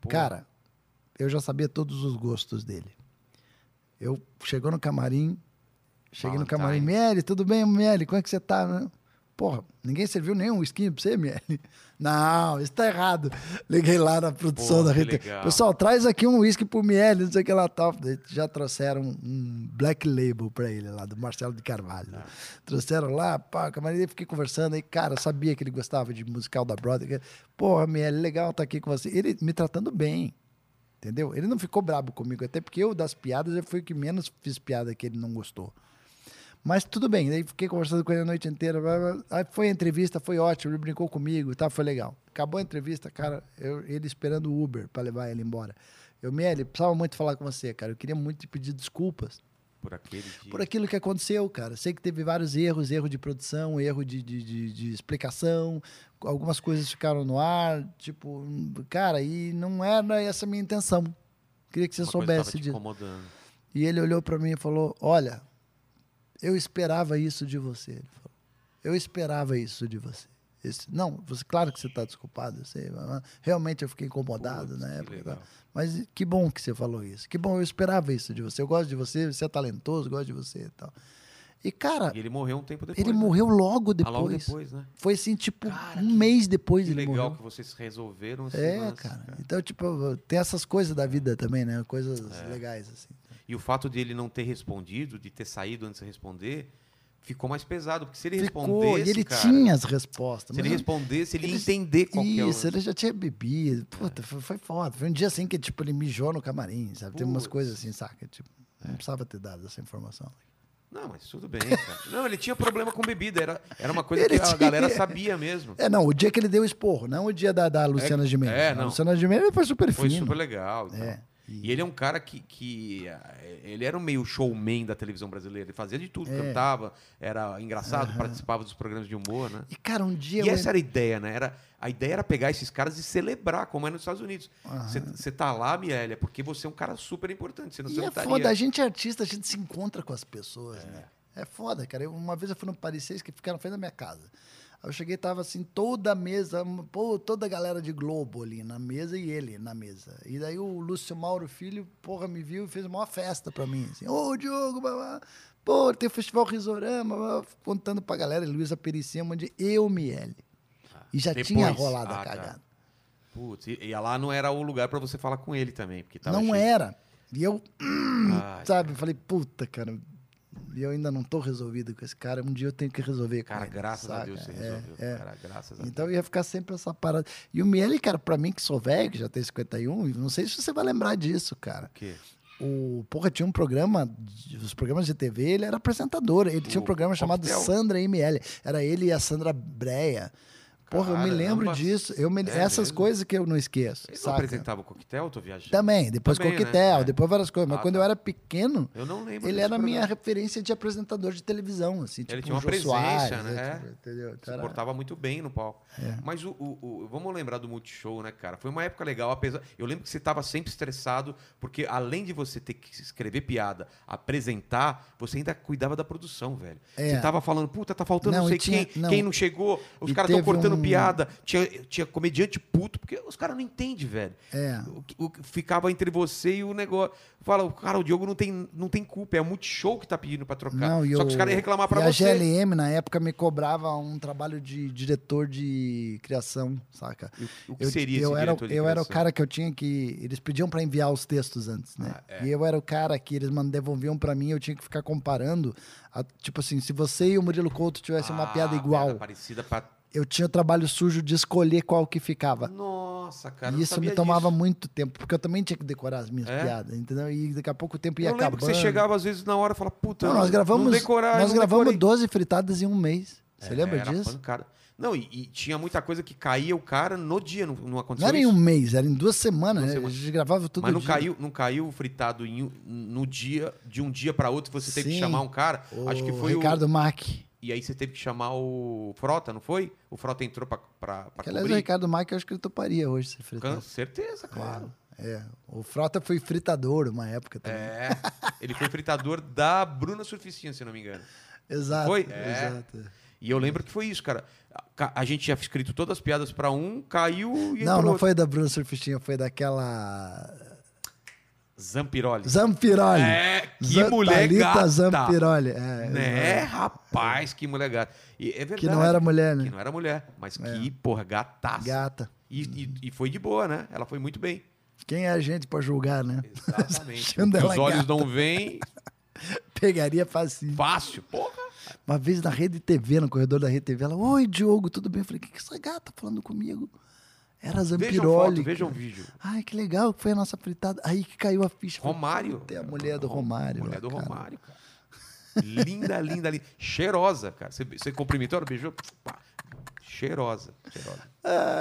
Pô.
Cara, eu já sabia todos os gostos dele. Eu chegou no camarim, cheguei no camarim,
Valentine's.
Miele, tudo bem, Miele? Como é que você tá? né? Porra, ninguém serviu nenhum whisky pra você, Miele? Não, isso tá errado. Liguei lá na produção
Porra,
da
que
Rita.
legal.
Pessoal, traz aqui um whisky pro Miele, não sei o que lá tal. Já trouxeram um black label pra ele lá, do Marcelo de Carvalho. né?
É.
Trouxeram lá, pá, camarim, fiquei conversando aí, cara, sabia que ele gostava de musical da Broadway. Porra, Miele, legal estar aqui com você. Ele me tratando bem. Entendeu? Ele não ficou brabo comigo, até porque eu, das piadas, eu fui o que menos fiz piada que ele não gostou. Mas tudo bem, daí fiquei conversando com ele a noite inteira. blá, blá. Aí foi a entrevista, foi ótimo, ele brincou comigo, tá, foi legal. Acabou a entrevista, cara, eu- ele esperando o Uber para levar ele embora. Eu, Miele, precisava muito falar com você, cara. Eu queria muito te pedir desculpas
Por aquele dia.
por aquilo que aconteceu, cara. Sei que teve vários erros, erro de produção, erro de, de, de- de explicação, algumas coisas ficaram no ar, tipo, hum, cara, e não era essa a minha intenção. Queria que você
Uma coisa tava
soubesse
te
disso.
incomodando.
E ele olhou pra mim e falou: Olha, eu esperava isso de você. Ele falou, eu esperava isso de você. Esse- não, você, claro que você está desculpado, eu sei. mas- mas Realmente eu fiquei incomodado
Putz,
na
que
época. e
legal.
tal. Mas que bom que você falou isso. Que bom, eu esperava isso de você. Eu gosto de você, você é talentoso, gosto de você e tal. E, cara,
E ele morreu um tempo depois.
ele
né?
morreu logo
Ah, logo
depois.
depois, né?
Foi assim, tipo,
Cara,
um
que-
mês depois
Que
ele
legal
morreu.
que vocês resolveram esse
É,
lance,
cara. Então, tipo, tem essas coisas da vida também, né? Coisas
É.
legais, assim.
E o fato de ele não ter respondido, de ter saído antes de responder, ficou mais pesado. Porque se ele
Ficou,
respondesse.
e ele
cara,
tinha as respostas.
Se ele
mas
respondesse, ele ia
Eles-
entender qual que é o
Isso,
lance.
ele já tinha bebido.
É.
Puta, foi, foi foda. Foi um dia assim que, tipo, ele mijou no camarim, sabe? Tem umas
Putz. É.
coisas assim, saca? Tipo, não precisava ter dado essa informação.
Não, mas tudo bem, cara. Não, ele tinha problema com bebida. Era, era uma coisa
Ele
que a
tinha.
galera sabia mesmo.
É, não, o dia que ele deu o esporro, não o dia da, da Luciana Gimenez.
é,
A
não.
Luciana Gimenez foi super
Foi
fino.
super legal. então.
É.
E ele é um cara que, que, ah, Ele era um meio showman da televisão brasileira. Ele fazia de tudo,
É.
cantava, era engraçado, participava dos programas de humor, né?
E, cara, um dia...
E
eu
essa era a ideia, né? Era, a ideia era pegar esses caras e celebrar, como é nos Estados Unidos. Você tá lá, Mirelia, porque você é um cara super importante. Senão você
E
não
é
estaria.
foda, a gente é artista, a gente se encontra com as pessoas, né? É foda, cara. Eu- uma vez eu fui no Paris 6 que ficaram na frente da minha casa. Aí eu cheguei, tava assim, toda a mesa, um- pô, toda a galera de Globo ali na mesa e ele na mesa. E daí o Lúcio Mauro Filho, porra, me viu e fez uma festa pra mim. Assim, ô, Diogo, blá, blá. pô, tem o Festival Risorama, blá, blá, contando pra galera, Luísa Pericema, onde eu me ele. E já
Ah, Depois.
tinha rolado
Ah,
a
tá.
cagada.
Putz, e, e lá não era o lugar pra você falar com ele também, porque tava
não é
cheio.
era. E eu,
Ai,
sabe, eu falei, puta, cara, e eu ainda não tô resolvido com esse cara, um dia eu tenho que resolver. com
Cara,
ele,
graças a
saca?
Deus você
É,
resolveu.
é.
Cara, graças a Deus.
Então eu ia ficar sempre essa parada. E o Miele, cara, pra mim que sou velho, que já tem 51, não sei se você vai lembrar disso, cara.
O quê?
O Porra tinha um programa, de- os programas de TV, ele era apresentador. Ele tinha um
O
programa chamado
Coquetel.
Sandra e Miele. Era ele e a Sandra Breia. Porra, eu me
Caramba.
lembro disso. Eu me-
É
essas
mesmo?
coisas que eu não esqueço.
Ele não
saca?
apresentava o coquetel, eu tô viajando.
Também, depois
Também, né?
coquetel,
É.
depois várias coisas. Mas
Ah,
quando
tá.
eu era pequeno,
Eu não lembro.
ele
desse
era a minha
programa.
referência de apresentador de televisão, assim, tipo
tinha uma
o Jô
presença,
Soares,
né?
né?
É.
Tipo, entendeu? Então
Se
era-
portava muito bem no palco.
É.
Mas o, o- o- vamos lembrar do Multishow, né, cara? Foi uma época legal, apesar. Eu lembro que você estava sempre estressado, porque além de você ter que escrever piada, apresentar, você ainda cuidava da produção, velho.
É.
Você tava falando, puta, tá faltando não,
Não,
sei
e tinha-
quem,
não.
quem não chegou, os
E
caras estão
teve
cortando
um-
piada, tinha, tinha comediante puto, porque os caras não entendem, velho.
É.
O que- o que ficava entre você e o negócio. Fala, cara, o Diogo não tem, não tem culpa, é o Multishow que tá pedindo pra trocar.
Não, e
Só que os
o-
caras iam reclamar pra
e
você.
a GLM, na época, me cobrava um trabalho de diretor de criação, saca?
E o- o que seria
eu
esse
era,
diretor de
Eu era o
criação?
cara que eu tinha que... Eles pediam pra enviar os textos antes, né?
Ah, é.
E eu era o cara que eles man- devolviam pra mim eu tinha que ficar comparando. a- tipo assim, se você e o Murilo Couto tivessem uma
Ah,
piada igual,
parecida pra...
eu tinha o trabalho sujo de escolher qual que ficava.
Nossa. Nossa, cara. eu
e
não
isso
sabia
me tomava
disso.
muito tempo, porque eu também tinha que decorar as minhas
É?
piadas, entendeu? E daqui a pouco o tempo ia
Eu lembro
acabando.
que você chegava às vezes na hora e falava, puta,
Não, nós gravamos,
não decorar,
nós
não
gravamos
decorei.
12 fritadas em um mês. Você
É,
lembra
era
disso?
pancada. Não, e, e tinha muita coisa que caía o cara no dia, não, não aconteceu
Não era em
isso?
um mês, era em duas semanas.
Duas
né? A gente gravava tudo
Mas não caiu, não caiu o fritado em um- no dia, de um dia pra outro, você teve que
Sim.
chamar um cara. Acho que foi
Ricardo
o.
Mack.
E aí você teve que chamar o Frota, não foi? O Frota entrou pra, pra, pra
Que, aliás, o
cobrir.
Ricardo Mack eu acho que ele toparia hoje ser
Com
fritado.
certeza, claro.
É. O Frota foi fritador uma época também.
É. Ele foi fritador da Bruna Surficinha, se não me engano.
Exato.
Foi? É.
Exato.
E eu lembro que foi isso, cara. A- ca- A gente tinha escrito todas as piadas pra um, caiu e
Não,
entrou
não
outro.
foi da Bruna Surfistinha, foi daquela.
Zampiroli.
Zampiroli.
É, que
Zan-
mulher
Thalita
gata.
Zampiroli. É,
Né,
exato.
rapaz, que mulher gata. E é verdade.
Que não era mulher,
Que
né?
não era mulher, mas que, porra, gataça.
Gata.
E, e- e foi de boa, né? Ela foi muito bem.
Quem é a gente pra julgar, né?
Exatamente.
Achando
Porque
ela
os olhos
gata.
não veem,
Pegaria facinho.
fácil, porra.
Uma vez na Rede TV, no corredor da Rede TV, ela, oi, Diogo, tudo bem? Eu falei, o que, que essa gata tá falando comigo? Era a Zampiroli.
Vejam foto,
cara.
vejam vídeo.
Ai, que legal, que foi a nossa fritada. Aí que caiu a ficha. Falei,
Romário.
"Puta, é a mulher do Romário. né,
Mulher do
cara."
Romário, cara. Linda, linda, linda. Cheirosa, cara. Você, você cumprimentou, ela beijou? Pá. Cheirosa, cheirosa.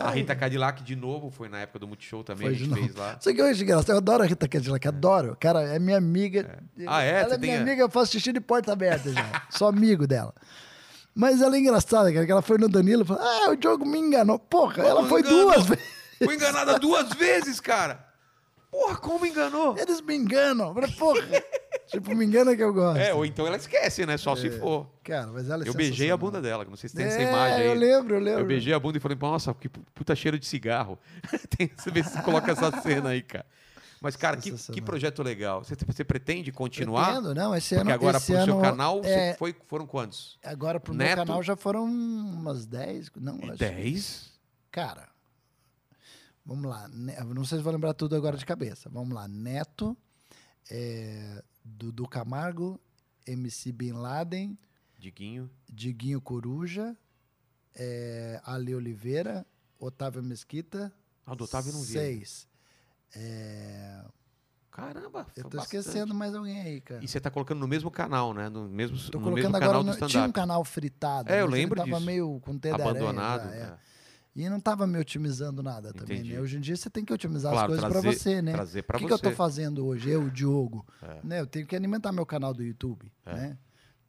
A Rita Cadillac, de novo, foi na época do Multishow também,
Foi
a
de
gente
novo.
fez lá.
Só que eu acho é engraçado. Eu adoro a Rita Cadillac, adoro. Cara, é minha amiga.
Ah, é? Você
Ela é
tem
minha
a-
amiga, eu faço xixi de porta aberta já. Sou amigo dela. Mas ela é engraçada, cara, que ela foi no Danilo e falou: Ah, o Diogo me enganou. Porra, ela
Como
foi
enganou?
duas vezes.
Foi enganada duas vezes, cara. Porra, como enganou?
Eles me enganam. Eu falei, Porra. tipo, me engana que eu gosto.
É, ou então ela esquece, né? Só se for.
Cara, mas ela é
Eu beijei a
sensacional.
bunda dela, que não sei se tem
é,
essa imagem aí.
Eu lembro, eu lembro.
Eu beijei a bunda e falei, nossa, que pu- puta cheiro de cigarro. Tem, você vê se coloca essa cena aí, cara. Mas, cara, que,
Sensacional.
que projeto legal. Você, você pretende continuar?
Pretendo, não, esse
Porque
ano.
agora
esse
pro
ano,
seu canal
é,
você foi, foram quantos?
Agora pro
Neto.
meu canal já foram umas 10. Não, acho que
Dez?
Cara, vamos lá. Ne- eu Não sei se vou lembrar tudo agora de cabeça. Vamos lá. Neto, é, Dudu Camargo, MC Bin Laden,
Diguinho.
Diguinho Coruja, é, Ale Oliveira, Otávio Mesquita.
Ah, do Otávio eu não vi. ainda.
Seis. É,
Caramba, foi
eu tô
bastante.
esquecendo mais alguém aí, cara.
E você tá colocando no mesmo canal, né? No mesmo,
Tô
no mesmo
colocando
canal
agora.
do
no- tinha um
stand-up.
canal fritado.
É, eu
mas ele
lembro
Tava
disso.
meio com teia de aranha já,
Abandonado.
é.
né?
E não tava me otimizando nada também,
Entendi.
né? Hoje em dia você tem que otimizar
Claro,
as coisas pra
trazer-
você, né?
Trazer pra
o que, que
você.
eu tô fazendo hoje, eu, Diogo?
É.
Né, eu tenho que alimentar meu canal do YouTube,
É.
né?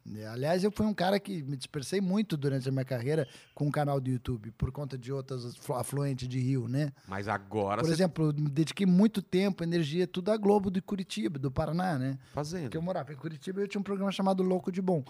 E, Aliás, eu fui um cara que me dispersei muito durante a minha carreira com o canal do YouTube, por conta de outras flu- afluentes de rio, né?
Mas agora
Por
você tá
exemplo, eu me dediquei muito tempo, energia, tudo à Globo de Curitiba, do Paraná, né?
tá fazendo.
Porque eu morava em Curitiba e eu tinha um programa chamado Louco de Bom.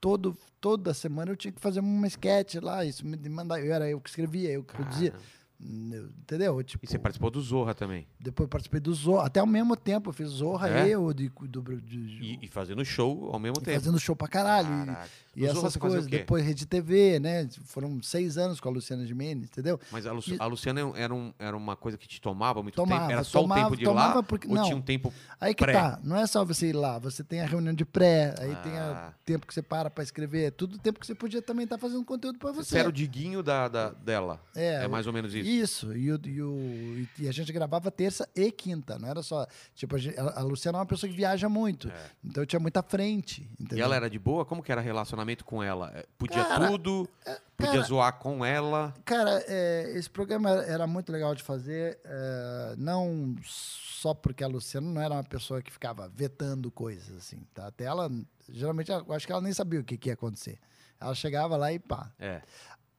Todo, toda semana eu tinha que fazer uma sketch lá, isso me mandava, eu era eu que escrevia, eu que produzia.
Cara.
Entendeu? Tipo,
Ah. E você participou do Zorra também.
depois eu participei do Zorra. Até ao mesmo tempo, eu fiz Zorra
É?
e eu de, do, de-
E, e fazendo show ao mesmo
e
tempo.
fazendo show pra caralho. e-
Caraca.
E,
No Zorra
essas
você fazia o
coisas.
quê?
Depois Rede TV, né? Foram seis anos com a Luciana Gimenez, entendeu?
Mas a, Lu-
E-
a Luciana era, um- era uma coisa que te tomava muito tempo?
Tomava,
Era só
tomava,
o tempo de ir lá?
tomava porque-
ou
não.
tinha um tempo
Aí que
pré?
tá. Não é só você ir lá. Você tem a reunião de pré, aí tem
Ah.
o tempo que você para pra escrever. é Tudo o tempo que você podia também estar fazendo conteúdo pra
Você
você.
era o diguinho da, da- dela.
É,
É, mais ou menos isso.
Isso, e, o- e o- e- e a gente gravava terça e quinta, não era só. Tipo, a, gente- a- a Luciana é uma pessoa que viaja muito,
É.
então eu tinha muita frente.
E,
Entendeu?
ela era de boa? Como que era relacionamento com ela? É, Podia
Cara, é,
tudo? Podia
cara-
zoar com ela?
Cara, é, esse programa era- era muito legal de fazer, é, não só porque a Luciana não era uma pessoa que ficava vetando coisas, assim, tá? Até ela, geralmente, eu acho que ela nem sabia o que, que ia acontecer. Ela chegava lá e pá.
É.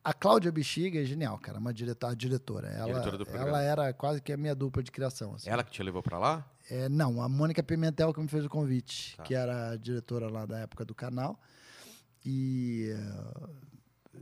A Cláudia Bexiga é genial, cara, uma diretora, a diretora. Ela,
Diretora do programa.
ela era quase que a minha dupla de criação, assim.
Ela que te levou pra lá?
É, não, a Mônica Pimentel que me fez o convite,
Tá.
que era a diretora lá da época do canal. E eh,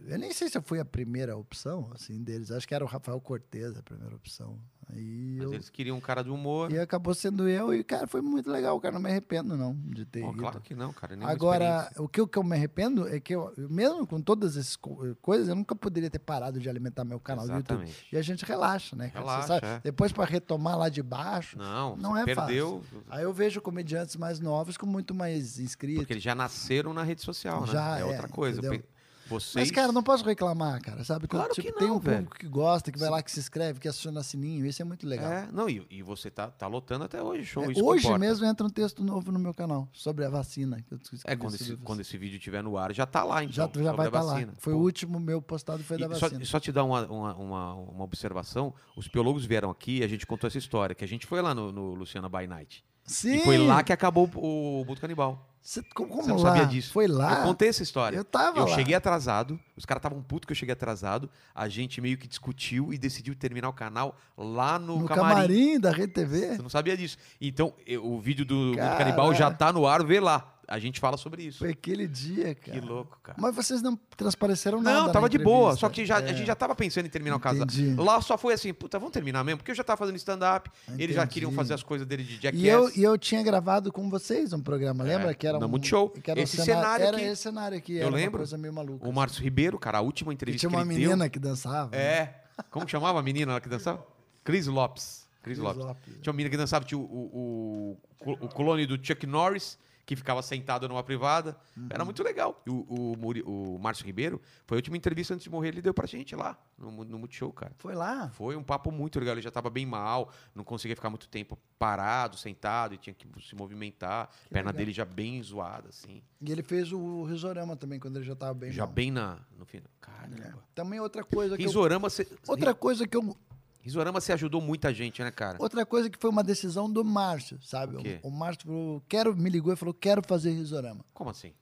eu nem sei se eu fui a primeira opção assim deles. Acho que era o Rafael Cortez a primeira opção. Aí
Mas
eu,
eles queriam um cara de humor.
e acabou sendo eu e cara foi muito legal, cara, não me arrependo não de ter
Bom,
ido.
claro que não, cara. nenhuma
assim, Agora,
experiência.
o que, eu- que eu me arrependo é que eu, eu mesmo com todas essas co- eh, coisas, eu nunca poderia ter parado de alimentar meu canal do YouTube.
Exatamente.
E a gente relaxa, né? cara? Você
Relaxa,
sabe,
é.
Depois para retomar lá de baixo,
Não,
Não
você
é
perdeu.
Aí eu vejo comediantes mais novos com muito mais inscritos.
Porque eles já nasceram na rede social, né?
Já,
é
é,
outra coisa.
entendeu?
Pe- Vocês.
Mas, cara, não posso reclamar, cara, sabe? Quando,
Claro que
tipo,
não,
tem um
velho.
público que gosta, que vai lá, que se inscreve, que aciona sininho, isso é muito legal.
É, não, e, e você tá, tá lotando até hoje, show.
É,
isso
hoje
comporta.
mesmo entra um texto novo no meu canal sobre a vacina. que eu escrevi
É, quando
sobre
esse,
a
quando
vacina.
esse vídeo estiver no ar, já tá lá, então.
assim. já, já
sobre
vai
a
estar lá.
vacina.
Foi o
Pô,
último meu postado, foi da
E só,
vacina.
só te dar uma, uma, uma, uma observação: os biólogos vieram aqui e a gente contou essa história, que a gente foi lá no, no Luciana by Night.
Sim!
E foi lá que acabou o, o Buto Canibal.
Cê- como
Você não
lá?
sabia disso.
Foi lá?
Eu contei essa história.
Eu tava
Eu
lá.
cheguei atrasado, os caras estavam putos que eu cheguei atrasado, a gente meio que discutiu e decidiu terminar o canal lá no,
no
camarim.
camarim da Rede
Você
TV.
não sabia disso. Então, eu- o vídeo do Mundo
Caralho.
Canibal já tá no ar, vê lá. A gente fala sobre isso.
Foi aquele dia, cara.
Que louco, cara.
Mas vocês não transpareceram nada.
Não,
na
tava de boa.
entrevista. É.
Só que já- a gente já tava pensando em terminar o casal.
Entendi.
Lá só foi assim, puta, vamos terminar mesmo, porque eu já tava fazendo stand-up, eles já
Entendi.
queriam fazer as coisas dele de jackass.
E eu, e eu tinha gravado com vocês um programa, lembra? que era
na
um,
É, Multishow.
Que era um
Esse
cenário,
cenário
Era
aqui.
esse cenário aqui.
Eu
era
lembro.
Uma coisa meio maluca.
O Márcio Ribeiro, cara, a última
E
entrevista
tinha
que
uma
ele
menina né? que dançava.
deu. É. Como chamava a menina lá que dançava? Cris Lopes. Cris
Cris
Lopes.
Lopes, é.
Tinha uma menina que dançava, tinha o, o, o, o clone do Chuck Norris, que ficava sentado numa privada.
Uhum.
Era muito legal. E o, o, Muri- o Márcio Ribeiro, foi a última entrevista antes de morrer, ele deu pra gente lá, no, Mu- no Multishow, cara.
Foi lá?
Foi um papo muito legal. Ele já estava bem mal, não conseguia ficar muito tempo parado, sentado, e tinha que se movimentar. A perna
legal.
dele já bem zoada, assim.
E ele fez o Risorama também, quando ele já tava bem.
já
mal.
bem na, no final. Caramba.
Também outra coisa que eu,
Risorama, você.
outra coisa que eu
Risorama, você ajudou muita gente, né, cara?
outra coisa que foi uma decisão do Márcio, sabe?
O quê?
O, o Márcio falou, quero me ligou e falou, quero fazer Risorama.
Como assim?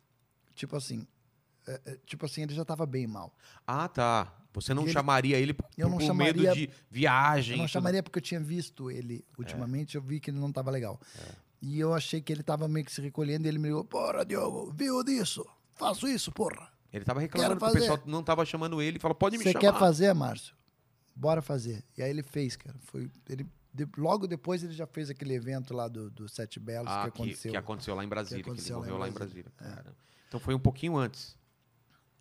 Tipo assim, é, é, tipo assim, ele já tava bem mal.
Ah, tá. Você não
Ele-
chamaria ele por,
Eu não
por medo
chamaria-
de viagem.
Eu não
e tudo.
chamaria porque eu tinha visto ele ultimamente, eu vi que ele não tava legal.
É.
E eu achei que ele tava meio que se recolhendo e ele me ligou, porra, Diogo, viu disso? Faço isso, porra.
Ele tava reclamando
Quero
que o pessoal
fazer.
não tava chamando ele. Falou, pode me
Você
chamar.
quer fazer, Márcio? Bora fazer. E aí ele fez, cara. Foi, ele, de- logo depois ele já fez aquele evento lá do, do Sete Belos
Ah, que,
que
que
aconteceu.
aconteceu lá em Brasília, que,
aconteceu lá
ele
em
morreu lá em Brasília.
Brasília. É.
Caramba. Então foi um pouquinho antes.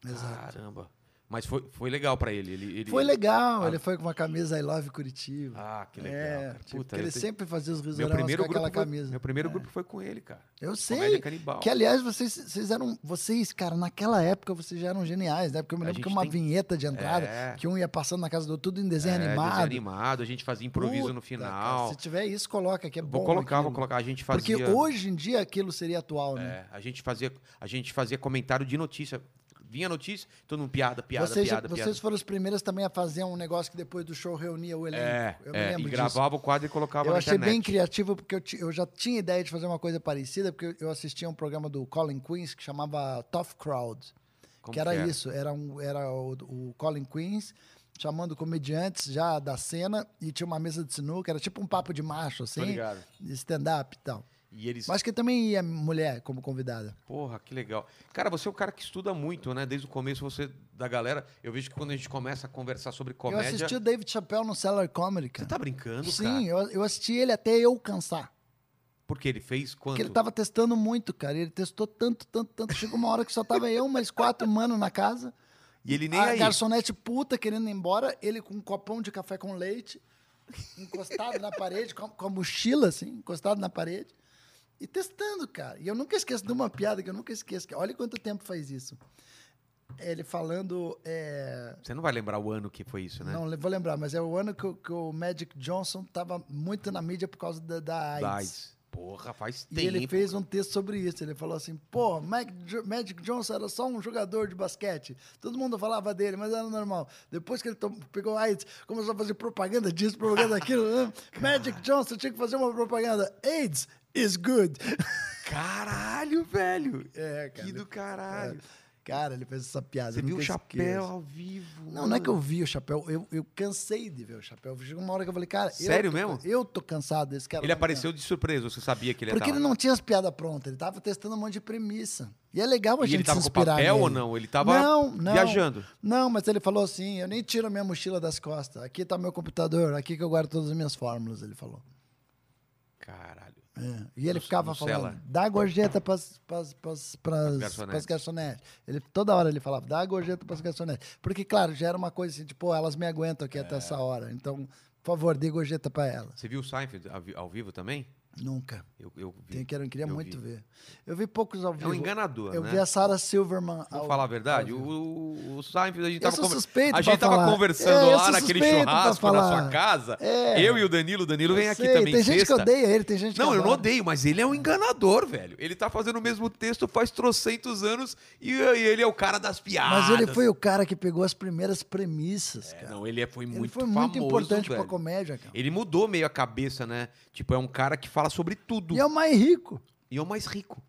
Exato.
Caramba. Mas foi, foi legal pra ele. ele, ele-
Foi legal,
Ah.
ele foi com uma camisa I Love Curitiba.
Ah, que legal.
É,
cara.
tipo,
Puta,
porque ele
eu te-
sempre fazia os
meu
risoramas
primeiro
com
grupo
aquela
foi,
camisa.
Meu primeiro grupo foi com ele, cara.
Eu
Comédia
sei.
canibal.
Que, é aliás, vocês, vocês eram. Vocês, cara, naquela época vocês já eram geniais, né? Porque eu me
A
lembro que
gente
uma
tem-
vinheta de entrada,
É.
que um ia passando na casa do outro, tudo em
É,
desenho
desenho
animado.
animado, a gente fazia improviso no
Puta,
final.
cara, se tiver isso, coloca, que é bom.
vou colocar, vou
aquilo.
colocar. A gente fazia.
Porque hoje em dia aquilo seria atual, né?
é, a gente fazia, a gente fazia comentário de notícia. Vinha notícia, todo mundo piada, piada,
vocês,
piada,
vocês
piada.
foram os primeiros também a fazer um negócio que depois do show reunia o elenco.
É,
eu me
é,
lembro
e
disso.
gravava o quadro e colocava
Eu
na
achei
internet.
bem criativo porque eu, ti- eu já tinha ideia de fazer uma coisa parecida, porque eu- eu assistia um programa do Colin Queens que chamava Tough Crowd.
Como
que era isso, era, um, era o, o Colin Queens chamando comediantes já da cena e tinha uma mesa de sinuca, era tipo um papo de macho,
Tô
assim,
ligado.
stand-up e tal.
E eles.
Mas que também ia mulher como convidada.
Porra, que legal. Cara, você é um cara que estuda muito, né? Desde o começo, você, da galera. Eu vejo que quando a gente começa a conversar sobre comédia.
Eu assisti o David Chappelle no Cellar Comedy,
Você
cara.
tá brincando, cara?
Sim, eu, eu assisti ele até eu cansar.
Porque ele fez quanto?
Porque ele tá tava testando muito, cara. Ele testou tanto, tanto, tanto. Chegou uma hora que só tava eu, mais quatro mano na casa.
E ele nem é
a
aí.
garçonete puta querendo ir embora, ele com um copão de café com leite, encostado na parede, com a, com a mochila, assim, encostado na parede. E testando, cara. E eu nunca esqueço de uma piada que eu nunca esqueço. que- é, Olha quanto tempo faz isso. Ele falando. é,
Você não vai lembrar o ano que foi isso, né?
Não vou lembrar, mas é o ano que, o- que o Magic Johnson tava muito na mídia por causa da, da AIDS.
Da AIDS. Porra, faz
é E
tempo.
ele fez um texto sobre isso. Ele falou assim: pô, Mac Jo- Magic Johnson era só um jogador de basquete. Todo mundo falava dele, mas era normal. Depois que ele tom- pegou AIDS, começou a fazer propaganda disso, propaganda daquilo. né? Magic Johnson tinha que fazer uma propaganda. AIDS is good.
Caralho, velho.
É, cara.
Que do caralho.
Cara, ele fez essa piada.
Você
eu
viu o
nunca
chapéu
esqueço.
ao vivo.
Não, não é que eu
mano.
vi o chapéu. Eu, eu cansei de ver o chapéu. Chegou uma hora que eu falei, cara. eu
Sério
tô-
mesmo?
Eu tô cansado desse cara.
Ele
não aguento.
apareceu de surpresa, você sabia que ele ia
Porque
tá
ele
lá.
não tinha as piadas prontas, ele tava testando um monte de premissa. E é legal a
E
gente
ele tava
se
com
inspirar
papel ou
nele.
não? Ele tava
não, não,
viajando.
Não, mas ele falou assim, eu nem tiro a minha mochila das costas. Aqui tá meu computador, aqui que eu guardo todas as minhas fórmulas, ele falou.
Caralho.
É. E ele
No-
ficava
no
falando,
cellar.
dá a gorjeta pras, pras, pras, pras,
garçonetes.
pras garçonetes. Ele, toda hora ele falava, dá a gorjeta pras garçonetes. Porque, claro, já era uma coisa assim, tipo, "Pô, elas me
É.
aguentam aqui até essa hora, então, por favor, dê gorjeta pra elas.
Você viu o Seinfeld ao vi- ao vivo também?
Nunca.
Eu, eu vi.
Tem que eu queria
Eu
muito
vi.
ver. Eu vi poucos ao
É
vivo.
um enganador,
Eu
né?
vi a Sarah Silverman.
Vamos
ao-
falar a verdade?
ao
O,
vivo.
o, o Seinfeld, a gente
Eu
tava,
sou
conver-
suspeito
a gente
pra
tava
falar.
conversando
É, eu
lá
sou
naquele
suspeito pra
churrasco na sua
falar.
casa.
É.
Eu e o Danilo. O Danilo vem
Eu
aqui
sei,
também
Tem gente que
sexta.
odeia ele, tem gente que
Não, eu não
adora.
odeio, mas ele é um enganador, velho. Ele tá fazendo o mesmo texto faz trocentos anos e, e ele é o cara das piadas.
Mas ele foi o cara que pegou as primeiras premissas,
É,
cara.
Não, ele é- foi
ele
muito
foi muito
famoso,
importante
velho.
pra comédia, cara.
Ele mudou meio a cabeça, né? Tipo, é um cara que fala sobre tudo.
E é o mais rico.
E é o mais rico.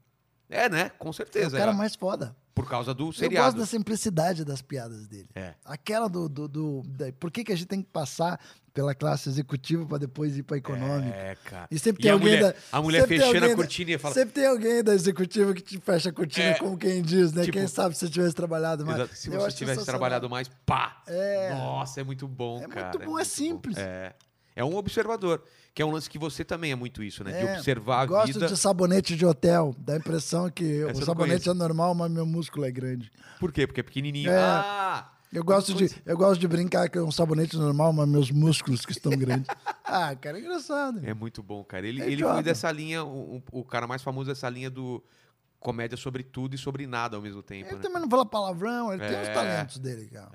É, né? Com
É o
certeza.
cara
é.
mais foda.
Por causa do
Eu gosto
seriado.
da simplicidade das piadas dele.
É.
Aquela do. do, do- da- por que, que a gente tem que passar pela classe executiva pra depois ir pra econômica?
É, cara.
E sempre
E
tem
a
alguém
mulher-
da.
a mulher
sempre tem
fechando a
alguém da-
cortina e fala-
Sempre tem alguém da executiva que te fecha a cortina,
É.
como quem diz, né?
Tipo-
quem sabe se você tivesse trabalhado mais.
Exato. Se
Eu
você
acho
tivesse
sensacional.
trabalhado mais, pá!
É.
Nossa, é muito bom,
É muito
cara.
bom, é simples.
É. É um observador, que é um lance que você também é muito isso, né? de
É,
observar a
Gosto
vida.
de sabonete de hotel. Dá a impressão que
eu
o
não
sabonete
conheço.
é normal, mas meu músculo é grande.
Por quê? Porque é pequenininho.
É.
Ah!
Eu gosto, de,
coisa.
eu gosto de brincar que é um sabonete normal, mas meus músculos que estão grandes. ah, cara, é engraçado.
É muito bom, cara. Ele,
É
ele
idiota.
foi dessa linha, o, o- o cara mais famoso dessa linha do comédia sobre tudo e sobre nada ao mesmo tempo,
Ele
né?
também não fala palavrão, ele tem os
É.
talentos dele, cara.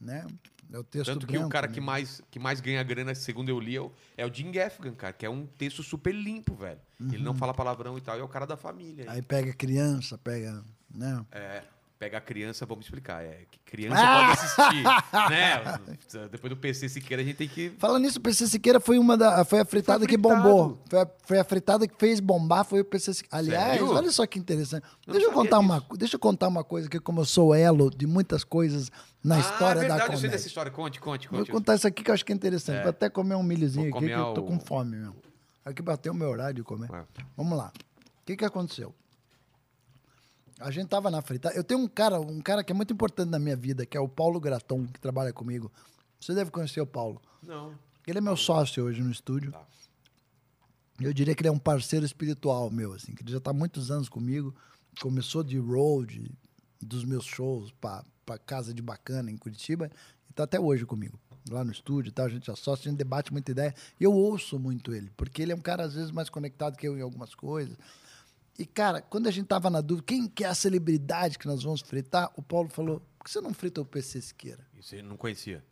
Né? É o texto
Tanto que
branco,
o cara
né?
que mais, que mais ganha grana, segundo eu li, é o, é o Jim Gaffigan, cara, que é um texto super limpo, velho. Ele não fala palavrão e tal, e é o cara da família.
Uhum. Aí pega criança, pega... Né?
É, pega a criança, vamos explicar. É, que criança
Ah!
pode assistir, né? Depois do PC Siqueira a gente tem que...
Falando nisso, o PC Siqueira foi, uma da, foi a fritada que
fritado.
bombou. Foi a, foi a fritada que fez bombar, foi o PC Siqueira. Aliás,
Sério?
olha só que interessante.
não
deixa, eu
sabia
contar uma,
disso.
co- deixa eu contar uma coisa que como eu sou elo de muitas coisas na história
ah, é
da
verdade, eu sei
comédia.
dessa história. Conte, conte,
Vou
conte.
contar isso aqui que eu acho que é interessante. Vou até comer um milhozinho
Vou
aqui, que
comer
eu tô
o-
com fome mesmo. Aqui bateu o meu horário de comer.
É.
Vamos lá. O que, que aconteceu? A gente tava na fritada. Eu tenho um cara, um cara que é muito importante na minha vida, que é o Paulo Gratão, que trabalha comigo. Você deve conhecer o Paulo.
Não.
Ele é meu sócio hoje no estúdio.
Tá.
Eu diria que ele é um parceiro espiritual meu, assim, que ele já está muitos anos comigo. Começou de road, dos meus shows para Casa de Bacana, em Curitiba, e tá até hoje comigo, lá no estúdio e tal. A gente é sócio, a gente debate muita ideia. E eu ouço muito ele, porque ele é um cara, às vezes, mais conectado que eu em algumas coisas. E, cara, quando a gente tava na dúvida, quem que é a celebridade que nós vamos fritar? O Paulo falou, por que você não frita o PC Siqueira?
Isso eu não conhecia.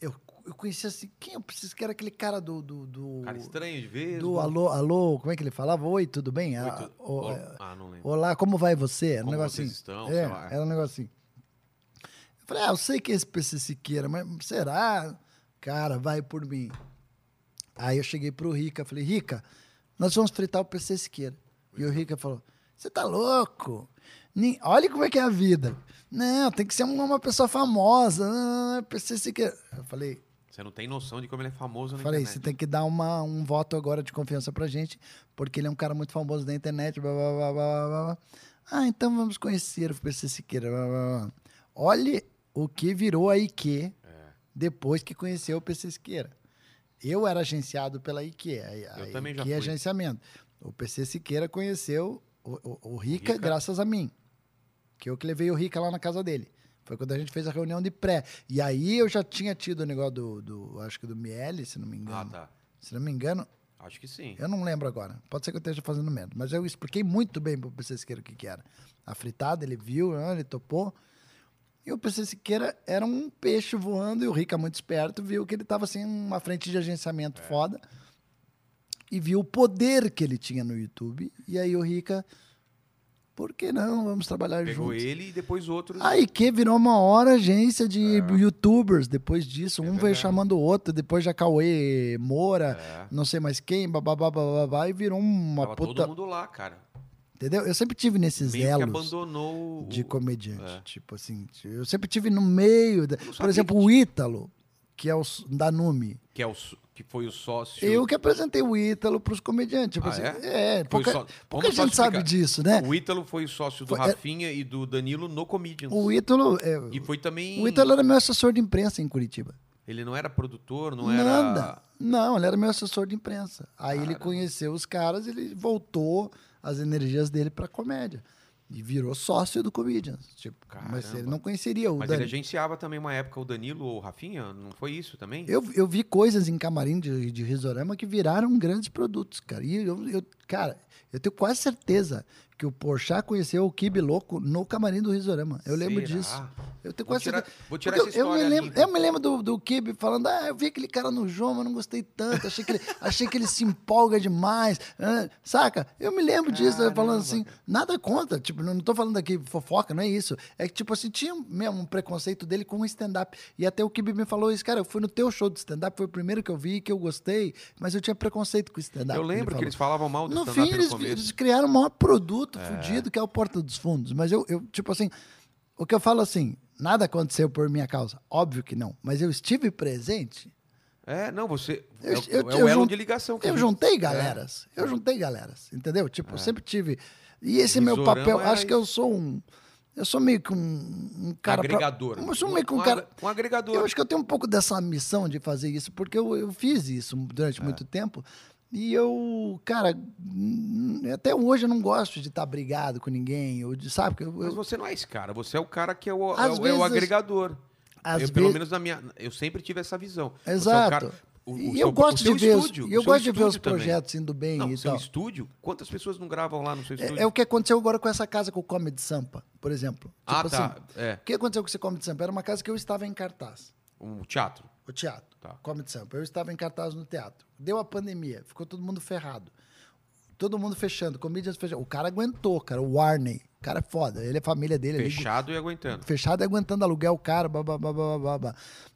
Eu, eu conhecia assim, quem é o PC Siqueira? Aquele cara do... do, do-
Cara estranho né? de ver.
do alô, alô, como é que ele falava? Oi, tudo bem? Ah, o- é,
ah, não lembro.
Olá, como vai você? Era um
Como
negocinho.
vocês estão,
é,
sei lá.
era um negocinho. Eu falei, ah, eu sei que é esse PC Siqueira, mas será? Cara, vai por mim. Aí eu cheguei pro Rica, falei, Rica, nós vamos fritar o PC Siqueira. E o Rica falou, você tá louco? Nem- Olha como é que é a vida. Não, tem que ser uma uma pessoa famosa. Ah, PC Siqueira. Eu falei,
Você não tem noção de como ele é famoso na
Falei, você
internet.
tem que dar uma, um voto agora de confiança pra gente, porque ele é um cara muito famoso da internet, blá, blá, blá, blá, blá, blá. Ah, então vamos conhecer o PC Siqueira, blá, blá, blá. Olhe o que virou a IQ
É.
depois que conheceu o PC Siqueira. Eu era agenciado pela IQ, a, a
Eu também já
IQ é
fui.
agenciamento. O PC Siqueira conheceu o, o- o Rica,
Rica.
graças a mim, que eu que levei o Rica lá na casa dele. Foi quando a gente fez a reunião de pré. E aí eu já tinha tido o negócio do, do- acho que do Miele, se não me engano.
Ah, tá.
Se não me engano,
Acho que sim.
eu não lembro agora. Pode ser que eu esteja fazendo merda. Mas eu expliquei muito bem pro PC Siqueira o que, que era. A fritada, ele viu, ah, ele topou. E o PC Siqueira era um peixe voando e o Rica, muito esperto, viu que ele estava assim, uma frente de agenciamento
É.
foda. E viu o poder que ele tinha no YouTube. E aí o Rica, por que não? Vamos trabalhar
Pegou
juntos.
ele e depois outros.
A IQ virou uma hora agência de youtubers depois disso. um veio
É. verdade.
chamando o outro, depois já Cauê Moura,
É.
não sei mais quem, bababá, bababá, e virou uma
Tava
puta.
todo mundo lá, cara.
Entendeu? Eu sempre tive nesses
Meio que
elos
abandonou o-
de comediante.
É.
Tipo assim, eu sempre tive no meio. da- Por
sabia
exemplo, o Ítalo, que é o s- da Numi.
que, é o, só- que foi o sócio.
Eu que apresentei o Ítalo pros comediantes. Tipo
Ah,
assim,
é?
é,
Foi
pouca,
só-
pouca
vamos só
gente sabe
explicar.
disso, né?
O Ítalo foi o sócio do
Foi- é-
Rafinha e do Danilo no Comedians.
O Ítalo. é,
E foi também.
o Ítalo era meu assessor de imprensa em Curitiba.
Ele não era produtor, não
Nada.
era.
Não, ele era meu assessor de imprensa. Aí ele conheceu os caras, ele voltou as energias dele para comédia. E virou sócio do Comedians. Tipo, mas
Caramba.
ele não conheceria o
Mas
Dani.
ele é agenciava também uma época o Danilo ou o Rafinha? Não foi isso também?
Eu, eu vi coisas em camarim de, de risorama que viraram grandes produtos, cara. E eu, eu- cara, eu tenho quase certeza que o Porchat conheceu o Kibe Louco no camarim do risorama. Eu lembro
Será?
disso. Eu tenho
Vou
quase
tirar,
certeza.
vou tirar essa
Porque eu, eu
história então.
me lembro,
limpa.
é eu me lembro do, do Kibe falando, ah, eu vi aquele cara no João, mas não gostei tanto, achei que ele, achei que ele se empolga demais, ah, saca? Eu me lembro disso, eu falando assim, nada contra, tipo, não, não tô falando aqui fofoca, não é isso. É que, tipo assim, tinha mesmo um preconceito dele com o stand-up. E até o Kibe me falou isso, cara, eu fui no teu show de stand-up, foi o primeiro que eu vi, que eu gostei, mas eu tinha preconceito com o stand-up.
Eu lembro que
falou.
eles falavam mal do
No
stand-up
fim,
no
eles,
começo.
eles criaram o maior produto fudido, que é o Porta dos Fundos. Mas eu, eu, tipo assim, o que eu falo assim, nada aconteceu por minha causa. Óbvio que não. Mas eu estive presente.
É, não, você.
Eu,
é o-
eu-
é o
eu
elo
jun-
de ligação. que a
Eu um
gente-
juntei galeras. Eu juntei galeras, entendeu? Tipo,
É.
eu sempre tive... E esse é meu
Risorama
papel,
era
acho que eu sou um... Eu sou meio que um, um cara... pra-
agregador.
eu sou meio que um
ag-
cara...
Um agregador.
Eu acho que eu tenho um pouco dessa missão de fazer isso, porque eu, eu fiz isso durante muito
É.
tempo. E eu, cara, hum, até hoje eu não gosto de estar brigado com ninguém, ou de, sabe? Porque eu,
Mas
eu,
você não é esse cara, você é o cara que é o, é
Às
o- é o
vezes-
agregador.
às
eu, pelo
vezes-
menos na minha. Eu sempre tive essa visão. Você é o
Exato.
cara- o- o
e
seu-
eu
o
gosto
seu
de ver, os-
estúdio,
e
o
eu
seu
gosto de ver os
estúdio também.
projetos indo bem
Não,
e
seu
tal.
estúdio? Quantas pessoas não gravam lá no seu estúdio?
É, é o que aconteceu agora com essa casa com o Comedy Sampa, por exemplo.
ah,
Tipo
tá.
assim,
É.
o que aconteceu com esse Comedy Sampa? Era uma casa que eu estava em cartaz.
Um teatro.
o teatro,
Tá.
Comedy Sampa. Eu estava em cartaz no teatro. Deu a pandemia, ficou todo mundo ferrado. Todo mundo fechando, comedians fechando. O cara aguentou, cara, o Warney. O cara é foda, ele é família dele. ele-
Fechado e aguentando.
fechado e aguentando aluguel caro, babá, babá, babá.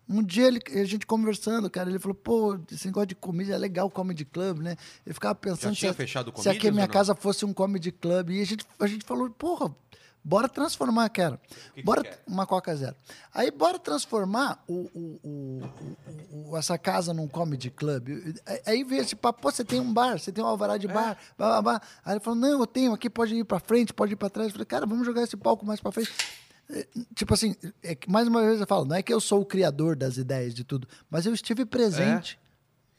Um dia ele, a gente conversando, cara, ele falou, pô, esse negócio de comida é legal, comedy club, né? Eu ficava pensando
tinha
se,
fechado o
se aqui a
Comedians
minha
ou não?
casa fosse um comedy club. E a gente, a gente falou, porra, bora transformar, cara.
que
bora
quer?
uma Coca Zero. Aí bora transformar o, o- o- o- o- essa casa num comedy club. Aí- Aí veio esse papo, pô, você tem um bar, você tem um alvará
É.
de bar, blá, blá, blá. Aí ele falou, não, eu tenho aqui, pode ir pra frente, pode ir pra trás. Eu falei, cara, vamos jogar esse palco mais pra frente. É, Tipo assim, é que, mais uma vez eu falo, não é que eu sou o criador das ideias de tudo, mas eu estive presente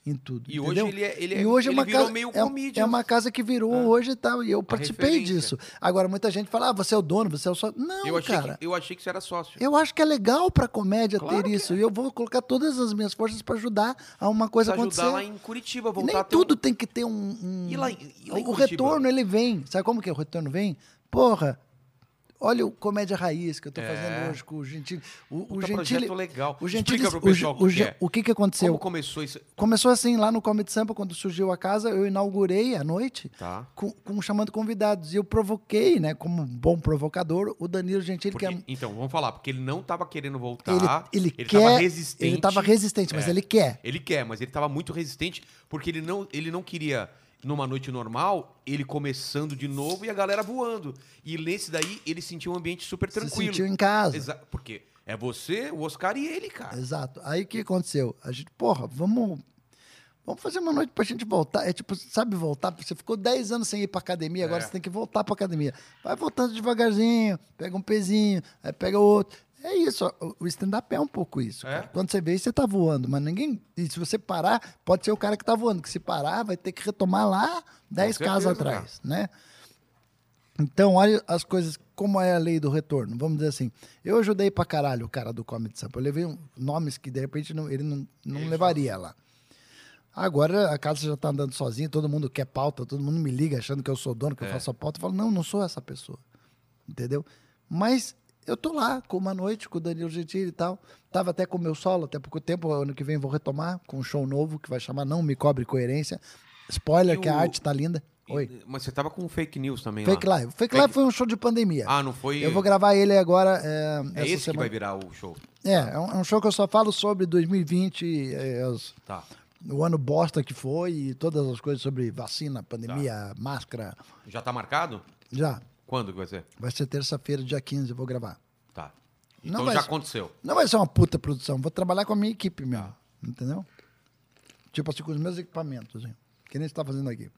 em tudo.
É. E
entendeu?
hoje ele é- ele é-
e hoje
ele
é uma
virou
casa,
meio
é-
comedian.
É uma casa que virou hoje e tal, e eu participei
referência.
disso. Agora, muita gente fala, ah, você é o dono, você é o só. Não,
eu, achei
cara.
que, eu achei que você era sócio.
Eu acho que é legal pra comédia
Claro
ter
que é.
isso. E eu vou colocar todas as minhas forças pra ajudar a uma coisa
Precisa
acontecer.
ajudar lá em Curitiba,
E
voltar
nem
a ter um-
tudo tem que ter um. um-
E lá em- e lá em
o
Curitiba?
retorno ele vem. Sabe como que o retorno vem? Porra, olha o comédia raiz que eu tô fazendo hoje com o Gentili. O, o
É. Puta
Gentili.
projeto legal.
O Gentili.
Explica pro pessoal o que que é.
o que que aconteceu?
Como começou isso?
Começou assim, lá no Comedy Sampa, quando surgiu a casa, eu inaugurei à noite,
Tá.
com, com- chamando convidados. E eu provoquei, né, como um bom provocador, o Danilo Gentili,
Porque-
que é
Então, vamos falar, porque ele não tava querendo voltar.
ele, ele, quer.
Tá. tava resistente.
Ele tava resistente, mas
É.
ele quer.
Ele quer, mas ele tava muito resistente porque ele não, ele não queria, numa noite normal, ele começando de novo e a galera voando. E nesse daí, ele sentiu um ambiente super tranquilo.
Se sentiu em casa.
Exa- porque é você, o Oscar e ele, cara.
Exato. Aí o que aconteceu? A gente, porra, vamos. Vamos fazer uma noite pra gente voltar. É tipo, sabe voltar? Você ficou 10 anos sem ir pra academia, agora
É.
você tem que voltar pra academia. Vai voltando devagarzinho, pega um pezinho, aí pega outro. É isso, ó, o- o stand-up é um pouco isso.
É?
cara. Quando você vê, você tá voando, mas ninguém. E se você parar, pode ser o cara que tá voando, que se parar, vai ter que retomar lá 10
certeza,
casas
cara.
atrás, né? Então, olha as coisas, como é a lei do retorno. Vamos dizer assim, eu ajudei pra caralho o cara do Comedy Sampa. Eu levei um- nomes que, de repente, não- ele não, não levaria lá. Agora a casa já tá andando sozinha, todo mundo quer pauta, todo mundo me liga achando que eu sou dono, que eu
É.
faço a pauta. Eu falo, não, não sou essa pessoa. Entendeu? Mas eu tô lá com uma noite com o Danilo Gentili e tal. Tava até com o meu solo, até pouco tempo, ano que vem vou retomar com um show novo que vai chamar Não Me Cobre Coerência. Spoiler,
E
que a
o-
arte tá linda.
E-
Oi.
Mas você tava com fake news também
Fake
lá.
Live. Fake Live foi um show de pandemia.
Ah, não foi?
Eu vou gravar ele agora. É,
É
essa
esse que
semana.
vai virar o show.
É, é um, é um show que eu só falo sobre 2020, é, os-
Tá.
o ano bosta que foi e todas as coisas sobre vacina,
Tá.
pandemia, máscara.
Já tá marcado?
Já.
Quando que vai ser?
Vai ser terça-feira, dia 15, eu vou gravar.
Tá.
Não
Então
vai
já
ser.
aconteceu.
Não vai ser uma puta produção, vou trabalhar com a minha equipe mesmo.
Tá.
Entendeu? Tipo assim, com os meus equipamentos, assim, que nem você tá fazendo aqui.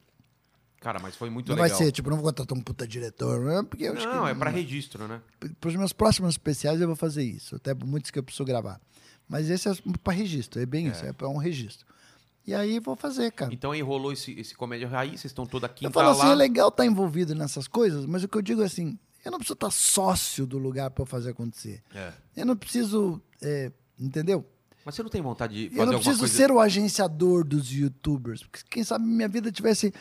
Cara, mas foi muito
Não
legal.
vai ser, tipo, não vou contratar um puta diretor, né? porque eu acho que
Não, é pra registro, né?
para os meus próximos especiais eu vou fazer isso. Até muitos que eu preciso gravar. Mas esse é para registro, é bem isso, é para um registro. E aí vou fazer, cara.
Então aí rolou esse, esse comédia raiz, vocês estão toda quinta
É. eu falo assim,
tá lá.
é legal estar envolvido nessas coisas, mas o que eu digo é assim, Eu não preciso estar sócio do lugar para eu fazer acontecer.
É.
Eu não preciso. é, entendeu?
Mas você não tem vontade de
eu
fazer
não
alguma
preciso
coisa?
ser o agenciador dos youtubers. Porque quem sabe minha vida tivesse.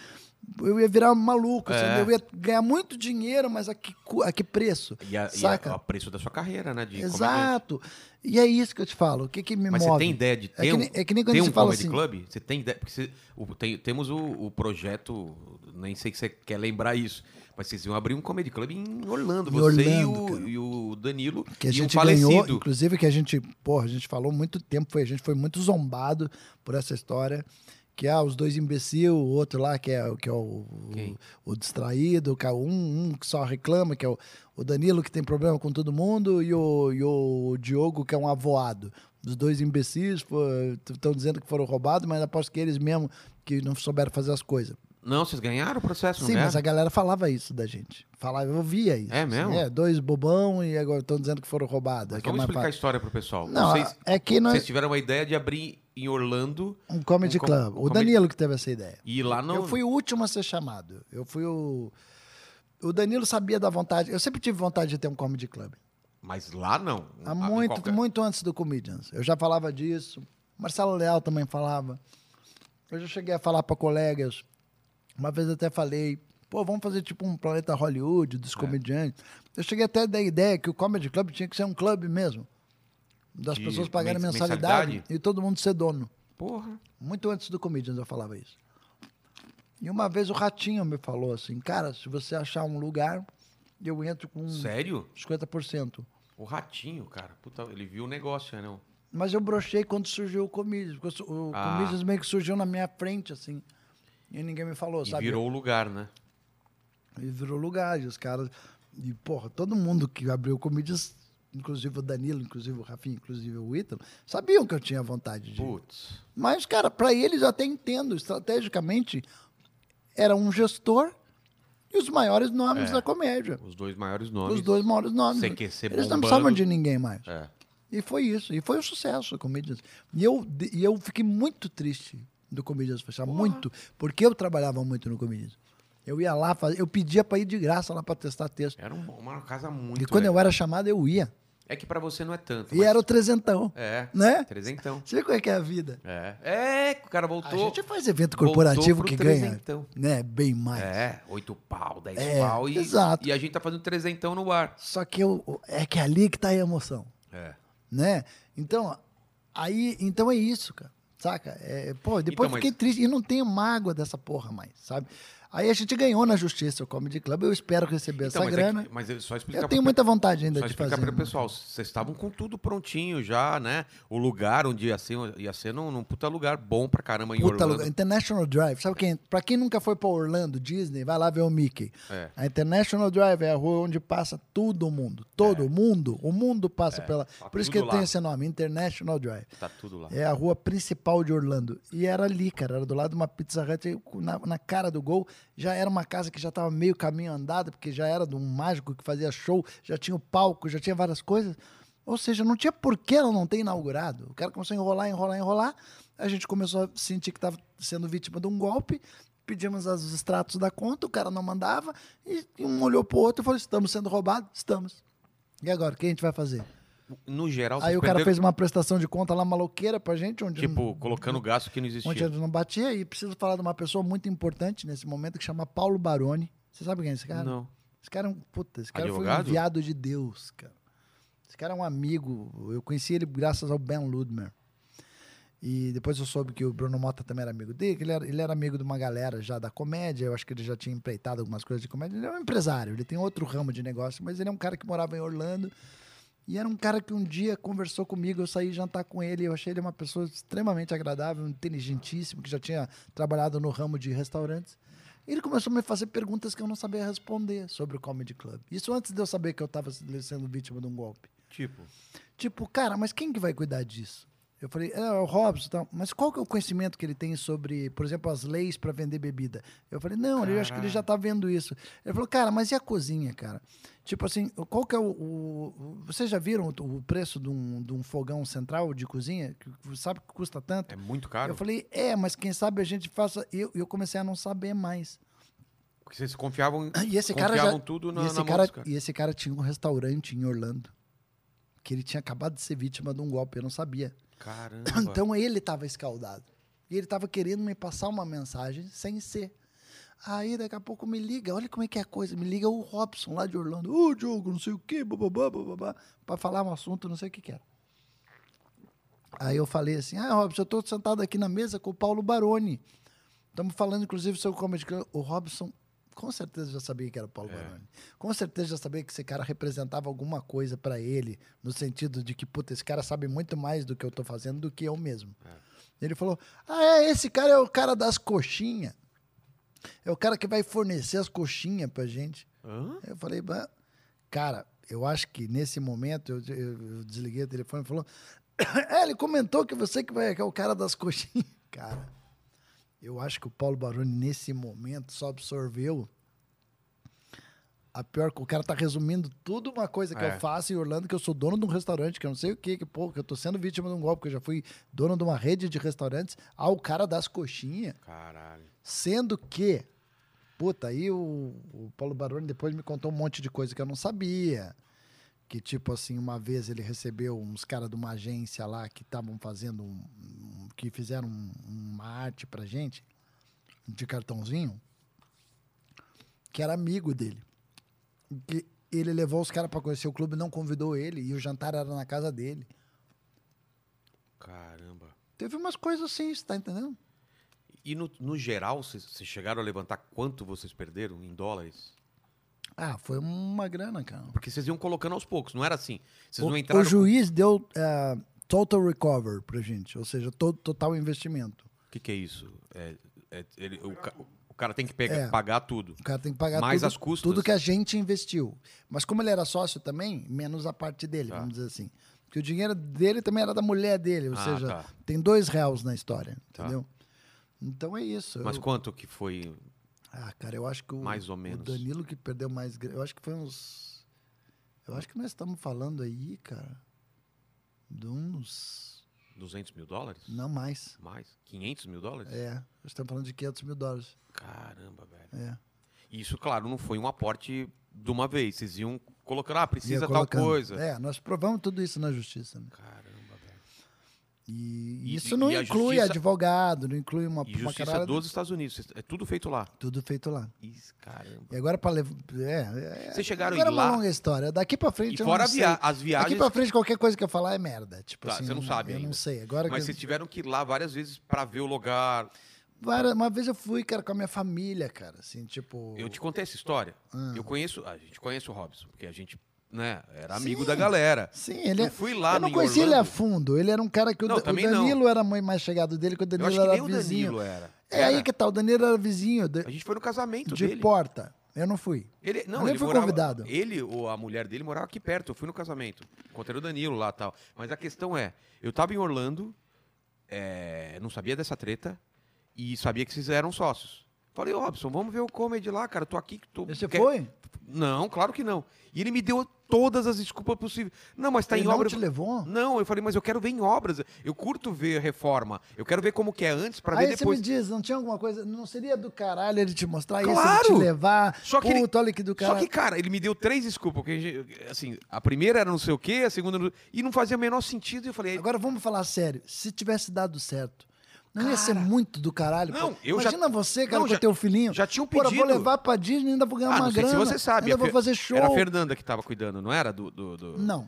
Eu ia virar maluco,
É.
sabe? eu ia ganhar muito dinheiro, mas a que, cu- a que preço?
E a, e a-
Saca?
a preço da sua carreira, né? De comediante.
Exato. E é isso que eu te falo. O que, que me
Mas
move?
você tem ideia de ter
é, que
um,
nem, é que nem quando
ter
você
um
fala
comedy
assim.
club? Você tem ideia? Porque você- o- tem- temos o, o projeto, nem sei se você quer lembrar isso, mas vocês iam abrir um comedy club em Orlando,
Em
você e
Orlando,
o-
cara.
e, o, Danilo
que a
e o
gente
falecido.
ganhou, inclusive que a gente, porra, a gente falou muito tempo, foi, a gente foi muito zombado por essa história, que ah, os dois imbecil, o outro lá que é, o- que é o,
Quem?
o, o distraído, que é um, um que só reclama, que é o, o Danilo que tem problema com todo mundo e o, e o Diogo que é um avoado. Os dois imbecis estão dizendo que foram roubados, mas aposto que eles mesmo que não souberam fazer as coisas.
Não, vocês ganharam o processo, não é?
Sim, mas a
ganharam?
galera falava isso da gente. Falava, eu via isso.
né? É
assim,
mesmo?
É, dois bobão e agora estão dizendo que foram roubados. É que é
Vamos
mais
explicar a
fácil.
história pro pessoal.
Não,
vocês,
é que nós,
vocês tiveram uma ideia de abrir em Orlando
um comedy
um com-
club.
um
o
comedy-
Danilo que teve essa ideia.
e lá não...
Eu fui o último a ser chamado. Eu fui o. O Danilo sabia da vontade. Eu sempre tive vontade de ter um comedy club.
Mas lá não.
Há
Ah, Em
muito,
qualquer-
muito antes do Comedians. Eu já falava disso. Marcelo Leal também falava. Eu já cheguei a falar para colegas. Uma vez até falei, pô, vamos fazer tipo um planeta Hollywood
É.
dos comediantes. Eu cheguei até da ideia que o Comedy Club tinha que ser um clube mesmo. Das
De
pessoas pagarem
mens-
mensalidade,
mensalidade?
e todo mundo ser dono.
Porra.
Muito antes do Comedians eu falava isso. E uma vez o Ratinho me falou assim, cara, se você achar um lugar, eu entro com
Sério?
50%.
O ratinho, cara. Puta, ele viu o negócio, né? não?
Mas eu brochei quando surgiu o Comedians. porque O o
Ah.
Comedians meio que surgiu na minha frente, assim. E ninguém me falou,
E
sabe?
virou o lugar, né?
E virou lugar. E os caras... E, porra, todo mundo que abriu o Comedians, inclusive o Danilo, inclusive o Rafinha, inclusive o Ítalo, sabiam que eu tinha vontade de...
Putz.
Mas, cara, para eles eu até entendo, estrategicamente, era um gestor e os maiores nomes da comédia.
Os dois maiores É. nomes.
Os dois maiores nomes.
CQC
eles não
bombando.
precisavam de ninguém mais.
É.
E foi isso. E foi um sucesso, Comedians. E eu, e eu fiquei muito triste do Comedians fechar. Muito. Porque eu trabalhava muito no Comedians. Eu ia lá, fazer, eu pedia para ir de graça lá para testar texto.
Era um- uma casa muito.
e quando eu
legal.
era chamado, eu ia.
É que pra você não é tanto.
E
mas-
era o trezentão.
É.
Né?
Trezentão.
Você vê como é que é a vida.
É. É, que o cara
A
voltou.
gente faz evento
voltou
corporativo
pro
que ganha,
trezentão.
né? Bem mais.
É, oito pau, dez
É,
pau e.
exato.
E a gente tá fazendo trezentão no bar.
Só que eu, é que ali que tá a emoção,
É.
né? Então, aí, então é isso, cara. Saca? É, pô,
Então,
depois eu fiquei
mas-
triste e não tenho mágoa dessa porra mais, sabe? Aí a gente ganhou na justiça o Comedy Club, eu espero receber essa
mas, é que-
grana.
mas eu só explicar
eu tenho
pro-
muita vontade ainda
Só
de
explicar
fazer.
para o
mano.
pessoal, vocês estavam com tudo prontinho já, né? O lugar onde ia ser, ia ser num, num puta lugar bom pra caramba em
Puta
Orlando.
lugar, International Drive. Sabe quem? Pra quem nunca foi pra Orlando, Disney, vai lá ver o Mickey.
É.
A International Drive é a rua onde passa todo mundo. Todo mundo. O mundo passa pela.
É. tá
Por isso que
tudo
ele tem
lá.
esse nome, International Drive.
Tá tudo lá.
É a rua principal de Orlando. E era ali, cara. Era do lado de uma pizza hut e cu- na, na cara do gol. Já era uma casa que já estava meio caminho andado, porque já era de um mágico que fazia show, já tinha o palco, já tinha várias coisas. Ou seja, não tinha por que ela não ter inaugurado. O cara começou a enrolar, enrolar, enrolar. A gente começou a sentir que estava sendo vítima de um golpe. Pedimos as- os extratos da conta, o cara não mandava. E um olhou pro outro e falou: estamos sendo roubados? Estamos. E agora, o que a gente vai fazer?
No geral,
Aí
vocês
o cara um
perderam-
fez uma prestação de conta lá maloqueira pra gente, onde não-
Então, Tipo, colocando gasto que não
onde
existia.
eu não batia. E preciso falar de uma pessoa muito importante nesse momento que chama Paulo Baroni. Você sabe quem é esse cara?
Não.
Esse cara é um. Puta, esse cara foi
Advogado?
um enviado de Deus, cara. Esse cara é um amigo. Eu conheci ele graças ao Ben Ludmer. E depois eu soube que o Bruno Mota também era amigo dele, que ele era, ele era amigo de uma galera já da comédia. Eu acho que ele já tinha empreitado algumas coisas de comédia. Ele é um empresário, ele tem outro ramo de negócio, mas ele é um cara que morava em Orlando. E era um cara que um dia conversou comigo, eu saí jantar com ele, eu achei ele uma pessoa extremamente agradável, inteligentíssimo, que já tinha trabalhado no ramo de restaurantes. E ele começou a me fazer perguntas que eu não sabia responder sobre o Comedy Club. Isso antes de eu saber que eu estava sendo vítima de um golpe.
Tipo,
Tipo, cara, mas quem que vai cuidar disso? Eu falei, é, é o Robson, e tal. mas qual que é o conhecimento que ele tem sobre, por exemplo, as leis para vender bebida? Eu falei, não, eu acho que ele já tá vendo isso. Ele falou, cara, mas e a cozinha, cara? Tipo assim, qual que é o. o- o- vocês já viram o, o preço de um, de um fogão central de cozinha? Que que sabe que custa tanto?
é muito caro.
Eu falei, é, mas quem sabe a gente faça. E eu, eu comecei a não saber mais.
Porque vocês confiavam,
E esse cara
confiavam
já,
tudo
e
na,
esse
na mão
cara,
dos caras.
E esse cara tinha um restaurante em Orlando. Que ele tinha acabado de ser vítima de um golpe, eu não sabia.
Caramba.
Então ele estava escaldado. E ele estava querendo me passar uma mensagem sem ser. Aí daqui a pouco me liga, olha como é que é a coisa. Me liga o Robson lá de Orlando. Ô, Diogo, não sei o quê, bababá, bababá. Pra falar um assunto, não sei o que que era. Aí eu falei assim, ah, Robson, eu tô sentado aqui na mesa com o Paulo Baroni. Estamos falando, inclusive, sobre o Comedy Club. O Robson, com certeza, já sabia que era o Paulo Baroni. Com certeza, já sabia que esse cara representava alguma coisa para ele, no sentido de que, puta, esse cara sabe muito mais do que eu tô fazendo do que eu mesmo. Ele falou, ah, é, esse cara é o cara das coxinhas. É o cara que vai fornecer as coxinhas pra gente.
Hã?
Aí Eu falei, "Bah, cara, eu acho que nesse momento eu, eu- eu desliguei o telefone e falou. é, ele comentou que você que, vai, que é o cara das coxinhas. Cara, eu acho que o Paulo Baroni, nesse momento, só absorveu. A pior que o cara tá resumindo tudo uma coisa que
É.
eu faço em Orlando, que eu sou dono de um restaurante, que eu não sei o que, que, pô, que eu tô sendo vítima de um golpe, que eu já fui dono de uma rede de restaurantes, ao cara das coxinhas.
Caralho.
Sendo que, puta, aí o, o Paulo Baroni depois me contou um monte de coisa que eu não sabia. Que, tipo assim, uma vez ele recebeu uns caras de uma agência lá que estavam fazendo um, um- que fizeram um- uma arte pra gente, de cartãozinho, que era amigo dele. Que ele levou os caras pra conhecer o clube, não convidou ele, e o jantar era na casa dele.
Caramba.
Teve umas coisas assim, você tá entendendo?
E no, no geral, vocês vocês chegaram a levantar quanto vocês perderam em dólares?
Ah, foi uma grana, cara.
Porque vocês iam colocando aos poucos, não era assim. Vocês
O-
não
O
entraram. O
juiz deu eh, total recover pra gente, ou seja, to- total investimento.
que, que é isso? É- é- ele- o, ca- o cara tem que pegar,
É.
pagar tudo.
O cara tem que pagar
Mais
tudo,
as custas.
tudo que é a gente investiu. Mas como ele era sócio também, menos a parte dele,
Tá.
vamos dizer assim. Porque o dinheiro dele também era da mulher dele, ou
Ah,
seja,
tá.
tem dois réus na história,
Tá.
entendeu? Então é isso.
Mas
Eu-
quanto que foi?
ah, cara, eu acho que o,
Mais ou menos.
o Danilo que perdeu mais... gra- Eu acho que foi uns... Eu acho que nós estamos falando aí, cara, de uns...
200 mil dólares?
Não mais.
Mais? 500 mil dólares?
É, nós estamos falando de 500 mil dólares.
Caramba, velho.
É.
E Isso, claro, não foi um aporte de uma vez. Vocês iam colocando, ah,
Ia
precisa tal
colocando.
coisa.
É, nós provamos tudo isso na justiça. né?
Caramba, velho.
E,
E-
isso
e
não
a
inclui
justiça-
advogado, não inclui uma,
E
uma
justiça
caralhada-
dos Estados Unidos. É tudo feito lá.
Tudo feito lá.
Isso, caramba.
E agora para levar. É, é,
Vocês chegaram
agora
a
é
ir
uma
lá?
longa história. Daqui pra frente.
E
eu
fora
Então, não
a via-
sei.
as
Daqui
viagens.
pra frente, qualquer coisa que eu falar é merda. Tipo
Tá,
assim,
você não
eu-
sabe
Eu
ainda.
não sei. Agora
Mas
que-
vocês tiveram que ir lá várias vezes pra ver o lugar.
Várias- Uma vez eu fui, cara, com a minha família, cara. Assim, tipo.
Eu te contei essa história.
Ah.
Eu conheço, a gente conhece o Robson, porque a gente, né, era
Sim.
amigo da galera.
Sim, ele
eu
é.
fui lá
eu não
em
conhecia ele a
Orlando.
fundo. Ele era um cara que o,
Não,
Da- o
também não.
Danilo era muito mais chegado dele, que o
Eu
Danilo
acho que
era
nem o
vizinho.
Danilo era.
É
Era.
aí que tá, o Danilo era vizinho. de-
A gente foi no casamento
de
dele.
porta. Eu não fui.
Ele, não,
Eu nem
ele
fui
morava-
convidado.
Ele ou a mulher dele morava aqui perto. Eu fui no casamento. Encontrei o Danilo lá e tal. Mas a questão é, eu tava em Orlando, é, não sabia dessa treta, e sabia que vocês eram sócios. Falei, ô Robson, vamos ver o comedy lá, cara. Tô aqui. Tô,
Você
quer-
foi?
Não, claro que não. E ele me deu todas as desculpas possíveis. Não, mas tá
Ele
em
não
obra.
te levou?
Não, eu falei, mas eu quero ver em obras. Eu curto ver reforma. Eu quero ver como que é antes pra ver
Aí você Ah, me
depois.
diz, não tinha alguma coisa? Não seria do caralho ele te mostrar isso,
Claro!
ele te levar?
Só que ele-
Puta, olha que do
Só
caralho.
que, cara, ele me deu três desculpas. Porque, a gente- assim, a primeira era não sei o quê, a segunda. não- E não fazia o menor sentido. E eu falei,
Agora vamos falar sério. Se tivesse dado certo, não ia
Cara.
ser muito do caralho. pô.
Não, eu já-
Imagina você, cara,
Não,
com
já-
teu filhinho.
já tinha um
Pô, eu
pedido.
vou levar pra Disney, ainda vou ganhar
ah,
uma
não sei
grana.
se você sabe.
Ainda
a
vou
Fer-
fazer show.
Era a Fernanda que tava cuidando, não era? Do, do, do-
Não.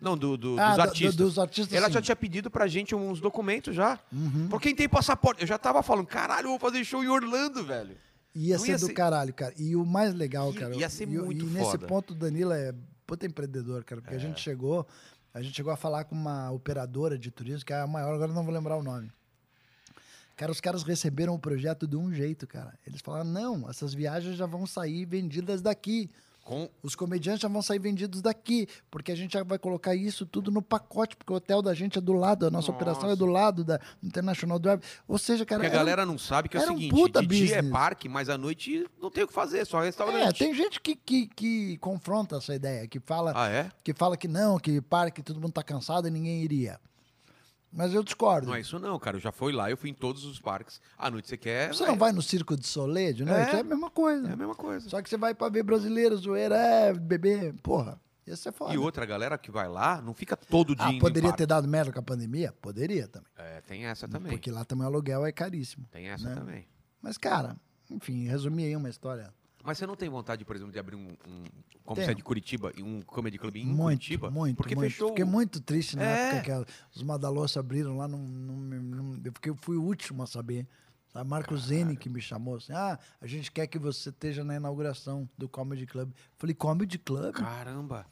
Não, do, do-
Ah,
dos
do-
artistas.
do- dos artistas,
Ela
sim. Uhum.
já tinha pedido pra gente uns documentos já. Por quem tem passaporte? Eu já tava falando, caralho, eu vou fazer show em Orlando, velho.
Ia
Não
ser
ia
do
ser-
caralho, cara. E o mais legal,
Ia-
cara.
ia ser
e, o-
muito
E nesse
foda. É.
ponto o Danilo é puta empreendedor, cara. Porque a gente chegou. A gente chegou a falar com uma operadora de turismo, que é a maior, agora eu não vou lembrar o nome. Cara, os caras receberam o projeto de um jeito, cara. Eles falaram: não, essas viagens já vão sair vendidas daqui.
Com...
Os comediantes já vão sair vendidos daqui, porque a gente já vai colocar isso tudo no pacote, porque o hotel da gente é do lado, a nossa, operação é do lado da International Drive. Ou seja, cara.
Porque a
era um-
galera não sabe que é o
era um
seguinte:
puta
de dia é
business.
parque, mas à noite não tem o que fazer, só
É,
restaurante.
tem gente que, que, que confronta essa ideia, que fala,
Ah, é?
que fala que não, que parque, todo mundo tá cansado e ninguém iria. Mas eu discordo.
Não é isso não, cara. Eu já fui lá, eu fui em todos os parques. À noite você quer...
Você não vai no circo de Soleil, né?
É.
Que é a mesma coisa.
É a mesma coisa.
Só que você vai pra ver brasileiro, zoeira, é, bebê, porra. Ia ser foda.
E outra galera que vai lá, não fica todo dia
ah,
indo em
poderia ter
parque.
dado merda com a pandemia? Poderia também. né?
É, tem essa também.
Porque lá também o aluguel é caríssimo.
Tem essa
né?
também.
Mas, cara, enfim, resumi aí uma história.
Mas você não tem vontade, por exemplo, de abrir um... um- como
Tenho.
você é de Curitiba, e um comedy club em
muito,
Curitiba?
muito,
Porque
muito.
fechou...
Fiquei muito triste na
É.
época que a- os Madalossos abriram lá. Num, num- num- eu fiquei- fui o último a saber. A Marco Zene que me chamou assim, ah, a gente quer que você esteja na inauguração do Comedy Club. Falei, Comedy Club?
Caramba.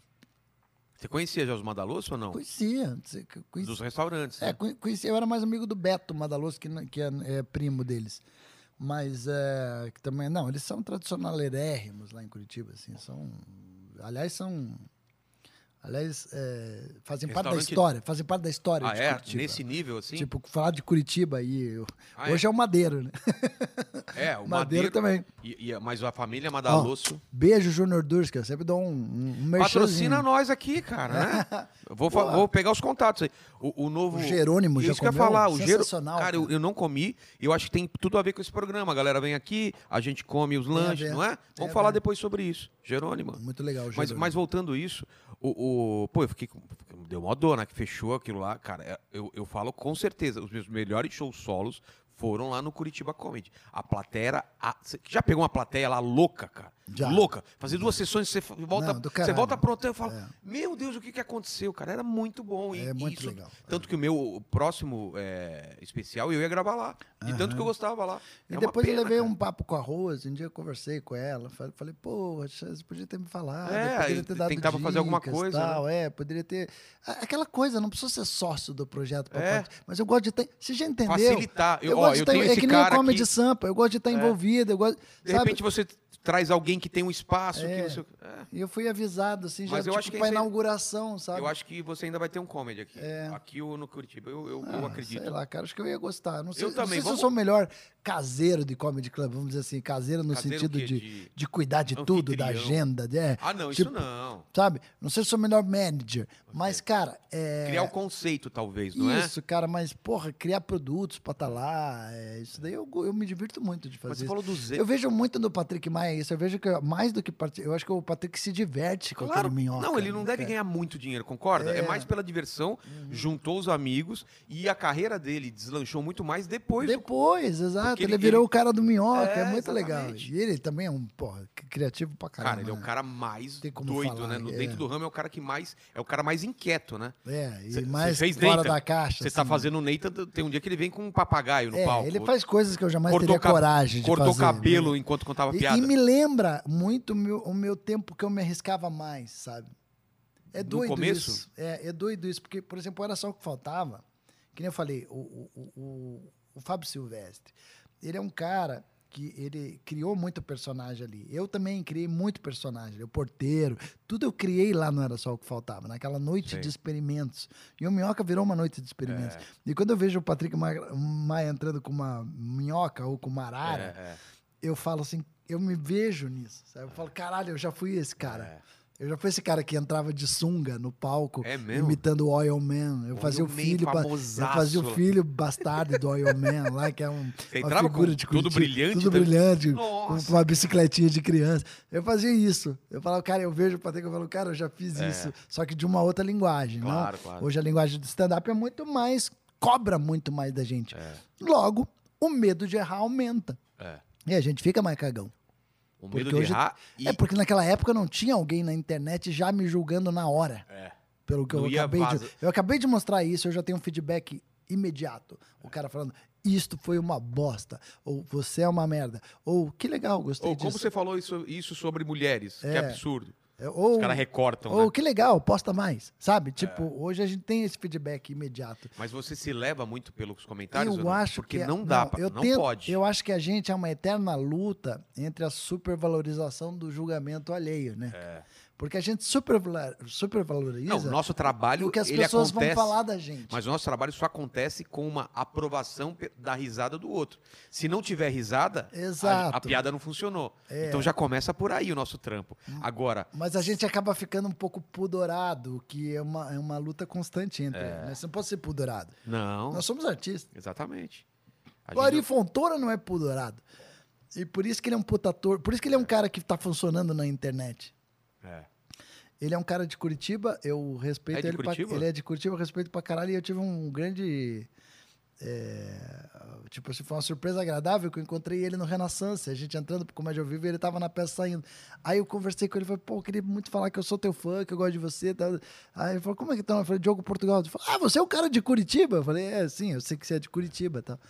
Você conhecia já os Madalosso ou não?
Conhecia. você- conhecia.
Dos restaurantes,
É,
né?
conhe- conheci, eu era mais amigo do Beto Madaloso, que, não- que é, é primo deles. Mas é, que também. Não, eles são tradicionalerérrimos lá em Curitiba, assim. São. Aliás, são. Aliás, é, fazem parte da
Restaurante-
história. Fazem parte da história
Ah,
de
é?
Curitiba.
Nesse nível, assim?
Tipo, falar de Curitiba e. eu-
Ah,
hoje é? o Madeiro, né?
é, o
Madeiro
Madeiro...
também.
E, e- mas a família Madalosso...
Beijo, Júnior Durska. Eu Sempre dou um, um, um merchanzinho.
Patrocina nós aqui, cara, né? Eu vou, fa-
Boa.
vou pegar os contatos aí. O, o novo.
O Jerônimo já
Isso que eu ia
comeu?
falar. O Gero-
Sensacional,
Cara, eu,
cara.
eu não comi. Eu acho que tem tudo a ver com esse programa. A galera vem aqui, a gente come os
a
lanches,
ver,
não é?
tem
Vamos
a
falar
ver.
depois sobre isso. Jerônimo.
Muito legal,
Mas,
Jerônimo.
mas voltando isso, o, o- Pô, eu fiquei. com- Deu uma dona que fechou aquilo lá, cara. é- Eu, eu falo com certeza. Os meus melhores shows solos foram lá no Curitiba Comedy. A plateia. a- cê já pegou uma plateia lá louca, cara?
Já.
Louca. Fazer duas sessões, você fa- volta,
Não, do
você
caralho.
volta pronto. Aí eu falo,
É.
meu Deus, o que, que aconteceu, cara? Era muito bom. E,
É
e
muito legal.
Tanto que o meu próximo é, especial eu ia gravar lá. De tanto que eu gostava lá.
E
É uma
depois
pena,
eu levei
cara.
um papo com a Rose, um dia eu conversei com ela, fa- falei, pô, você podia ter me falado,
É,
poderia ter
e
dado
tentava fazer alguma
dicas,
coisa, né?"
tal, é, poderia ter... A- Aquela coisa, não precisa ser sócio do projeto, pra
É.
parte- mas eu gosto de estar... Você já entendeu?
Facilitar. Eu, ó,
de
eu
tá-
tenho
é
esse
que nem o
cara aqui.
Comedy
É.
Sampa, eu gosto de estar envolvido, eu gosto...
De
sabe?
repente você traz alguém que tem um espaço.
É.
Que você, é.
E eu fui avisado, assim, já
Mas eu
tipo,
acho que
pra
esse aí-
inauguração, sabe? É.
Eu acho que você ainda vai ter um comedy aqui. Aqui ou no Curitiba. Eu, eu, eu
Ah,
acredito.
Sei lá, cara, acho que eu ia gostar. Não sei, não
também,
sei se eu
vamos-
sou o melhor caseiro de comedy club, vamos dizer assim, caseiro no
Caseiro o
sentido
quê?
de,
De-
de cuidar de tudo, da
Anfitrião.
agenda, de, é,
Ah, não,
tipo,
isso não.
Sabe? Não sei se sou o melhor manager, mas, cara, é.
Criar o conceito, talvez, não é?
isso, cara, mas, porra, criar produtos pra estar lá, é, isso daí eu, go- eu me divirto muito de fazer
Mas você
isso.
falou do Z.
Eu vejo muito no Patrick Maia isso, eu vejo que eu- mais do que... parte- Eu acho que o Patrick se diverte com
Claro,
aquele minhoca.
não, ele não
né,
deve
cara? Uhum.
ganhar muito dinheiro, concorda? É, mais pela diversão, juntou os amigos e a carreira dele deslanchou muito mais depois. do-
Depois, exato.
Porque
Ele,
ele-
virou o cara do minhoca, é,
É,
muito legal.
exatamente.
E ele também é um, porra, c- criativo pra caramba.
Cara, ele é o
né?
cara mais
Tem como
doido,
falar,
né? No-
é.
Dentro do ramo é o cara que mais é o cara mais inquieto, né?
É, e
Cê- cê
mais
fez
fora
Nathan.
da caixa.
Você tá
assim.
fazendo o Nathan, tem um dia que ele vem com um papagaio no
É,
palco.
ele faz coisas que eu jamais
cortou
teria
cab-
coragem de
Cortou
fazer. né?
cabelo enquanto contava
E-
piada.
E, me lembra muito o meu, o meu tempo que eu me arriscava mais, sabe? É
No
doido
começo?
isso. É, é doido isso, porque, por exemplo, era só o que faltava. Que nem eu falei, o, o, o- o, o Fábio Silvestre, ele é um cara que ele criou muito personagem ali. Eu também criei muito personagem, é o porteiro, tudo eu criei lá não era só o que faltava, naquela noite
Sim. É.
de experimentos. E o Minhoca virou uma noite de experimentos. E quando eu vejo o Patrick Maia, Maia entrando com uma minhoca ou com uma arara,
É, é.
eu falo assim, eu me vejo nisso. Sabe? Eu falo, caralho, eu já fui esse cara. Eu já fui esse cara que entrava de sunga no palco,
É mesmo?
imitando o Oil Man. Eu
Oil
fazia o
Man,
filho, ba- eu
famosaço.
fazia o filho bastardo do Oil Man lá, que é um,
Você
uma
entrava
figura
com
de
tudo
Curitiba,
brilhante
tudo
também?
brilhante,
Nossa,
com uma bicicletinha de criança. Eu fazia isso. Eu falava, cara, eu vejo o Patrick, eu falo, cara, eu já fiz
É.
isso, só que de uma outra linguagem,
Claro,
não?
claro.
Hoje a linguagem do stand-up é muito mais, cobra muito mais da gente. Logo, o medo de errar aumenta.
é.
E a gente fica mais cagão.
O
Porque
Um medo de
hoje-
errar e
É porque naquela época não tinha alguém na internet já me julgando na hora.
É.
Pelo que
Não
eu
ia
acabei de.
vaza-
Eu acabei de mostrar isso, eu já tenho um feedback imediato. O cara falando, isto foi uma bosta. Ou você é uma merda. Ou que legal, gostei
Ou como
disso.
você falou isso, isso sobre mulheres, que
É.
absurdo.
É, Ou,
Os caras recortam,
ou
né? É.
que legal, posta mais. Sabe? Tipo, hoje a gente tem esse feedback imediato.
Mas você se leva muito pelos comentários? ou
Eu
não?
acho
Porque
que é-
não dá, pra, não
tento-
pode.
Eu acho que a gente é uma eterna luta entre a supervalorização do julgamento alheio, né? Porque a gente supervla- supervaloriza
Não, o nosso trabalho,
o que as
ele
pessoas
acontece,
vão falar da gente.
Mas o nosso trabalho só acontece com uma aprovação pe- da risada do outro. Se não tiver
É,
risada, a- A,
Exato. É.
piada não funcionou. Então já começa por aí o nosso trampo.
Hum.
Agora,
Mas a gente acaba ficando um pouco pudorado, que é uma, é uma luta constante
É.
entre. Né? Você não pode ser pudorado.
não.
Nós somos artistas.
Exatamente. A
O Ari
gente-
Fontoura não é pudorado. E por isso que ele é um puta ator. Por isso que ele é um cara que tá funcionando na internet.
É.
Ele é um cara de Curitiba, eu respeito
É de
ele. pra-
Curitiba?
ele é de Curitiba, eu respeito pra caralho. E eu tive um grande. é, tipo assim, foi uma surpresa agradável que eu encontrei ele no Renaissance. A gente entrando pro Comédia ao Vivo e ele tava na peça saindo. Aí eu conversei com ele e falei, pô, eu queria muito falar que eu sou teu fã, que eu gosto de você. Tal. Aí ele falou, como é que tá? Eu falei, Diogo Portugal. Ele falou, ah, você é o cara de Curitiba? Eu falei, é, sim, eu sei que você é de Curitiba e tal.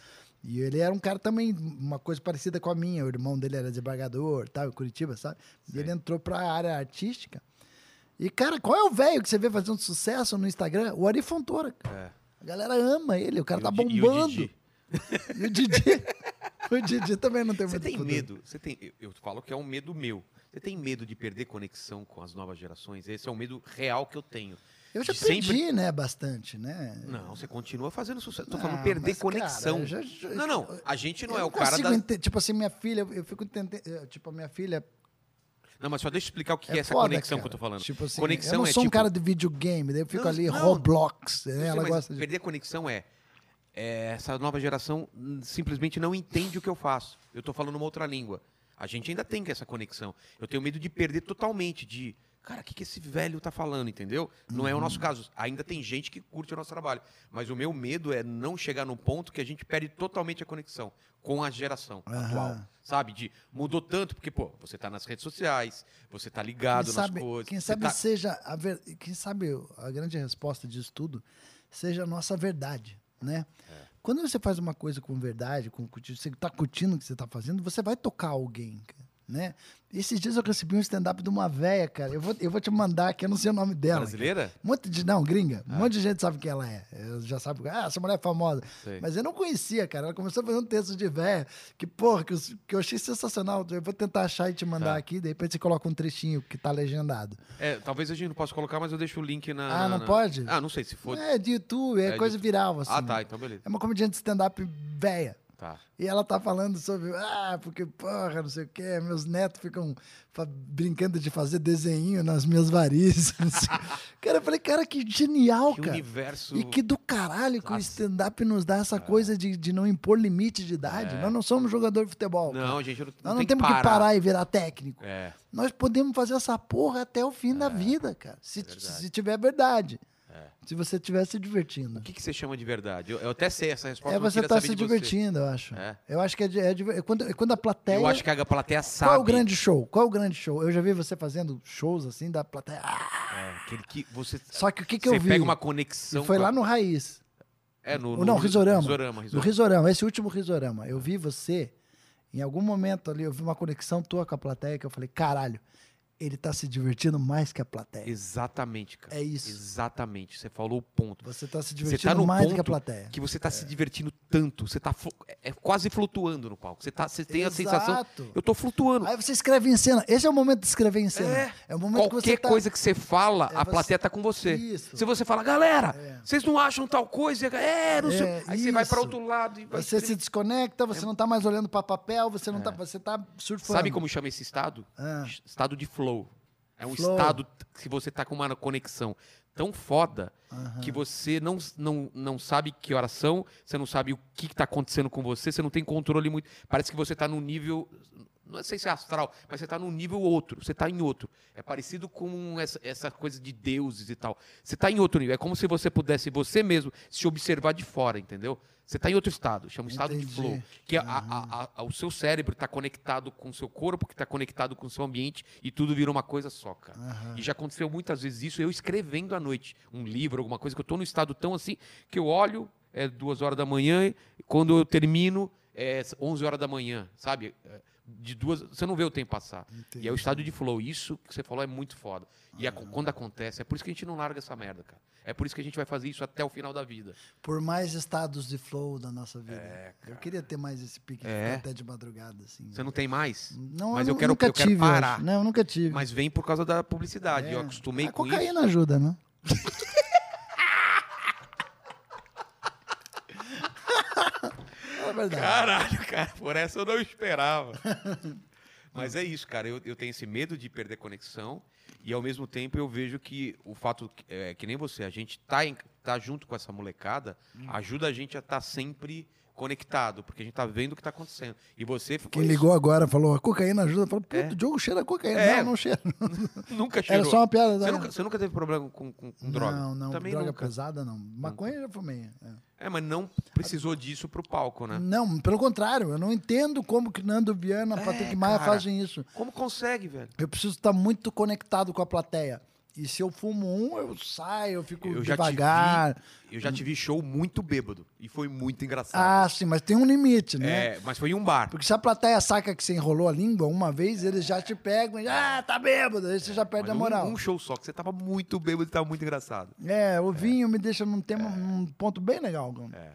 E ele era um cara também, uma coisa parecida com a minha. O irmão dele era desembargador, tal, em Curitiba, sabe? E ele entrou pra área artística. E, cara, qual é o velho que você vê fazendo sucesso no Instagram? O Ari Fontoura. cara.
É.
A galera ama ele, o cara
E
tá
o Di- e o
bombando.
Didi?
E o Didi. o Didi também não tem
Você
muito
tem
futuro.
medo? Você tem? eu- Eu falo que é um medo meu. Você tem medo de perder conexão com as novas gerações? Esse é um medo real que eu tenho.
Eu já
De
perdi,
sempre-
né, bastante, né?
Não, você continua fazendo sucesso. Tô
Não,
falando perder
Ah, mas, cara,
conexão.
eu já- já-
Não, não. A gente não
Eu
é o cara
consigo
da.
ente- Tipo assim, minha filha, eu fico entendendo... eu, Tipo, a minha filha
Não, mas só deixa eu explicar o que é,
é
essa
foda,
conexão
cara.
que eu tô falando.
Tipo assim,
conexão
eu não
é
sou um
tipo,
cara de videogame, daí eu fico
Não,
ali,
não.
Roblox, né?
eu sei,
Ela
mas
gosta de...
Perder conexão é, é, Essa nova geração hum, simplesmente não entende o que eu faço. Eu tô falando uma outra língua. A gente ainda tem que essa conexão. Eu tenho medo de perder totalmente, de. Cara, o que, que esse velho tá falando, entendeu? Não
Uhum.
é o nosso caso. Ainda tem gente que curte o nosso trabalho. Mas o meu medo é não chegar num ponto que a gente perde totalmente a conexão com a geração
Aham.
atual. Sabe? De mudou tanto, porque, pô, você tá nas redes sociais, você tá ligado
Quem
nas
sabe,
coisas.
quem
você
sabe
tá-
seja a ver... quem sabe a grande resposta disso tudo seja a nossa verdade, né?
É.
Quando você faz uma coisa com verdade, com curtido, você tá curtindo o que você tá fazendo, você vai tocar alguém, cara, né? Esses dias eu recebi um stand-up de uma véia, cara. Eu vou, eu vou te mandar aqui, eu não sei o nome dela. cara.
Brasileira?
Um monte de. Não, gringa. Um monte de gente sabe quem ela é. Eu já sabe. Ah, essa mulher é famosa.
Sei.
Mas eu não conhecia, cara. Ela começou a fazer um texto de véia. Que, porra, que eu, que eu achei sensacional. Eu vou tentar achar e te mandar
Tá.
aqui. De repente você coloca um trechinho que tá legendado.
É, talvez a gente não possa colocar, mas eu deixo o link na.
Ah, não
na-
pode?
Ah, não sei se for.
É de YouTube, é,
É
coisa
de-
viral, assim.
ah, tá, então beleza.
É uma comediante de stand-up véia.
Tá.
E ela tá falando sobre, ah, porque porra, não sei o quê, meus netos ficam fa- brincando de fazer desenho nas minhas varizes. não sei. cara, eu falei, cara, que genial,
Que
cara.
universo.
E que do caralho que o
Nossa.
stand-up nos dá
É.
essa coisa de, de não impor limite de idade. Nós não somos jogador de futebol. cara.
Não, gente, eu não,
Nós
não
não
tem
temos que parar. e virar técnico.
É.
Nós podemos fazer essa porra até o fim da vida, cara. Se,
É
se tiver verdade. Se você estiver se divertindo.
O que, que você chama de verdade? Eu, eu até sei essa resposta.
É
mas eu
você
queria
tá
saber
se
de você.
divertindo, eu acho.
É.
Eu acho que é, de- é de- é quando, é quando a plateia.
Eu acho que a plateia sabe.
Qual é o grande show? Qual é o grande show? Eu já vi você fazendo shows assim da plateia. Ah,
É, aquele que você.
Só que o que, que
você
eu vi?
pega uma
E
conexão.
foi
com a-
lá no Raiz.
É, no.
Ou não, Risorama.
Risorama,
No
Risorama.
Risorama, esse último Risorama. Eu vi você, em algum momento ali, eu vi uma conexão tua com a plateia que eu falei, caralho, ele tá se divertindo mais que a plateia.
Exatamente, cara.
É isso.
Exatamente. Você falou o ponto.
Você tá se
Você
divertindo
tá no
mais
ponto
que a plateia.
que você tá se divertindo tanto. Você tá flu- é, é quase flutuando no palco. Você, tá, você tem a sensação.
Exato.
Eu tô flutuando.
Aí você escreve em cena. Esse é o momento de escrever em cena.
É.
É, o momento que
Qualquer
você tá...
coisa que você fala,
É,
a
você-
plateia tá com você.
Isso.
Se você fala, galera,
É.
vocês não acham tal coisa? É, não sei.
É,
Aí você vai
isso.
para outro lado e vai. É.
Você se desconecta, você não tá mais olhando pra papel, você não tá, você tá surfando.
Sabe como chama esse estado?
Ah.
Estado de flow. É um
Flow.
estado que você tá com uma conexão tão foda
Aham.
que você não, não, não sabe que horas são, você não sabe o que, que tá acontecendo com você, você não tem controle muito. Parece que você tá num nível. Não sei se é astral, mas você tá num nível outro, você tá em outro. É parecido com essa, essa coisa de deuses e tal. Você tá em outro nível. É como se você pudesse você mesmo se observar de fora, entendeu? Você tá em outro estado, chama estado de
Entendi.
flow. Que é a- a- a- a- o seu cérebro está conectado com o seu corpo, que está conectado com o seu ambiente, e tudo vira uma coisa só, cara.
Aham.
E já aconteceu muitas vezes isso, eu escrevendo à noite um livro, alguma coisa, que eu estou num estado tão assim, que eu olho, é duas horas da manhã, e quando eu termino, é 11 horas da manhã, sabe? É, de duas. Você não vê o tempo passar. E é o
Entendi. Ah,
estado de flow. Isso que você falou é muito foda. E a- quando acontece, é por isso que a gente não larga essa merda, cara. É por isso que a gente vai fazer isso até o final da vida.
Por mais estados de flow da nossa vida. eu queria ter mais esse pique de
É.
ficar até de madrugada, assim.
Você não tem mais?
Não,
Mas eu
nu-
quero-
nunca
eu quero
tive, acho.
parar.
Não, eu nunca tive.
Mas vem por causa da publicidade.
É.
Eu acostumei
a
com
cocaína
isso.
ajuda, né? é verdade.
Caralho, cara, por essa eu não esperava. Mas é isso, cara. Eu, eu tenho esse medo de perder conexão e ao mesmo tempo eu vejo que o fato que- é que nem você, a gente tá, em- tá junto com essa molecada,
Hum.
ajuda a gente a estar sempre conectado, porque a gente tá vendo o que tá acontecendo. E você ficou
Quem
isso.
ligou agora falou, a cocaína ajuda. Falou, puto,
É.
o Diogo cheira a cocaína.
É.
Não, não cheira.
nunca cheirou.
Era só uma piada.
você,
né?
nunca, você nunca teve problema com, com- com droga?
Não, não.
Também
droga
nunca.
pesada, não. Maconha eu já fumei. é.
É, mas não precisou disso pro palco, né?
Não, pelo contrário. Eu não entendo como que Nando Viana, Patrick Maia
É, cara.
fazem isso.
Como consegue, velho?
Eu preciso estar muito conectado com a plateia. E se eu fumo um, eu saio, eu fico
Eu já te vi-
devagar.
Eu já te vi show muito bêbado e foi muito engraçado.
Ah, sim, mas tem um limite, né?
É, mas foi em um bar.
Porque se a plateia saca que você enrolou a língua uma vez, eles já te pegam e já, ah, tá bêbado, aí você já perde
Mas
a
um-
moral.
Um, show só, que você tava muito bêbado e tava muito engraçado.
É, o vinho me deixa num tema,
É.
num ponto bem legal. É.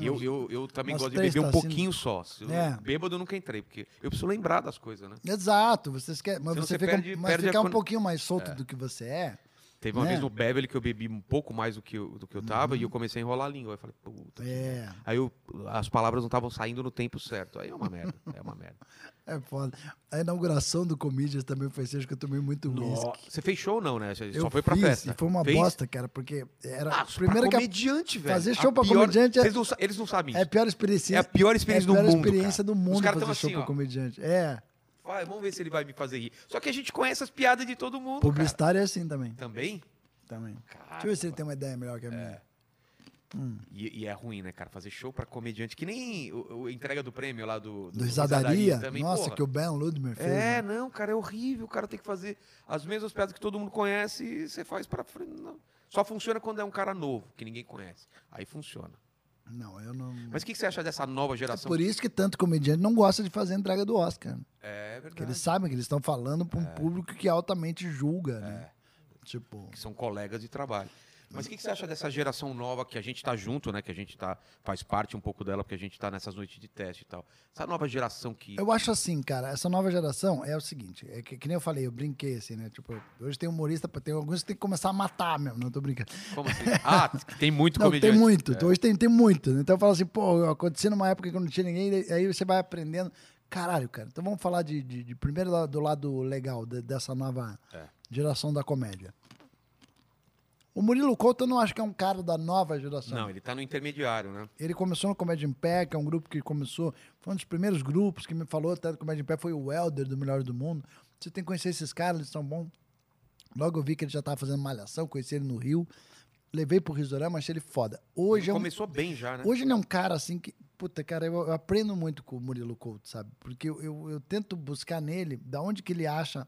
eu, eu, eu também
umas
gosto de
três
beber um
tacinhas.
pouquinho só. Se eu-
É.
Bêbado eu nunca entrei, porque eu preciso lembrar das coisas, né?
Exato, vocês querem, mas
Senão
você
você
fica,
perde-
mas
perde a
ficar um
con-
pouquinho mais solto do que você é.
Teve uma
Né? Uhum.
vez no Beverly que eu bebi um pouco mais do que eu, do que eu tava e eu comecei a enrolar a língua. Eu falei, puta. que
É,
Aí eu- as palavras não estavam saindo no tempo certo. Aí é uma merda, é uma merda.
é foda. A inauguração do Comedians também foi assim, acho que eu tomei muito
Nossa.
whisky.
Você fez show não, né? Você
Eu
só foi pra
fiz,
festa.
E foi uma
Fez?
bosta, cara, porque era
Ah,
a primeira
pra
que a-
comediante, velho.
fazer
A
show pra
pior-
comediante é-
Vocês não sa- Eles não sabem
é a
isso.
pior experiência.
É a pior experiência
é a
do
pior
mundo, cara.
experiência do mundo
Os caras
fazer
tão
show
assim,
pra
ó.
comediante. É,
Vai, vamos ver se ele vai me fazer rir. Só que a gente conhece as piadas de todo mundo, cara.
publicitário é assim também.
Também?
também. Deixa eu ver
Caramba.
se ele tem uma ideia melhor
É,
que a minha.
E, e é ruim, né, cara? Fazer show pra comediante, que nem o, o entrega do prêmio lá do...
Do Risadaria,
também,
nossa,
porra.
que o Ben Ludmer fez.
É,
né?
não, cara, é horrível. O cara tem que fazer as mesmas piadas que todo mundo conhece e você faz pra frente. não. Só funciona quando é um cara novo, que ninguém conhece. Aí funciona.
Não, eu não.
Mas o que, que você acha dessa nova geração?
É Por isso que tanto comediante não gosta de fazer a entrega do Oscar. né?
É
Porque
verdade. É.
eles sabem que eles estão falando para um público que altamente julga, né? Tipo,
que são colegas de trabalho. Mas o que, que você acha dessa geração nova que a gente está junto, né? Que a gente tá, faz parte um pouco dela, porque a gente está nessas noites de teste e tal. Essa nova geração que.
eu acho assim, cara, essa nova geração é o seguinte, é que, que nem eu falei, eu brinquei assim, né? Tipo, hoje tem humorista, tem alguns que tem que começar a matar mesmo, não tô brincando.
Como assim? Ah, tem muito
Não,
comediante. É.
tem muito, hoje tem, tem muito. né? Então eu falo assim, pô, aconteceu numa época que não tinha ninguém, e aí você vai aprendendo. Caralho, cara, então vamos falar de, de- de primeiro lá- do lado legal de- dessa nova
É.
geração da comédia. O Murilo Couto eu não acho que é um cara da nova geração.
Não, ele tá no intermediário, né?
Ele começou no Comédia em Pé, que é um grupo que começou. Foi um dos primeiros grupos que me falou até do Comédia em Pé, foi o Welder do Melhor do Mundo. Você tem que conhecer esses caras, eles são bons. Logo eu vi que ele já estava fazendo malhação, conheci ele no Rio. Levei pro Risorama, achei ele foda. Hoje, é um-
Começou bem já, né?
hoje ele é um cara assim que. Puta, cara, eu, eu aprendo muito com o Murilo Couto, sabe? Porque eu, eu, eu tento buscar nele da onde que ele acha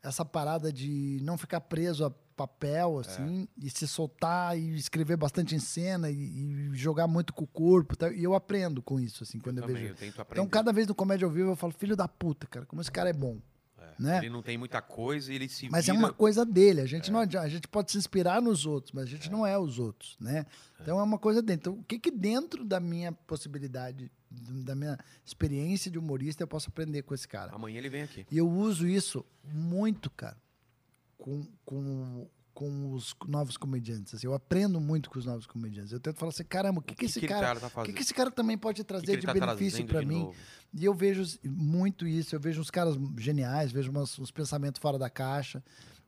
essa parada de não ficar preso a papel, assim, e se soltar e escrever bastante em cena e, e jogar muito com o corpo. e tal. E eu aprendo com isso, assim, quando eu,
Também,
vejo.
eu tento aprender.
Então, cada vez no Comédia ao Vivo, eu falo, filho da puta, cara, como esse cara é bom. né?
Ele não tem muita coisa e ele se.
Mas é
vira- É.
uma coisa dele, a gente não adianta, a gente pode se inspirar nos outros, mas a gente não é os outros, né? Então é uma coisa dentro. Então, o que que dentro da minha possibilidade, do- da minha experiência de humorista eu posso aprender com esse cara?
Amanhã ele vem aqui.
E eu uso isso muito, cara, com, com, com os novos comediantes. assim. eu aprendo muito com os novos comediantes. Eu tento falar assim, caramba, o que, que, esse cara,
tá
o que,
fazendo?
que esse cara também pode
O que
trazer
que ele
de
tá
benefício
trazendo
para
de
mim?
novo?
E eu vejo s- muito isso, eu vejo uns caras geniais, vejo umas- uns pensamentos fora da caixa.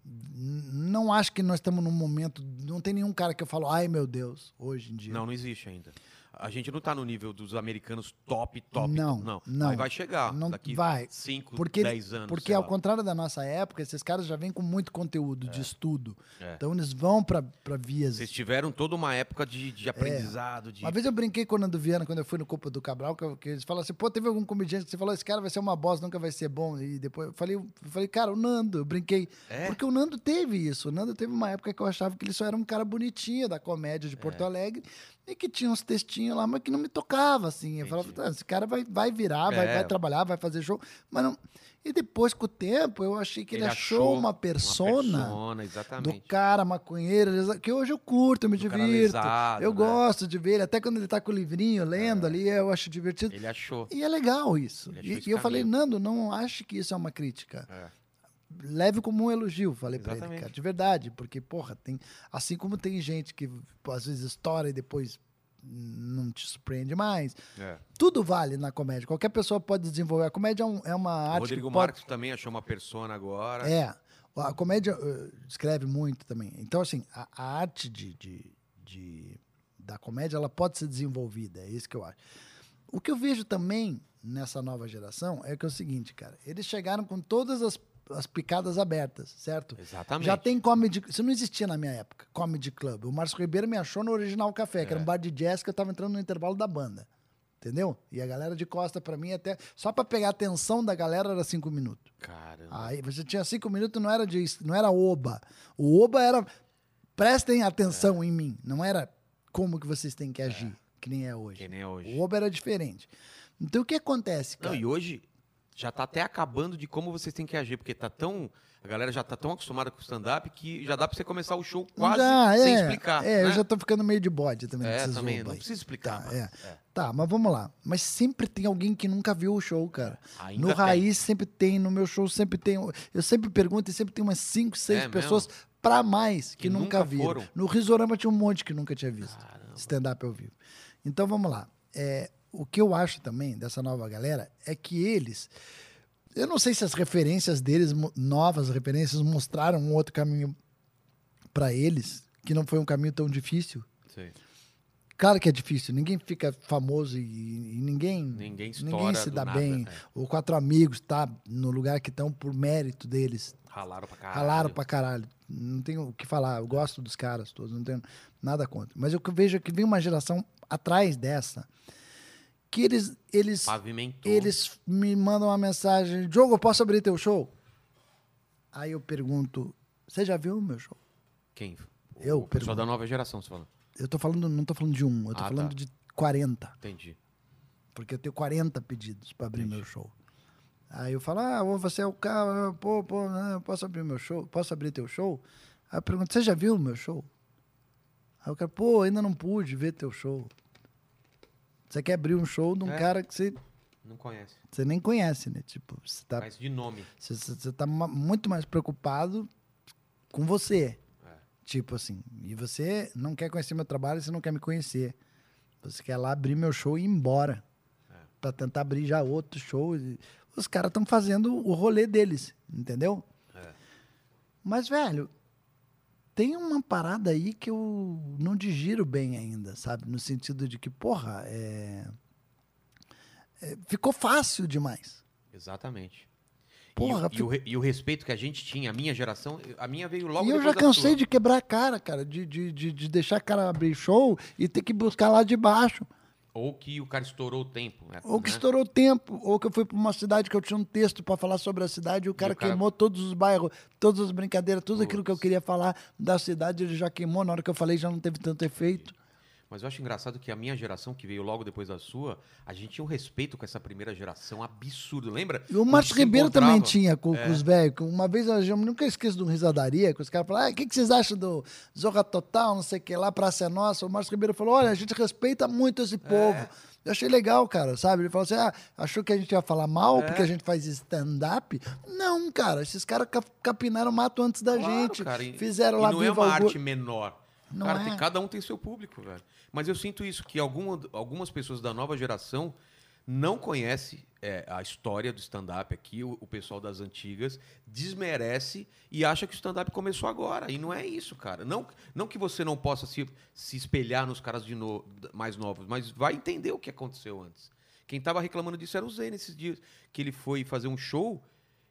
N- Não acho que nós estamos num momento. Não tem nenhum cara que eu falo, ai meu Deus, hoje em dia.
Não, não existe ainda. A gente não tá no nível dos americanos top, top.
Não,
não.
não.
Aí vai chegar.
Não
ah, daqui
vai.
5,
Porque,
10 anos.
porque é
sei
ao
lá.
contrário da nossa época, esses caras já vêm com muito conteúdo de estudo.
É.
Então eles vão para vias.
Vocês tiveram toda uma época de, de aprendizado, de.
É. Uma vez eu brinquei com o Nando Viana quando eu fui no Copa do Cabral, que, eu- que eles falam assim, pô, teve algum comediante que você falou, esse cara vai ser uma bosta, nunca vai ser bom. E depois eu falei, eu falei cara, o Nando, eu brinquei.
É?
Porque o
É.
Nando teve isso. O Nando teve uma época que eu achava que ele só era um cara bonitinho da comédia de Porto Alegre. E que tinha uns textinhos lá, mas que não me tocava, assim. Eu falava, "Ah, esse cara vai, vai virar, vai,
É.
vai trabalhar, vai fazer show. Mas não... E depois, com o tempo, eu achei que ele, achou, uma persona
persona,
do
exatamente.
cara maconheiro, lesa- que hoje eu curto, eu me
Do cara
divirto.
lesado,
Eu
né? É.
gosto de ver ele, até quando ele tá com o livrinho lendo ali, eu acho divertido.
Ele achou.
E é legal isso.
Ele achou
E,
esse
e eu falei,
caminho.
Nando, não ache que isso é uma crítica.
É.
Leve como um elogio, falei pra ele,
Exatamente.
cara, de verdade, porque, porra, tem. Assim como tem gente que pô, às vezes estoura e depois não te surpreende mais.
É.
Tudo vale na comédia. Qualquer pessoa pode desenvolver. A comédia é, um- é uma arte.
Rodrigo
que pode-
Marques também achou uma persona agora.
é. A comédia eh, escreve muito também. Então, assim, a, a arte de, de- de- da comédia ela pode ser desenvolvida, é isso que eu acho. O que eu vejo também nessa nova geração é que é o seguinte, cara. Eles chegaram com todas as, as picadas abertas, certo?
Exatamente.
Já tem comedy. Isso não existia na minha época, comedy club. O Márcio Ribeiro me achou no Original Café, que era um bar de jazz que eu tava entrando no intervalo da banda. Entendeu? E a galera de costa pra mim até. Só pra pegar a atenção da galera era cinco minutos.
Caramba.
Aí você tinha cinco minutos, não era de, não era oba. O oba era prestem atenção em mim. Não era como que vocês têm que agir, que nem é hoje.
Que nem hoje.
O oba era diferente. Então o que acontece, cara?
Não, e hoje já tá até acabando de como vocês têm que agir, porque tá tão. A galera já tá tão acostumada com o stand-up que já dá pra você começar o show quase
Já,
sem
é,
explicar.
É,
né?
eu já tô ficando meio de bode também.
É,
desses
também,
oba
não
aí.
precisa explicar.
Tá,
mano.
é. Tá, mas vamos lá. Mas sempre tem alguém que nunca viu o show, cara.
Ainda
é. no
tem.
Raiz sempre tem, no meu show sempre tem. um, Eu sempre pergunto e sempre tem umas 5, 6
É
pessoas pra mais que,
Que
nunca,
nunca
viram.
foram.
No Risorama tinha um monte que nunca tinha visto.
Caramba.
Stand-up ao vivo. Então vamos lá. É, o que eu acho também dessa nova galera é que eles. Eu não sei se as referências deles, mo- novas referências, mostraram um outro caminho pra eles, que não foi um caminho tão difícil.
Sei.
Claro que é difícil, ninguém fica famoso e, e ninguém,
Ninguém estoura
ninguém se
do
dá
nada,
bem.
né?
O Quatro Amigos tá no lugar que estão por mérito deles.
Ralaram pra caralho.
Ralaram pra caralho. Não tenho o que falar, eu gosto dos caras todos, não tenho nada contra. Mas o que eu vejo é que vem uma geração atrás dessa que eles, eles,
Pavimentou.
eles me mandam uma mensagem: Diogo, eu posso abrir teu show? Aí eu pergunto: Você já viu o meu show?
Quem?
Eu,
O pessoal
pergunto.
da nova geração, você falando.
Eu tô falando, não tô falando de um, eu tô
Ah,
falando
tá.
de 40.
Entendi.
porque eu tenho 40 pedidos para abrir meu show. Aí eu falo, ah, ô, você é o cara, pô, pô, né, eu posso abrir meu show? Posso abrir teu show? Aí eu pergunto, você já viu o meu show? Aí o cara, pô, ainda não pude ver teu show. Você quer abrir um show de um
É.
cara que você,
Não conhece.
você nem conhece, né? Tipo, você tá,
Mas de nome.
você, você- você tá ma- muito mais preocupado com você.
É.
Tipo assim, e você não quer conhecer meu trabalho, você não quer me conhecer. Você quer lá abrir meu show e ir embora.
É.
Pra tentar abrir já outro show. E Os caras estão fazendo o rolê deles, entendeu?
É.
Mas, velho, tem uma parada aí que eu não digiro bem ainda, sabe? No sentido de que, porra, é- é, ficou fácil demais.
Exatamente. E
Porra,
o- e, o, re- e o respeito que a gente tinha, a minha geração, a minha veio logo
E eu
depois
já
da
cansei
sua.
de quebrar a cara, cara, de, de, de, de deixar a cara abrir show e ter que buscar lá de baixo.
Ou que o cara estourou o tempo. né?
Ou que
Né?
estourou o tempo, ou que eu fui pra uma cidade que eu tinha um texto pra falar sobre a cidade e o cara,
o cara-
queimou todos os bairros, todas as brincadeiras, tudo aquilo que eu
Putz.
queria falar da cidade, ele já queimou. Na hora que eu falei, já não teve tanto efeito.
Mas eu acho engraçado que a minha geração, que veio logo depois da sua, a gente tinha um respeito com essa primeira geração absurdo, lembra?
E o
Quando
Márcio
se
Ribeiro também
encontrava- é.
tinha com, com os velhos. que Uma vez eu já- nunca esqueço de um risadaria, que os caras falaram: ah, o que, que vocês acham do Zorra Total, não sei o que lá, Praça é Nossa? O Márcio Ribeiro falou: olha, a gente respeita muito
É.
esse povo. Eu achei legal, cara, sabe? Ele falou assim: ah, achou que a gente ia falar mal porque
É.
a gente faz stand-up? Não, cara, esses caras cap- capinaram o mato antes da
Claro,
gente.
cara, e-
fizeram
e
lá
não é
viva
uma
o Gu-
arte menor.
Não
cara,
é.
tem- cada um tem seu público, velho. Mas eu sinto isso, que alguma- algumas pessoas da nova geração não conhecem é, a história do stand-up aqui, o, o pessoal das antigas desmerece e acha que o stand-up começou agora. E não é isso, cara. Não, não que você não possa se, se espelhar nos caras de no- mais novos, mas vai entender o que aconteceu antes. Quem tava reclamando disso era o Zé nesses dias, que ele foi fazer um show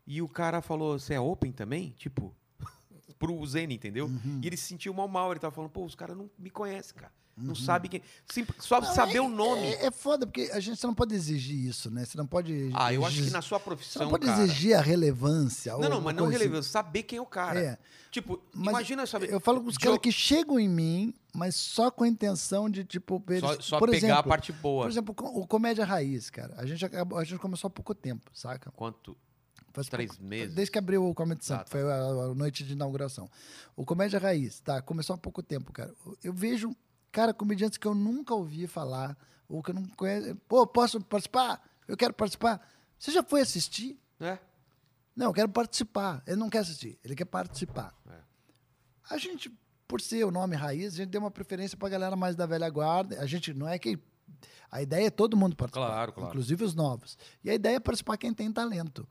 e o cara falou, você é open também? Tipo, pro Zene, entendeu?
Uhum.
E ele se sentiu mal mal. Ele tava falando, pô, os caras não me conhecem, cara. Não sabe quem. Sim, só
Uhum. Não,
saber
é-
o nome.
É, é foda, porque a gente você não pode exigir isso, né? Você não pode.
ah, eu acho que
exigir-
na sua
Você
profissão.
não pode
cara,
exigir a relevância.
Não, não, mas não
relevância.
relevante. Saber quem é o cara.
assim. É.
Tipo,
Mas
imagina saber.
Eu falo com os
Diogo-
caras que chegam em mim, mas só com a intenção de, tipo, eles,
Só, só
por
pegar
exemplo,
a parte boa.
Por exemplo, com- o Comédia Raiz, cara. A gente, acabou- a gente começou há pouco tempo, saca?
Quanto?
Faz
Três
pouco-
meses?
Desde que abriu o Comedy Sampa,
tá.
foi a, a noite de inauguração. O Comédia Raiz, tá, começou há pouco tempo, cara. Eu vejo, cara, comediantes que eu nunca ouvi falar, ou que eu não conheço. Pô, posso participar? Eu quero participar. Você já foi assistir?
né?
Não, eu quero participar. Ele não quer assistir, ele quer participar.
É.
A gente, por ser o nome raiz, a gente deu uma preferência pra galera mais da velha guarda. A gente não é que. A ideia é todo mundo participar.
Claro, claro.
Inclusive os novos. E a ideia é participar quem tem talento.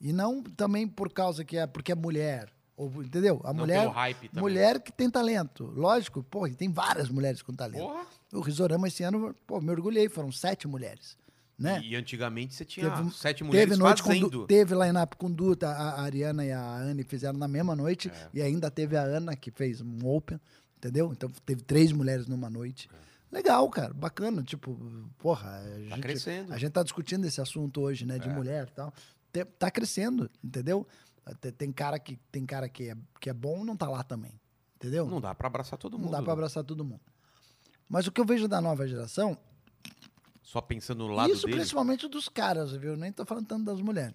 E não também por causa que é porque é mulher. Ou, entendeu? A
Não
mulher.
pelo hype também.
mulher que tem talento. Lógico, pô, e tem várias mulheres com talento.
Porra.
O Risorama esse ano, pô, me orgulhei, foram sete mulheres. Né?
E antigamente você tinha
Teve- um,
sete
Teve
mulheres
noite com
fazendo.
Du, teve line-up com Duta, tá, a, a Ariana e a Anne fizeram na mesma noite
É.
e ainda teve a Ana que fez um open, entendeu? Então teve três mulheres numa noite.
É.
Legal, cara, bacana, tipo, porra, a gente,
crescendo. É.
a gente tá discutindo esse assunto hoje, né, de mulher e tal. Te- Tá crescendo, entendeu? Te- Tem cara que tem cara que é, que é bom, não tá lá também. Entendeu?
Não dá pra abraçar todo
um. Não
mundo.
dá pra
né?
abraçar todo mundo. Mas o que eu vejo da nova geração
Só pensando no lado
isso
dele.
principalmente dos caras, viu? Nem tô falando tanto das mulheres.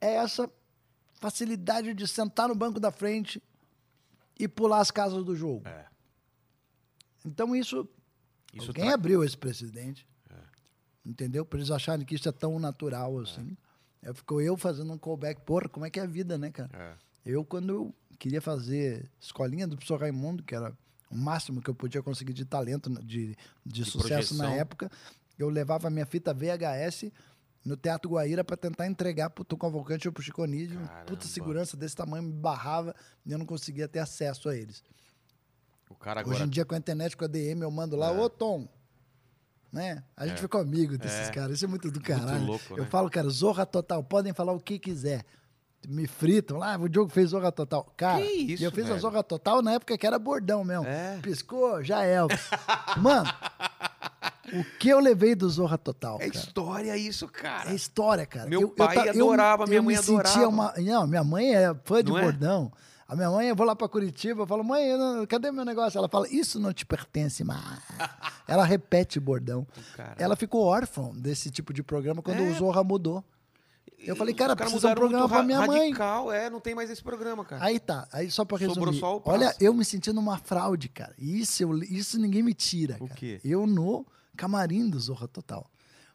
É essa facilidade de sentar no banco da frente e pular as casas do jogo.
É.
Então isso,
Isso tá-
alguém é
tra- É.
abriu esse precedente, entendeu? Para eles acharem que isso é tão natural assim. Eu ficou eu fazendo um callback, porra, como é que é a vida, né, cara?
É.
Eu quando eu queria fazer escolinha do professor Raimundo, que era o máximo que eu podia conseguir de talento, né, de, de
De
sucesso na
projeção.
época, eu levava minha fita VHS no Teatro Guaíra para tentar entregar pro Tom Cavalcante ou pro Chico Anísio.
Caramba.
Puta segurança desse tamanho me barrava e eu não conseguia ter acesso a eles.
O cara agora. É.
Hoje em dia, com a internet, com a DM, eu mando lá, ô Tom. Né? A gente ficou amigo desses caras. Isso é muito do caralho.
louco,
eu
né?
falo, cara, Zorra Total, podem falar o que quiser. Me fritam lá, o Diogo fez Zorra Total. Cara,
Que isso,
e eu fiz a
velho?
Zorra Total na época que era bordão mesmo.
É.
Piscou, já é. Mano, o que eu levei do Zorra Total?
É
cara?
história isso, cara.
É história, cara.
Meu
Eu- eu
pai
ta- eu-
adorava, minha
eu
mãe
me sentia
adorava.
Uma... Não, minha mãe é fã de
Não é?
bordão. A minha mãe, eu vou lá pra Curitiba, eu falo, mãe, eu não- cadê meu negócio? Ela fala, isso não te pertence mais. Ela repete bordão.
Caralho.
Ela ficou órfã desse tipo de programa quando
É.
o Zorra mudou. Eu falei,
Os
cara,
caras
precisa de um
mudaram muito
programa pra
ra-
minha mãe.
radical, é, não tem mais esse programa, cara.
Aí tá, aí só pra
Sobrou
resumir.
só o prazo.
Olha, eu me sentindo uma fraude, cara. E Isso, eu, isso ninguém me tira,
O
cara.
quê?
Eu no camarim do Zorra Total.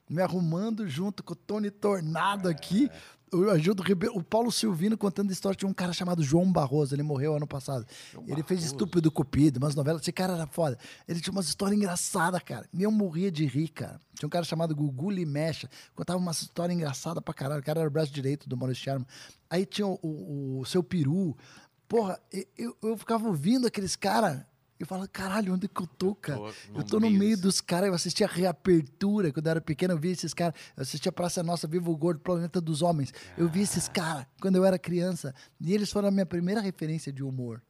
Me arrumando junto com o Tony Tornado aqui.
É.
O Ajudo Ribeiro, o Paulo Silvino contando a história de um cara chamado João Barroso. Ele morreu ano passado. ele fez Estúpido Cupido, umas novelas. Esse cara era foda. Ele tinha umas histórias engraçadas, cara. E eu morria de rir, cara. Tinha um cara chamado Gugu Limecha. Contava umas histórias engraçadas pra caralho. O cara era o braço direito do Maurício Sherman. Aí tinha o, o- o seu peru. Porra, e- eu, eu ficava ouvindo aqueles caras. Eu falava, caralho, onde que eu tô, cara?
no
Eu tô no
meio
meio
desse-
dos caras, eu assistia a reapertura quando eu era pequeno, eu via esses caras. Eu assistia Praça Nossa, Vivo o Gordo, Planeta dos Homens. Eu vi esses
Ah.
caras quando eu era criança. E eles foram a minha primeira referência de humor,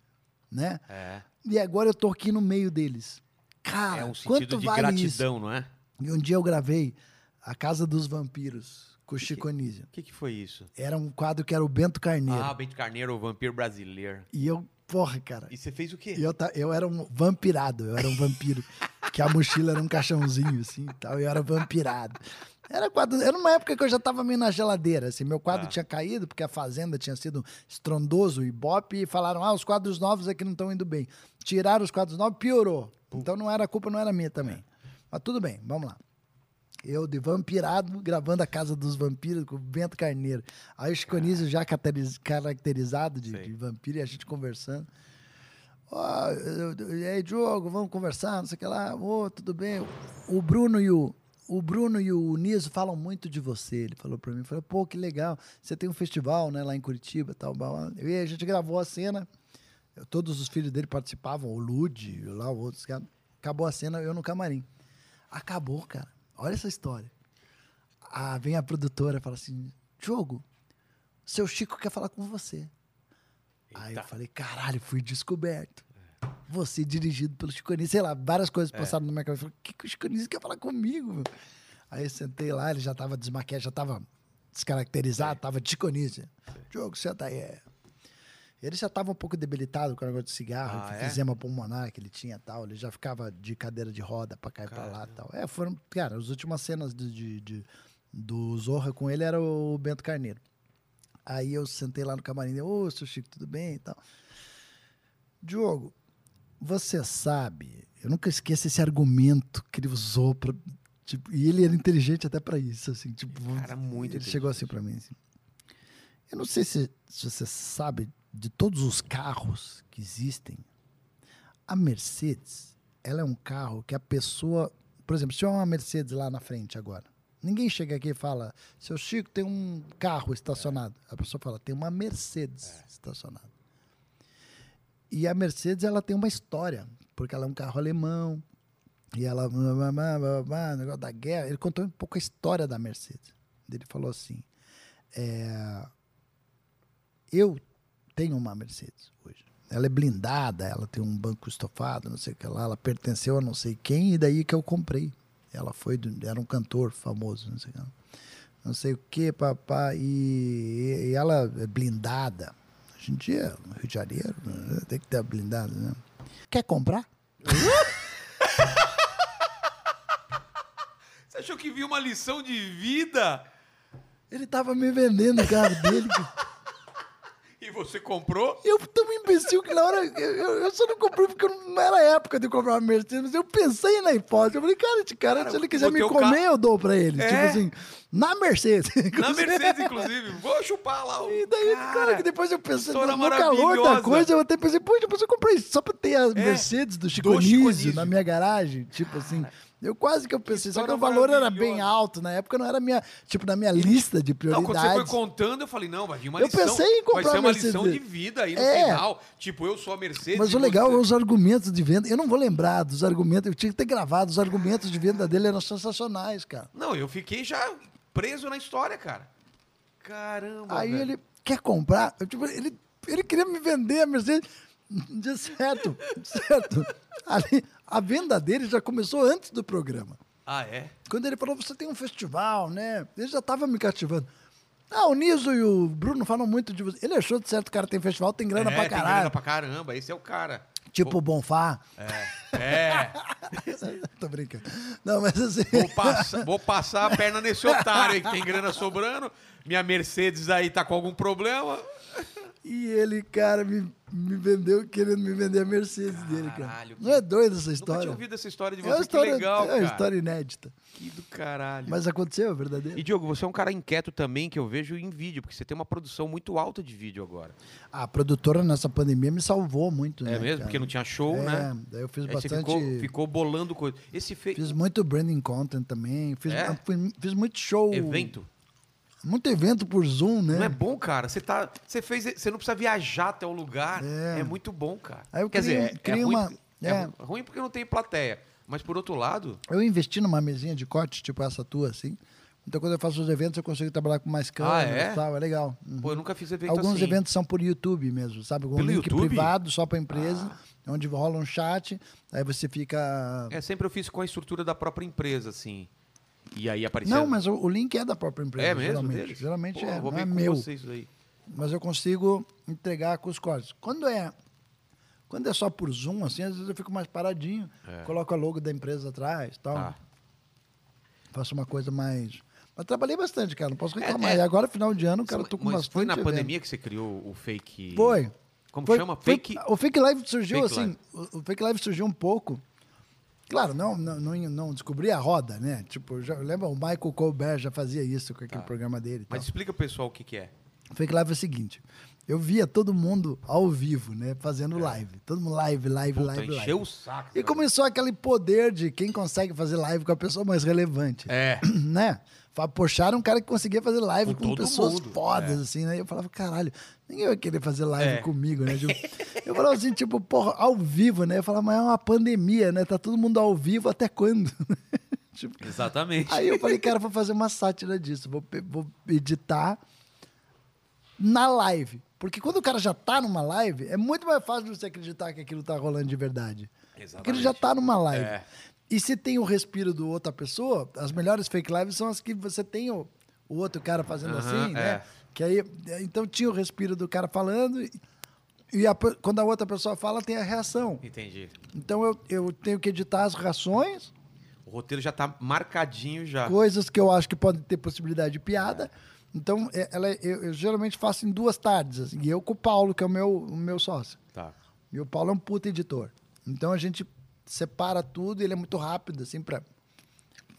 né?
É.
E agora eu tô aqui no meio deles. Cara,
É um
quanto
sentido de
vale
gratidão, não é?
isso? E um dia eu gravei A Casa dos Vampiros com o Chico Anísio.
O que, que foi isso?
Era um quadro que era o Bento Carneiro.
Ah, Bento Carneiro, o vampiro brasileiro.
E eu, porra, cara,
E você fez o quê?
E Eu, ta- eu era um vampirado, eu era um vampiro. que a mochila era um caixãozinho, assim, e tal, e eu era vampirado. Era, quadro, era uma época que eu já tava meio na geladeira, assim, meu quadro
Tá.
tinha caído, porque a Fazenda tinha sido estrondoso, e Ibope, e falaram, ah, os quadros novos aqui não estão indo bem. Tiraram os quadros novos, piorou. Então não era a culpa, não era minha também.
É.
Mas tudo bem, vamos lá. Eu de vampirado, gravando a Casa dos Vampiros com o Bento Carneiro. Aí o Chico Anísio já catariz- caracterizado de,
Ah. Sei.
de vampiro e a gente conversando. Ó, eu- eu- e aí, Diogo, vamos conversar, não sei o que lá. Ô, tudo bem. O Bruno e o. O Bruno e o Niso falam muito de você. Ele falou pra mim, falou, pô, que legal. Você tem um festival, né, lá em Curitiba, tal, blá, blá. E aí a gente gravou a cena. Eu- Todos os filhos dele participavam, o Lude, lá outros caras. Acabou a cena, eu no camarim. Acabou, cara. Olha essa história. Ah, vem a produtora e fala assim: Diogo, seu Chico quer falar com você. Aí eu falei, caralho, fui descoberto. Você dirigido pelo Chico Anísio, sei lá, várias
É.
coisas passaram na minha cabeça. Eu falei, o que, que o Chico Anísio quer falar comigo? Meu? Aí eu sentei lá, ele já tava desmaquiado, já tava descaracterizado,
É.
tava de Chico Anísio. Diogo, senta aí. é. Ele já tava um pouco debilitado com o negócio de cigarro,
Ah,
ah,
é?
enfisema pulmonar que ele tinha e tal. Ele já ficava de cadeira de roda pra cá e pra lá e tal. É, foram, cara, as últimas cenas de, de- de- do Zorra com ele era o Bento Carneiro. Aí eu sentei lá no camarim, eu, ô, seu Chico, tudo bem e tal. Diogo, você sabe, eu nunca esqueço esse argumento que ele usou pra, tipo, e ele era inteligente até pra isso, assim, tipo,
é um Cara, muito
ele chegou assim pra mim, assim, eu não sei se, se você sabe de todos os carros que existem, a Mercedes, ela é um carro que a pessoa, por exemplo, se tiver uma Mercedes lá na frente agora, ninguém chega aqui e fala, seu Chico tem um carro estacionado,
É.
a pessoa fala, tem uma Mercedes estacionada. E a Mercedes ela tem uma história, porque ela é um carro alemão. E ela, blá, blá, blá, blá, blá, negócio da guerra. Ele contou um pouco a história da Mercedes. Ele falou assim: é, Eu tenho uma Mercedes hoje. Ela é blindada, ela tem um banco estofado, não sei o que lá. Ela pertenceu a não sei quem, e daí que eu comprei. Ela foi, do- era um cantor famoso, não sei o que lá. Não sei o que, papá. E, e ela é blindada. Hoje em dia, no Rio de Janeiro, né, tem que ter blindado, né? Quer comprar?
Você achou que viu uma lição de vida
Ele tava me vendendo o carro dele. cara.
e você comprou?
Eu tão imbecil que na hora. Eu, eu- eu só não comprei porque não era época de comprar uma Mercedes, mas eu pensei na hipótese. Eu falei, cara, esse cara, se ele quiser
vou
me
ter o
comer,
carro.
eu dou pra ele.
É?
Tipo assim, na Mercedes.
Na Mercedes, inclusive. Vou chupar lá o.
E daí, cara, que depois eu pensei, no,
história
no calor da
maravilhosa.
coisa, eu até pensei, poxa, depois eu comprei isso só pra ter a Mercedes do Chico
do Chico
Anísio na
Anísio.
minha garagem, tipo assim. Eu quase que eu pensei, só que o
história
valor era bem
maravilhosa.
alto, na época não era minha, tipo, na minha lista de
Não,
prioridades.
quando você foi contando, eu falei, não, vai vir uma
Eu
lição.
pensei em comprar
Vai ser
a
uma
Mercedes.
lição de vida aí no
É.
final. Tipo, eu sou a Mercedes.
Mas
e
o legal
você-
é os argumentos de venda. Eu não vou lembrar dos argumentos, eu tinha que ter gravado. Os argumentos de venda dele eram sensacionais, cara.
Não, eu fiquei já preso na história, cara. Caramba,
Aí
velho.
ele quer comprar. Eu, tipo, ele, ele queria me vender a Mercedes. De certo, de certo. Ali, a venda dele já começou antes do programa.
Ah, é?
Quando ele falou, você tem um festival, né? Ele já estava me cativando. Ah, o Niso e o Bruno falam muito de você. Ele achou de certo, cara, tem festival, tem grana
é,
pra
tem
caralho.
grana pra caramba, esse é o cara.
Tipo o Bonfá.
É,
Tô brincando. Não, mas assim.
vou, passa- vou passar a perna nesse otário aí que tem grana sobrando. Minha Mercedes aí tá com algum problema.
E ele, cara, me, me vendeu querendo me vender a Mercedes dele, cara.
Caralho,
Não é doida essa
Nunca tinha
história?
ouvido essa história de
é uma
você,
história,
que legal,
é uma
cara.
história inédita.
Que do caralho.
Mas aconteceu, é verdadeiro.
E, Diogo, você é um cara inquieto também, que eu vejo em vídeo, porque você tem uma produção muito alta de vídeo agora.
A produtora nessa pandemia me salvou muito, né?
É mesmo?
cara?
Porque não tinha show,
é,
né?
Daí eu fiz
Aí
bastante.
você ficou, ficou bolando coisa. Esse fe...
Fiz muito branding content também. Fiz,
É?
fui- fiz muito show.
evento
Muito evento por Zoom, né?
não é bom, cara. Você tá, você fez, você não precisa viajar até o lugar. É, muito bom, cara.
Aí eu
Quer
criei-
dizer, é- é,
criei
ruim,
uma-
porque- é
é.
ru- ruim porque não tem plateia. Mas por outro lado,
Eu investi numa mesinha de corte, tipo essa tua, assim. Então, quando eu faço os eventos, eu consigo trabalhar com mais câmeras
é?
e tal. É legal. Uhum.
pô, eu nunca fiz evento
Alguns
assim.
eventos são por YouTube mesmo, sabe? Com um
Pelo
link
YouTube? Ah.
privado só para empresa, onde rola um chat, aí você fica.
É sempre eu fiz com a estrutura da própria empresa, assim. E aí apareceu.
Não, mas o, o link é da própria empresa.
é mesmo
geralmente.
deles?
Geralmente
Pô,
é,
Vou
não
ver
é
com
meu.
vocês aí.
Mas eu consigo entregar com os cortes. Quando é, quando é só por Zoom, assim, às vezes eu fico mais paradinho, coloco a logo da empresa atrás, tal.
É. Tá.
Faço uma coisa mais. Mas trabalhei bastante, cara. Não posso reclamar.
é.
E agora, final de ano, cara, eu tô com
mas
bastante.
foi na
evento.
pandemia que você criou o fake.
Foi.
Como
Foi-
chama?
foi- Ah,
Fake.
o Fake Live surgiu
Fake
assim. O, o Fake Live surgiu um pouco. Claro, não, não, não, não descobri a roda, né? Tipo, eu já, lembra o Michael Colbert já fazia isso com aquele programa dele. e tal.
Tá. Mas explica pro pessoal o que, que é.
Fake Live é o seguinte: eu via todo mundo ao vivo, né? Fazendo live. Todo mundo live, live,
É. Puta,
live, live.
encheu o né? saco.
E
velho.
começou aquele poder de quem consegue fazer live com a pessoa mais relevante.
É.
Né? Fa- Puxaram um cara que conseguia fazer live
Com
com,
todo
pessoas
mundo,
fodas, assim, né? E eu falava, caralho, ninguém vai querer fazer live
É.
comigo, né? Tipo, eu falava assim, tipo, porra, ao vivo, né? Eu falava, mas é uma pandemia, né? Tá todo mundo ao vivo até quando? tipo,
Exatamente.
Aí eu falei, cara, vou fazer uma sátira disso. Vou, pe- vou editar na live. Porque quando o cara já tá numa live, é muito mais fácil de você acreditar que aquilo tá rolando de verdade. Porque ele já tá numa live.
É.
E se tem o respiro do outra pessoa, as melhores fake lives são as que você tem o, o outro cara fazendo
Aham,
assim, né?
é.
Que aí, então tinha o respiro do cara falando e, e a pe- quando a outra pessoa fala, tem a reação.
Entendi.
Então eu, eu tenho que editar as reações,
O roteiro já tá marcadinho já.
coisas que eu acho que podem ter possibilidade de piada. Então é- ela, eu, eu geralmente faço em duas tardes, assim, e eu com o Paulo, que é o meu, o meu sócio.
Tá.
E o Paulo é um puta editor. Então a gente separa tudo, ele é muito rápido, assim, pra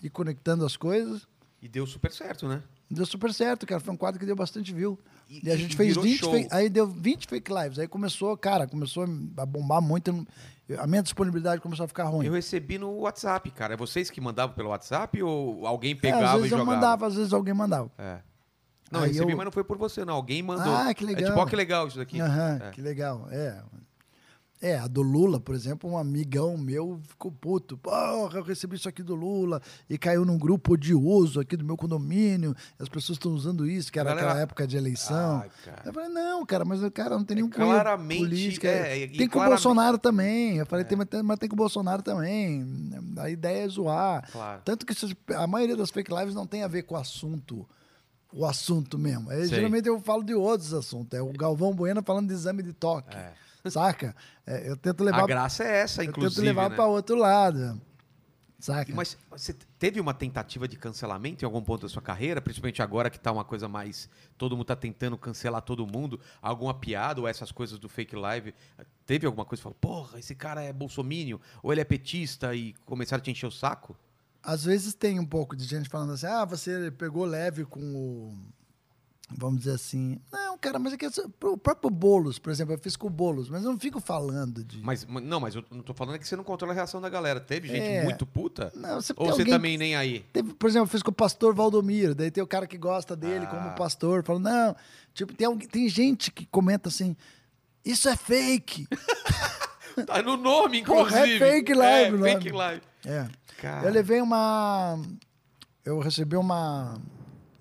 ir conectando as coisas.
E deu super certo, né?
Deu super certo, cara. Foi um quadro que deu bastante view.
E-
E, a
e
gente fez
virou
20
show.
fake, Aí deu 20 fake lives. Aí começou, cara, começou a bombar muito. eu não- eu- A minha disponibilidade começou a ficar ruim. É,
Eu recebi no WhatsApp, cara. É vocês que mandavam pelo WhatsApp ou alguém
É,
pegava
às vezes
e jogava?
eu mandava, às vezes alguém mandava.
É. Não, eu
Aí
recebi,
eu-
mas não foi por você, não. Alguém mandou.
Ah, que legal.
É tipo, ó, que legal isso daqui.
Aham,
É.
que legal. É. É, a do Lula, por exemplo, um amigão meu ficou puto. Porra, eu recebi isso aqui do Lula e caiu num grupo odioso aqui do meu condomínio. As pessoas estão usando isso, que era
Galera-
aquela época de eleição.
Ai, cara.
eu falei, não, cara, mas o cara não tem nenhum cunho
claramente,
político.
é, e
tem com o
claramente- É.
Bolsonaro também. Eu falei, tem, mas tem- mas tem com o Bolsonaro também. A ideia é zoar.
Claro.
Tanto que essas- a maioria das fake lives não tem a ver com o assunto. O assunto mesmo. É,
Sei.
geralmente eu falo de outros assuntos. É o Galvão Bueno falando de exame de toque. Saca? É, eu tento levar,
A graça é essa,
eu
inclusive.
tento levar
né?
para outro lado. Saca?
Mas você teve uma tentativa de cancelamento em algum ponto da sua carreira? Principalmente agora que tá uma coisa mais. Todo mundo tá tentando cancelar todo mundo. Alguma piada ou essas coisas do fake live? Teve alguma coisa que falou, porra, esse cara é bolsomínio? Ou ele é petista e começaram a te encher o saco?
Às vezes tem um pouco de gente falando assim: ah, você pegou leve com o. Vamos dizer assim. Não, cara, mas é que essa- o próprio Boulos, por exemplo, eu fiz com o Boulos, mas eu não fico falando de.
Mas, mas- não, mas eu não tô falando é que você não controla a reação da galera. Teve gente
É.
muito puta?
Não, você
Ou
tem
você tá
alguém-
também nem aí?
Teve, por exemplo, eu fiz com o pastor Valdomiro, daí tem o cara que gosta dele
Ah.
como pastor, falando, não, tipo, tem, alguém- tem gente que comenta assim, isso é fake.
Tá no nome,
Porra, é
inclusive.
fake live,
é,
né?
fake live.
É.
Cara.
Eu levei uma. Eu recebi uma.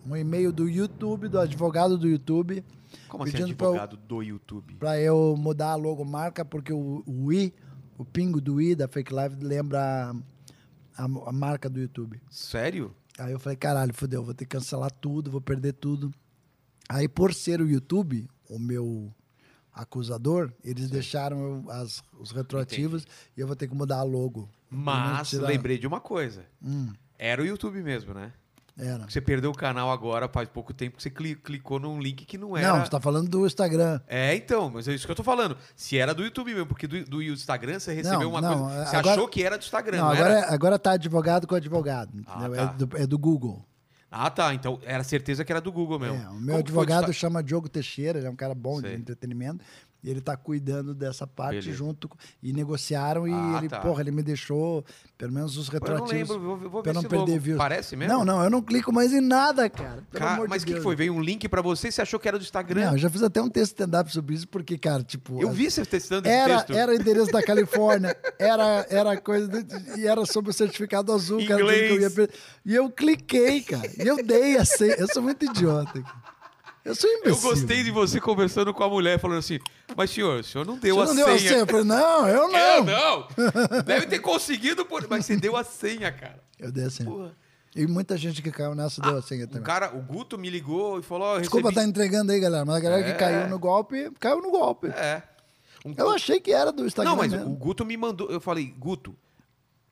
Um e-mail do YouTube, do advogado do YouTube.
Como assim,
pedindo pra eu-
advogado do YouTube?
Pra eu mudar a logomarca, porque o, o I, o pingo do I da Fake Live, lembra a, a marca do YouTube.
Sério?
Aí eu falei, caralho, fudeu, vou ter que cancelar tudo, vou perder tudo. Aí, por ser o YouTube, o meu acusador, eles deixaram eu- as, os retroativos e eu vou ter que mudar a logo.
Mas
Tirar-
lembrei de uma coisa. Era o YouTube mesmo, né?
Era.
Você perdeu o canal agora faz pouco tempo que você cli- clicou num link que não era.
Não, você tá falando do Instagram.
É, então, mas é isso que eu tô falando. Se era do YouTube mesmo, porque do, do Instagram você recebeu
Não,
uma
não, é,
coisa. Você
agora-
achou que era do Instagram,
Não,
não,
agora,
era?
é- agora tá advogado com advogado.
Ah,
entendeu?
tá.
é, do, é do Google.
Ah, tá. Então era certeza que era do Google mesmo.
É, o
Como
meu
foi
advogado
do Insta-
chama Diogo Teixeira, ele é um cara bom
Sei.
de entretenimento. E ele tá cuidando dessa parte
Beleza.
junto. com- E negociaram e
Ah,
ele,
tá.
porra, ele me deixou, pelo menos os
Pô, Eu não
retroativos.
lembro, vou, vou ver
pra não
se
perder
logo.
views.
Parece É mesmo?
Não, não, eu não clico mais em nada, cara. Pelo
Cara,
amor de
mas o que, que
Deus.
foi? Veio um link pra você e você achou que era do Instagram?
Não, eu já fiz até um texto stand-up sobre isso, porque, cara, tipo.
eu
as-
vi você testando esse
Era,
texto.
era o endereço da Califórnia, era, era coisa. do- e era sobre o certificado azul, cara. tudo que eu ia
Inglês.
per- E eu cliquei, cara. E eu dei a senha. Eu sou muito idiota. cara. Eu sou um imbecil.
Eu gostei de você conversando com a mulher, falando assim, mas senhor, o senhor não deu
Você
a
não
senha.
deu a senha? Eu falei, não, eu não.
Eu não! Deve ter conseguido, por... mas você deu a senha, cara.
Eu dei a senha.
Porra.
E muita gente que caiu nessa deu a senha
O
também.
Um cara, o Guto me ligou e falou, ó, eu
Desculpa estar
recebi...
entregando aí, galera, mas a galera
É.
que caiu no golpe, caiu no golpe.
É. Um-
Eu achei que era do Instagram.
Não, mas
mesmo.
o Guto me mandou, eu falei, Guto,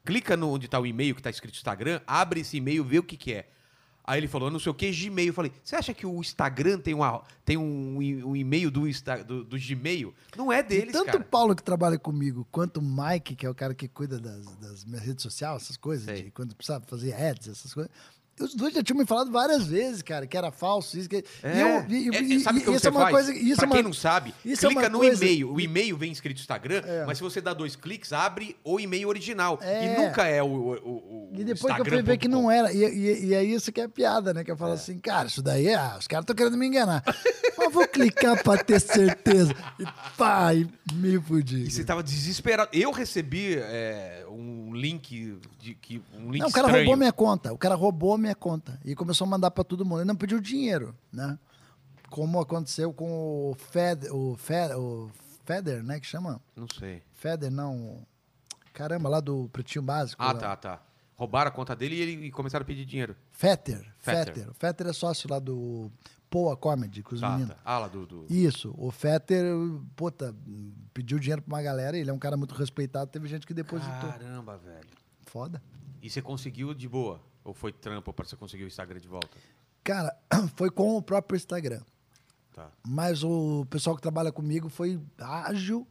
clica no onde tá o e-mail que tá escrito Instagram, abre esse e-mail, vê o que que é. Aí ele falou, não sei o que, Gmail. Eu falei, você acha que o Instagram tem, uma, tem um, e- um e-mail do, Insta- do, do Gmail? Não é deles,
tanto
cara.
o Paulo que trabalha comigo, quanto o Mike, que é o cara que cuida das, das minhas redes sociais, essas coisas,
Sei.
de quando precisava fazer ads, essas coisas. Os dois já tinham me falado várias vezes, cara, que era falso, isso que.
É.
E eu- e-
É,
e-
é, sabe
e-
como
isso
você
é uma
faz?
coisa. Isso
pra
é uma,
quem não sabe,
isso é
clica
uma
no
coisa-
e-mail. O e-mail vem escrito Instagram, mas se você dá dois cliques, abre o e-mail original.
É.
E nunca é o, o, o, o
E depois que eu fui
Instagram
ver que
ponto com.
não era. E, e, e é isso que é piada, né? Que eu falo assim, cara, isso daí, ah, os caras estão querendo me enganar. Mas vou clicar pra ter certeza. E pá, e me fudi.
E você tava desesperado. Eu recebi é, um link de que um link
Não, o cara
estranho.
roubou minha conta. O cara roubou minha conta. E começou a mandar pra todo mundo. Ele não pediu dinheiro, né? como aconteceu com o Fed, o Fed, o Feder, né, que chama?
Não sei.
Feder não. Caramba, lá do pretinho básico.
Ah,
lá.
tá, tá. Roubaram a conta dele e, ele, e começaram a pedir dinheiro.
Fetter,
Fetter.
Fetter. O Fetter é sócio lá do Poa Comedy com os
Tá,
meninos.
tá. Ah, lá do. do-
Isso, o Fetter, puta, pediu dinheiro pra uma galera, ele é um cara muito respeitado, teve gente que depositou.
Caramba, velho.
Foda.
E você conseguiu de boa? Ou foi trampo pra você conseguir o Instagram de volta?
Cara, foi com o próprio Instagram.
Tá.
Mas o pessoal que trabalha comigo foi ágil,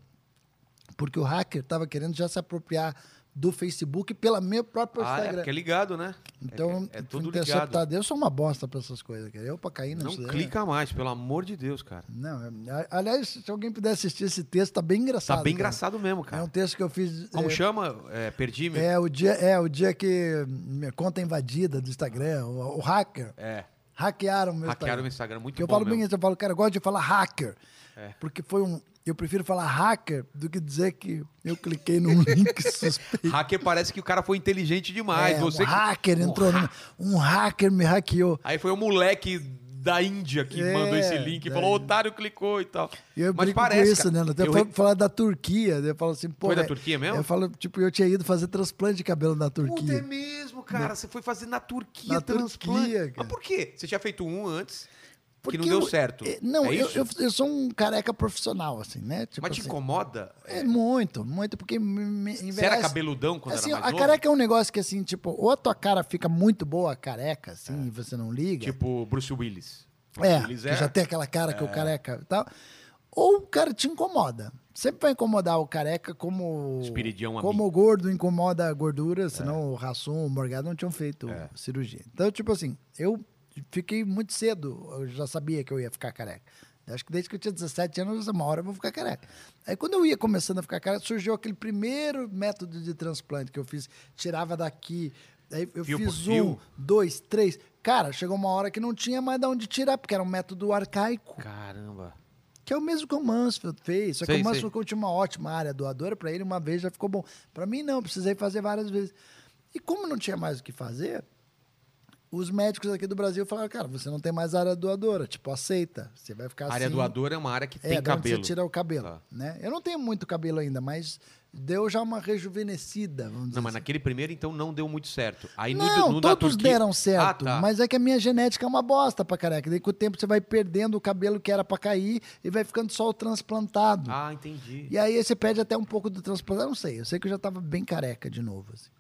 porque o hacker tava querendo já se apropriar do Facebook pela minha própria
Ah, é
Instagram.
porque é ligado, né? É
Então,
que- é, tudo ligado.
interceptado. Eu sou uma bosta pra essas coisas, cara. Eu pra cair
Não
nisso daí, né?
clica mais, pelo amor de Deus, cara. Tá
Não, é- a- aliás, se alguém puder assistir esse texto, tá bem engraçado.
Tá bem
cara.
engraçado mesmo,
É um
cara.
texto que eu fiz.
Como
é,
chama? É, perdi meu.
é o dia, é o dia que minha conta é invadida do Instagram, o, o hacker.
É.
Hackearam o meu
Hackearam o
Instagram.
Instagram, muito
Que eu
bom
falo bem
mesmo.
isso, eu falo, cara, eu gosto de falar hacker.
É.
Porque foi um. Eu prefiro falar hacker do que dizer que eu cliquei num link suspeito.
Hacker parece que o cara foi inteligente demais.
assim. É,
você
um
que-
hacker
Um
entrou.
ha-
numa- Um hacker me hackeou.
Aí foi o moleque da Índia que
É,
mandou esse link e falou,
daí-
otário clicou e tal.
E eu
Mas
brinco
parece,
com isso,
cara,
né? Até
eu
fa-
re-
falar da Turquia, né? Eu falo assim, pô.
Foi da
é-
Turquia mesmo?
Eu falo, tipo, eu tinha ido fazer transplante de cabelo na
Puta, é
Turquia.
mesmo, cara. Você foi fazer na Turquia
Na
transplante.
Turquia,
Mas
cara.
por quê? Você tinha feito um antes que
Porque
não deu
eu-
certo.
é, Não,
É
eu,
isso?
eu, eu sou um careca profissional, assim, né? Tipo
Mas te
assim,
incomoda?
É muito, muito, porque me, me
Você era
envelhece-
cabeludão quando
assim,
era mais
a
novo?
careca é um negócio que, assim, tipo, ou a tua cara fica muito boa careca, assim, e você não liga.
É. Tipo Bruce Willis.
é,
Bruce Willis
que já tem aquela cara
É.
que o careca e tal. Ou o cara te incomoda. Sempre vai incomodar o careca como.
Espiridião
Como o gordo incomoda a gordura,
É.
senão o Rassum, o Morgado não tinham feito cirurgia. Então, tipo assim, eu fiquei muito cedo, eu já sabia que eu ia ficar careca. Acho que desde que eu tinha 17 anos, uma hora eu vou ficar careca. Aí quando eu ia começando a ficar careca, surgiu aquele primeiro método de transplante que eu fiz. Tirava daqui, aí eu
Fio por
fiz um,
fio?
dois, três. Cara, chegou uma hora que não tinha mais de onde tirar, porque era um método arcaico.
Caramba.
Que é o mesmo que o Mansfield fez. Só que
Sei, sei.
o Mansfield que eu tinha uma ótima área doadora para ele, uma vez já ficou bom. Para mim, não, precisei fazer várias vezes. E como não tinha mais o que fazer, os médicos aqui do Brasil falaram: cara, você não tem mais área doadora, tipo, aceita. Você vai ficar
A área
assim.
doadora é uma área que
É,
tem
da onde
cabelo.
você tira o cabelo.
Tá.
Né? Eu não tenho muito cabelo ainda, mas deu já uma rejuvenescida. Vamos dizer
Não, mas
assim.
naquele primeiro, então, não deu muito certo. Aí no,
Não,
do- no da
todos
Turquia-
deram certo,
Ah, tá.
mas é que a minha genética é uma bosta pra careca. Daí com o tempo você vai perdendo o cabelo que era pra cair e vai ficando só o transplantado.
Ah, entendi.
E aí você perde até um pouco do transplante. Eu não sei, eu sei que eu já tava bem careca de novo. assim.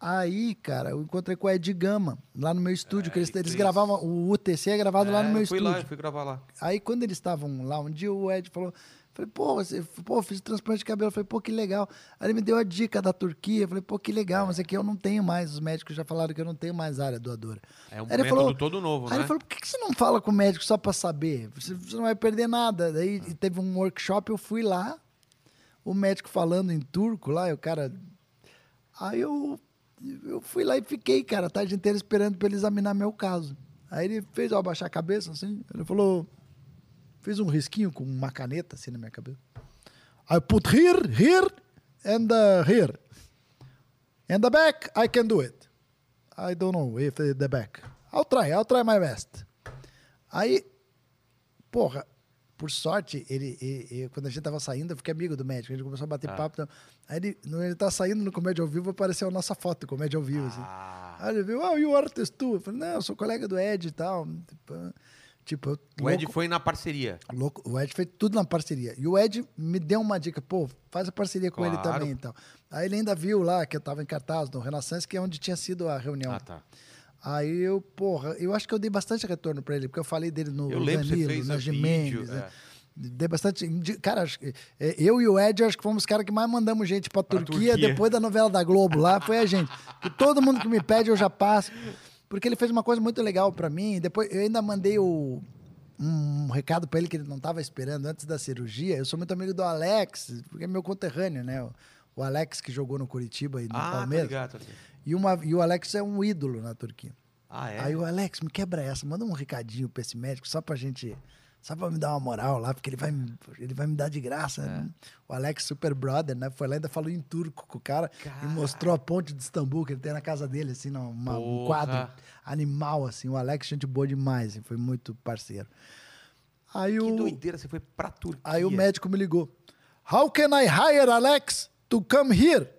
Aí, cara, eu encontrei com o Ed Gama, lá no meu estúdio, que eles,
ele
eles
fez.
gravavam, o UTC é gravado lá
É,
no meu
eu fui
estúdio.
lá, eu fui gravar lá.
Aí quando eles estavam lá, um dia o Ed falou, falei, pô, você, pô, fiz transplante de cabelo, eu falei, pô, que legal. Aí ele me deu a dica da Turquia, eu falei, pô, que legal, mas aqui eu não tenho mais, os médicos já falaram que eu não tenho mais área doadora.
É um
Aí ele
método todo novo,
aí
né?
ele falou, por que que você não fala com o médico só pra saber? Você, você não vai perder nada. Daí
Ah.
teve um workshop, eu fui lá, o médico falando em turco lá, e o cara. Aí eu, eu fui lá e fiquei, cara, a tarde inteira esperando para ele examinar meu caso. Aí ele fez eu abaixar a cabeça, assim, ele falou. Fez um risquinho com uma caneta assim na minha cabeça. I put here, here, and uh, here. And the back, I can do it. I don't know if uh, the back. I'll try, I'll try my best. Aí porra, por sorte, ele, e- e- quando a gente tava saindo, eu fiquei amigo do médico, a gente começou a
Ah.
bater papo. Então, aí ele, no- ele tá saindo no Comédia ao Vivo, apareceu a nossa foto, Comédia ao Vivo. assim. Aí ele viu, ah, e o artist tu? Eu falei, não, eu sou colega do Ed e tal. Tipo, Tipo, eu-
O Ed
louco-
foi na parceria.
Louco, o Ed fez tudo na parceria. E o Ed me deu uma dica, pô, faz a parceria com ele
Claro.
também e tal. Aí ele ainda viu lá que eu tava em cartaz no Renaissance, que é onde tinha sido a reunião.
Ah, tá.
Aí eu, porra, eu acho que eu dei bastante retorno pra ele, porque eu falei dele no
Eu lembro, você
Danilo,
fez a
na
vídeo,
Gimenez.
é.
né? Dei bastante. indi- Cara, acho que- é, eu e o Ed, acho que fomos os caras que mais mandamos gente pra,
Pra
Turquia,
Turquia.
depois da novela da Globo lá, foi a gente. Que todo mundo que me pede, eu já passo. Porque ele fez uma coisa muito legal pra mim. Depois eu ainda mandei o- um recado pra ele que ele não tava esperando antes da cirurgia. Eu sou muito amigo do Alex, porque é meu conterrâneo, né? O- O Alex que jogou no Curitiba e no
Ah, tá
Palmeiras.
ligado. tá ligado.
E, uma- e o Alex é um ídolo na Turquia.
Ah, é?
Aí o Alex, me quebra essa, manda um recadinho pra esse médico só pra gente. Só pra me dar uma moral lá, porque ele vai, me- ele vai me dar de
É.
graça. né? O Alex, super brother, né? Foi lá e ainda falou em turco com o cara e mostrou a ponte de Istambul que ele tem na casa dele, assim, numa, um
Porra.
quadro animal, assim. O Alex, gente boa demais, assim, foi muito parceiro. Aí
Que
o,
doideira, você foi pra Turquia.
Aí o médico me ligou. How can I hire Alex to come here?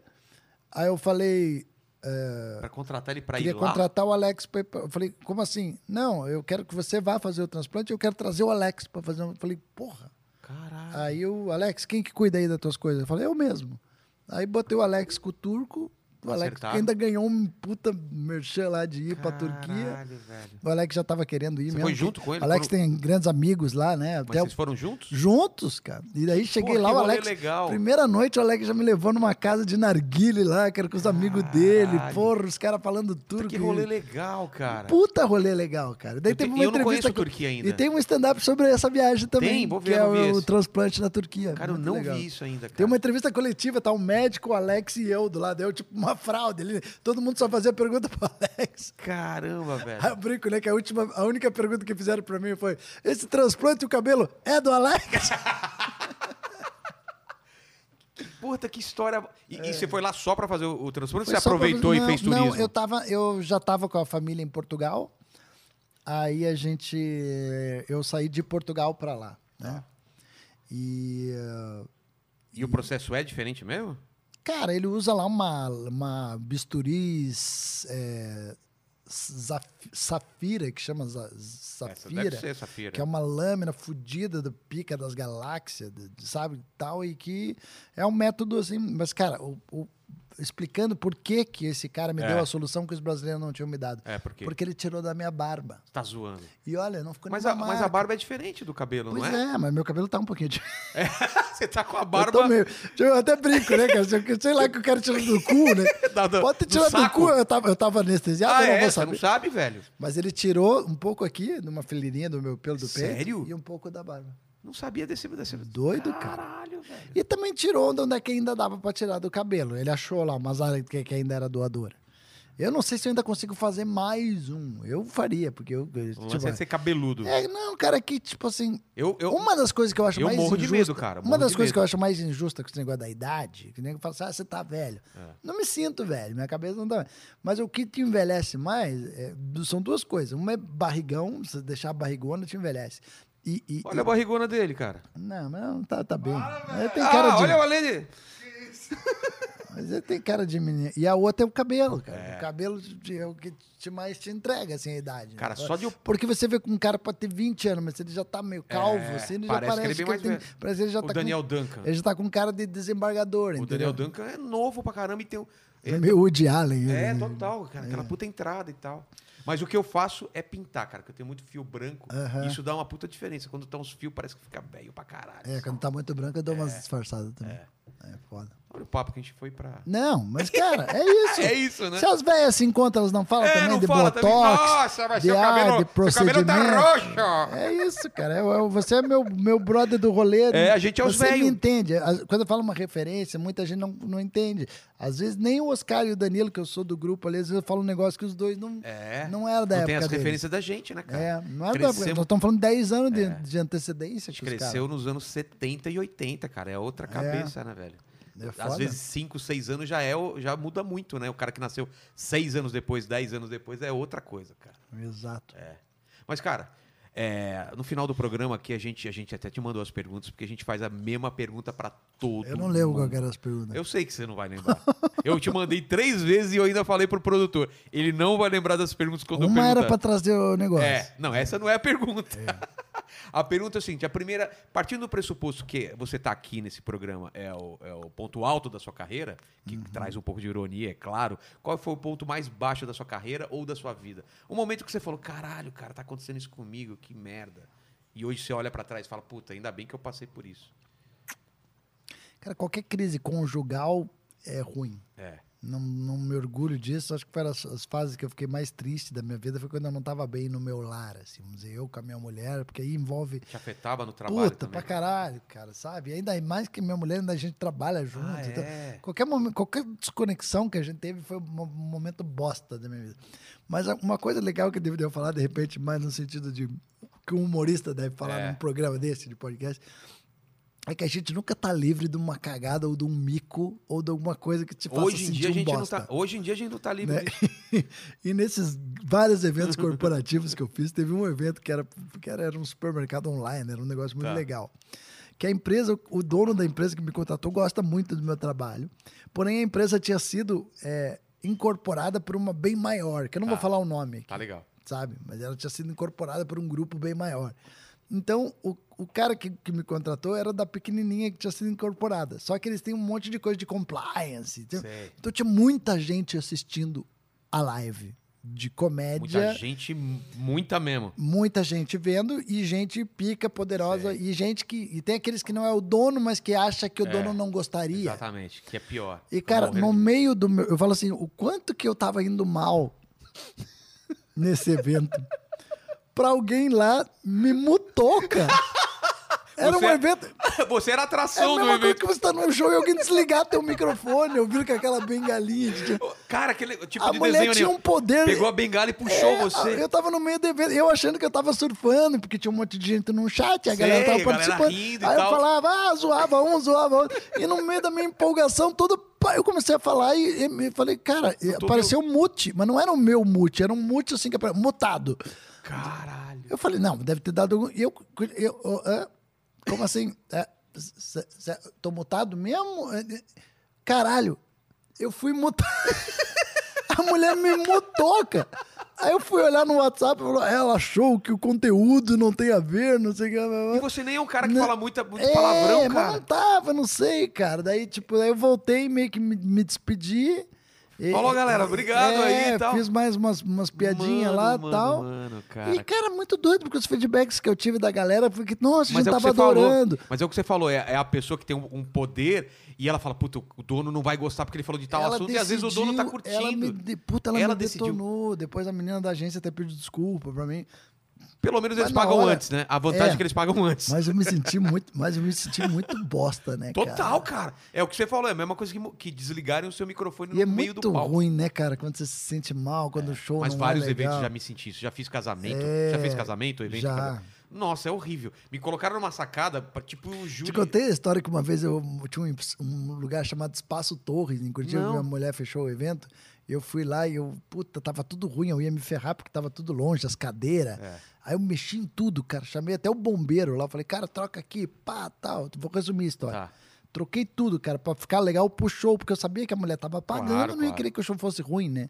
Aí eu falei, eh,
Pra contratar ele pra
queria
ir lá.
contratar o Alex. pra ir pra- Eu falei, como assim? Não, eu quero que você vá fazer o transplante, eu quero trazer o Alex para fazer. um-" Eu falei, porra.
Caralho.
Aí o Alex, quem que cuida aí das tuas coisas? Eu falei, eu mesmo. Aí botei o Alex com o turco. O Alex
Acertaram.
ainda ganhou um puta merchan lá de ir pra Turquia.
Caralho, velho.
O Alex já tava querendo ir
Você
mesmo.
foi junto com ele?
Alex
Foram-
tem grandes amigos lá, né?
Mas
Até
vocês foram juntos?
juntos, cara. E daí cheguei
Pô,
lá,
que
o
rolê
Alex.
legal.
Primeira noite, o Alex já me levou numa casa de narguile lá, que era com os amigos dele.
Caralho.
Porra, os caras falando turco.
Que rolê legal, cara.
Puta rolê legal, cara. Daí
Eu
teve
te-
uma
eu não
entrevista
conheço a
com-
Turquia ainda.
E tem um stand-up sobre essa viagem também.
Tem? Vou ver,
que
eu
é
não vi
o
esse.
transplante na Turquia.
Cara, eu
Muito
não
legal.
vi isso ainda, cara.
Tem uma entrevista coletiva, tá o médico, o Alex e eu do lado. Eu, tipo, uma fraude. Ele, todo mundo só fazia pergunta pro Alex.
Caramba,
Aí
velho.
eu brinco, né? Que a, última, a única pergunta que fizeram pra mim foi: esse transplante o cabelo é do Alex?
Puta, que história. E, e você foi lá só pra fazer o, o transplante?
É. Foi
Você
só pra-
aproveitou
não,
e fez turismo?
Não, eu, tava, eu já estava com a família em Portugal. Aí a gente. Eu saí de Portugal para lá.
Tá.
Né? E. eh,
E o processo é diferente mesmo?
Cara, ele usa lá uma, uma bisturi. eh, zaf- safira, que chama za-
Essa deve
safira.
ser, Safira.
Que é uma lâmina fodida do pica das galáxias, de- de- sabe? Tal, e que é um método assim. Mas, cara, o- o- explicando por que, que esse cara me
É.
deu a solução que os brasileiros não tinham me dado.
É, por quê?
Porque ele tirou da minha barba.
Você tá zoando.
E olha, não ficou
Mas a,
nenhuma
mas a
marca.
barba é diferente do cabelo,
Pois
não é?
é, mas meu cabelo tá um pouquinho de.
Você tá com a
Eu,
barba.
tô meio... eu até brinco, né, cara? Sei- Sei lá que eu quero tirar do cu, né?
Da- da-
Pode ter
do
tirado do,
saco.
cu, eu tava, eu tava anestesiado,
Ah,
eu não
é?
vou
Você
saber.
não sabe, velho?
Mas ele tirou um pouco aqui, numa fileirinha do meu pelo do peito.
Sério?
E um pouco da barba.
Não sabia desse. desse...
Tá Doido, cara.
Caralho, velho.
E também tirou de onde é que ainda dava pra tirar do cabelo. Ele achou lá umas áreas que, que ainda era doadora. Eu não sei se eu ainda consigo fazer mais um. Eu faria, porque eu.
O
tipo,
lance é ser cabeludo.
é, não, cara, que tipo assim.
Eu, eu...
uma das coisas que eu acho
eu
mais
morro de
injusta.
medo, cara,
Uma
morro
das
de
coisas
medo.
que eu acho mais injusta com esse negócio da idade, que nem que fala assim, ah, você tá velho.
É.
Não me sinto velho, minha cabeça não tá velho. Mas o que te envelhece mais é- são duas coisas. Uma é barrigão, você deixar a barrigona te envelhece. E, e-
Olha a barrigona dele, cara.
Não, mas não tá, tá bem.
Para,
Ele tem
ah,
cara de...
olha o Alene.
Mas ele tem cara de menino. E a outra é o cabelo, cara. O cabelo te- é o que te mais te entrega, assim, a idade. né?
Cara, só de eu-
Porque você vê que um cara pode ter 20 anos, mas ele já tá meio calvo,
É,
assim, ele
parece que
já
ele é
parece
bem
que
mais
ele tem...
velho.
Parece que ele já
O
tá
Daniel
com...
Duncan.
Ele já tá com cara de desembargador,
O Daniel Duncan é novo pra caramba e tem. um-
É meio Woody Allen. ele,
É,
né?
total, cara. Aquela puta entrada e tal. Mas o que eu faço é pintar, cara, que eu tenho muito fio branco.
Aham.
Isso dá uma puta diferença. Quando tá uns fios, parece que fica velho pra caralho.
É, quando tá muito branco, eu dou umas disfarçadas também. É. foda.
Olha o papo que a gente foi pra.
Não, mas, cara, é isso.
É isso, né?
Se as velhas se encontram, elas não falam
É,
também
não
né? de
fala
botox,
também. Nossa, mas
de
seu
ar,
cabelo-
de
seu cabelo tá
procedimento.
roxo.
É isso, cara. Eu- eu- você é meu, meu brother do rolê.
É, a gente é os
Você me
velho.
entende. As- Quando eu falo uma referência, muita gente não, não entende. Às vezes nem o Oscar e o Danilo, que eu sou do grupo ali, às vezes eu falo um negócio que os dois não,
É.
não era da
Não
época
tem as
deles.
referências da gente, né, cara?
É, não era da época.
Crescemos,
Nós estamos falando de 10 anos de, de antecedência. com os
Cresceu nos anos 70 e 80, cara. É outra cabeça, né, velho?
É
Às
foda.
vezes 5, 6 anos já, é, o- já muda muito, né? O cara que nasceu 6 anos depois, 10 anos depois, é outra coisa, cara.
caras. Exato.
É. Mas, cara, é, no final do programa aqui, a gente, a gente até te mandou as perguntas, porque a gente faz a mesma pergunta pra todo
Eu não lembro
mundo.
qual que era as perguntas.
Eu sei que você não vai lembrar. eu te mandei três vezes e eu ainda falei pro produtor. Ele não vai lembrar das perguntas quando eu
Uma
perguntar.
era pra trazer o negócio.
É, não, essa não é a pergunta. a pergunta é o seguinte: a primeira, partindo do pressuposto que você está aqui nesse programa é o, é o ponto alto da sua carreira, que
Uhum.
traz um pouco de ironia, é claro. Qual foi o ponto mais baixo da sua carreira ou da sua vida? Um momento que você falou: caralho, cara, tá acontecendo isso comigo, que merda. E hoje você olha pra trás e fala: puta, ainda bem que eu passei por isso.
Cara, qualquer crise conjugal é ruim.
É.
Não, não me orgulho disso. Acho que foram as, as fases que eu fiquei mais triste da minha vida foi quando eu não tava bem no meu lar, assim, vamos dizer, eu com a minha mulher, porque aí envolve
Te afetava no trabalho.
puta
também. né?
pra caralho, cara, sabe? E ainda mais que minha mulher ainda a gente trabalha junto.
Ah,
então,
é?
qualquer, momen- qualquer desconexão que a gente teve foi um mo- momento bosta da minha vida. Mas a- uma coisa legal que eu deveria falar, de repente, mais no sentido de que um humorista deve falar
É.
num programa desse de podcast, É que a gente nunca tá livre de uma cagada ou de um mico ou de alguma coisa que te faça
Hoje em,
sentir
dia a
um
gente não
bosta.
tá, hoje em dia a gente não tá livre
né?
disso.
e nesses vários eventos corporativos que eu fiz, teve um evento que era, que era, era um supermercado online, era um negócio muito
Tá.
legal. Que a empresa, o dono da empresa que me contratou gosta muito do meu trabalho, porém a empresa tinha sido é, incorporada por uma bem maior, que eu não vou
Tá.
falar o nome,
Tá legal.
sabe? Mas ela tinha sido incorporada por um grupo bem maior. Então, o, o cara que, que me contratou era da pequenininha que tinha sido incorporada. Só que eles têm um monte de coisa de compliance. Então,
Sei.
então tinha muita gente assistindo a live de comédia.
Muita
Muita gente.
gente, m- muita mesmo.
vendo e gente pica, poderosa. E gente que. E tem aqueles que não é o dono, mas que acha que o dono não gostaria.
Exatamente, que é pior.
E,
Tô
cara,
É, morrendo
no
de-
meio do meu. Eu falo assim, o quanto que eu tava indo mal nesse evento pra alguém lá me mutou, cara. Era
Você
um
é-
evento.
Você era a
É a
atração do
mesma coisa
evento.
que você tá num show e alguém desligar teu microfone, eu vi com aquela bengalinha. de-
Cara, aquele tipo
A
de
mulher
desenho
tinha
né?
um poder.
Pegou a bengala e puxou
É,
você.
Eu tava no meio do evento, eu achando que eu tava surfando, porque tinha um monte de gente num chat,
Sei,
a galera
a
tava
galera
participando.
rindo e
Aí eu
tal.
falava, ah, zoava um, zoava outro. E no meio da minha empolgação toda, pá, eu comecei a falar e, e me falei, cara, e
tô
apareceu um mute, mas não era o meu mute, era um mute assim que apare- mutado.
Caralho.
Eu falei, não, deve ter dado algum. e Eu, eu, eu- hã? como assim? É, cê- cê- tô mutado mesmo? É, é, Caralho, eu fui mutado. A mulher me mutou, cara. Aí eu fui olhar no WhatsApp e falou: ela achou que o conteúdo não tem a ver, não sei o que. blá, blá,
E
blá."
você nem é um cara que
Não.
fala muita, muito palavrão,
É, Mas
cara.
não tava, não sei, cara. Daí, tipo, aí eu voltei, meio que me, me despedi. E-
Falou, galera,
e- é,
obrigado aí e tal.
Fiz mais umas, umas piadinhas lá
Mano,
e tal.
Mano, cara.
E, cara, muito doido, porque os feedbacks que eu tive da galera foi que, nossa, a
Mas
gente
é, o que
tava
você falou,
adorando.
mas é o que você falou, é, é a pessoa que tem um, um poder e ela fala, puta, o dono não vai gostar porque ele falou de tal assunto e às vezes o dono tá
decidiu, Ela me,
curtindo.
de- puta, ela
Ela
me
decidiu.
detonou. Depois a menina da agência até pediu desculpa pra mim.
Pelo menos
Mas
eles
na
pagam
hora-
antes, né? A vantagem é
É.
que eles pagam antes.
Mas eu me senti muito, mas eu me senti muito bosta, né,
Total,
cara?
cara. É o que você falou, é a mesma coisa que, mo- que desligarem o seu microfone
E
no
é
meio
muito
do palco.
ruim, né, cara? Quando você se sente mal, quando o show
Mas
não
vários
é legal.
eventos já me senti isso. Já fiz casamento.
É,
já fez casamento? Evento de
já.
casamento? Nossa, é horrível. Me colocaram numa sacada, pra, tipo, o Júlio.
Te contei a história que uma vez eu tinha um, um lugar chamado Espaço Torres, em Curitiba,
Não.
minha mulher fechou o evento. Eu fui lá e eu, puta, tava tudo ruim, eu ia me ferrar porque tava tudo longe, as cadeiras.
É.
Aí eu mexi em tudo, cara. Chamei até o bombeiro lá, falei, cara, troca aqui, pá, tal. Vou resumir a história.
Tá.
Troquei tudo, cara, pra ficar legal pro show, porque eu sabia que a mulher tava pagando,
Claro,
não ia
claro.
querer que o show fosse ruim, né?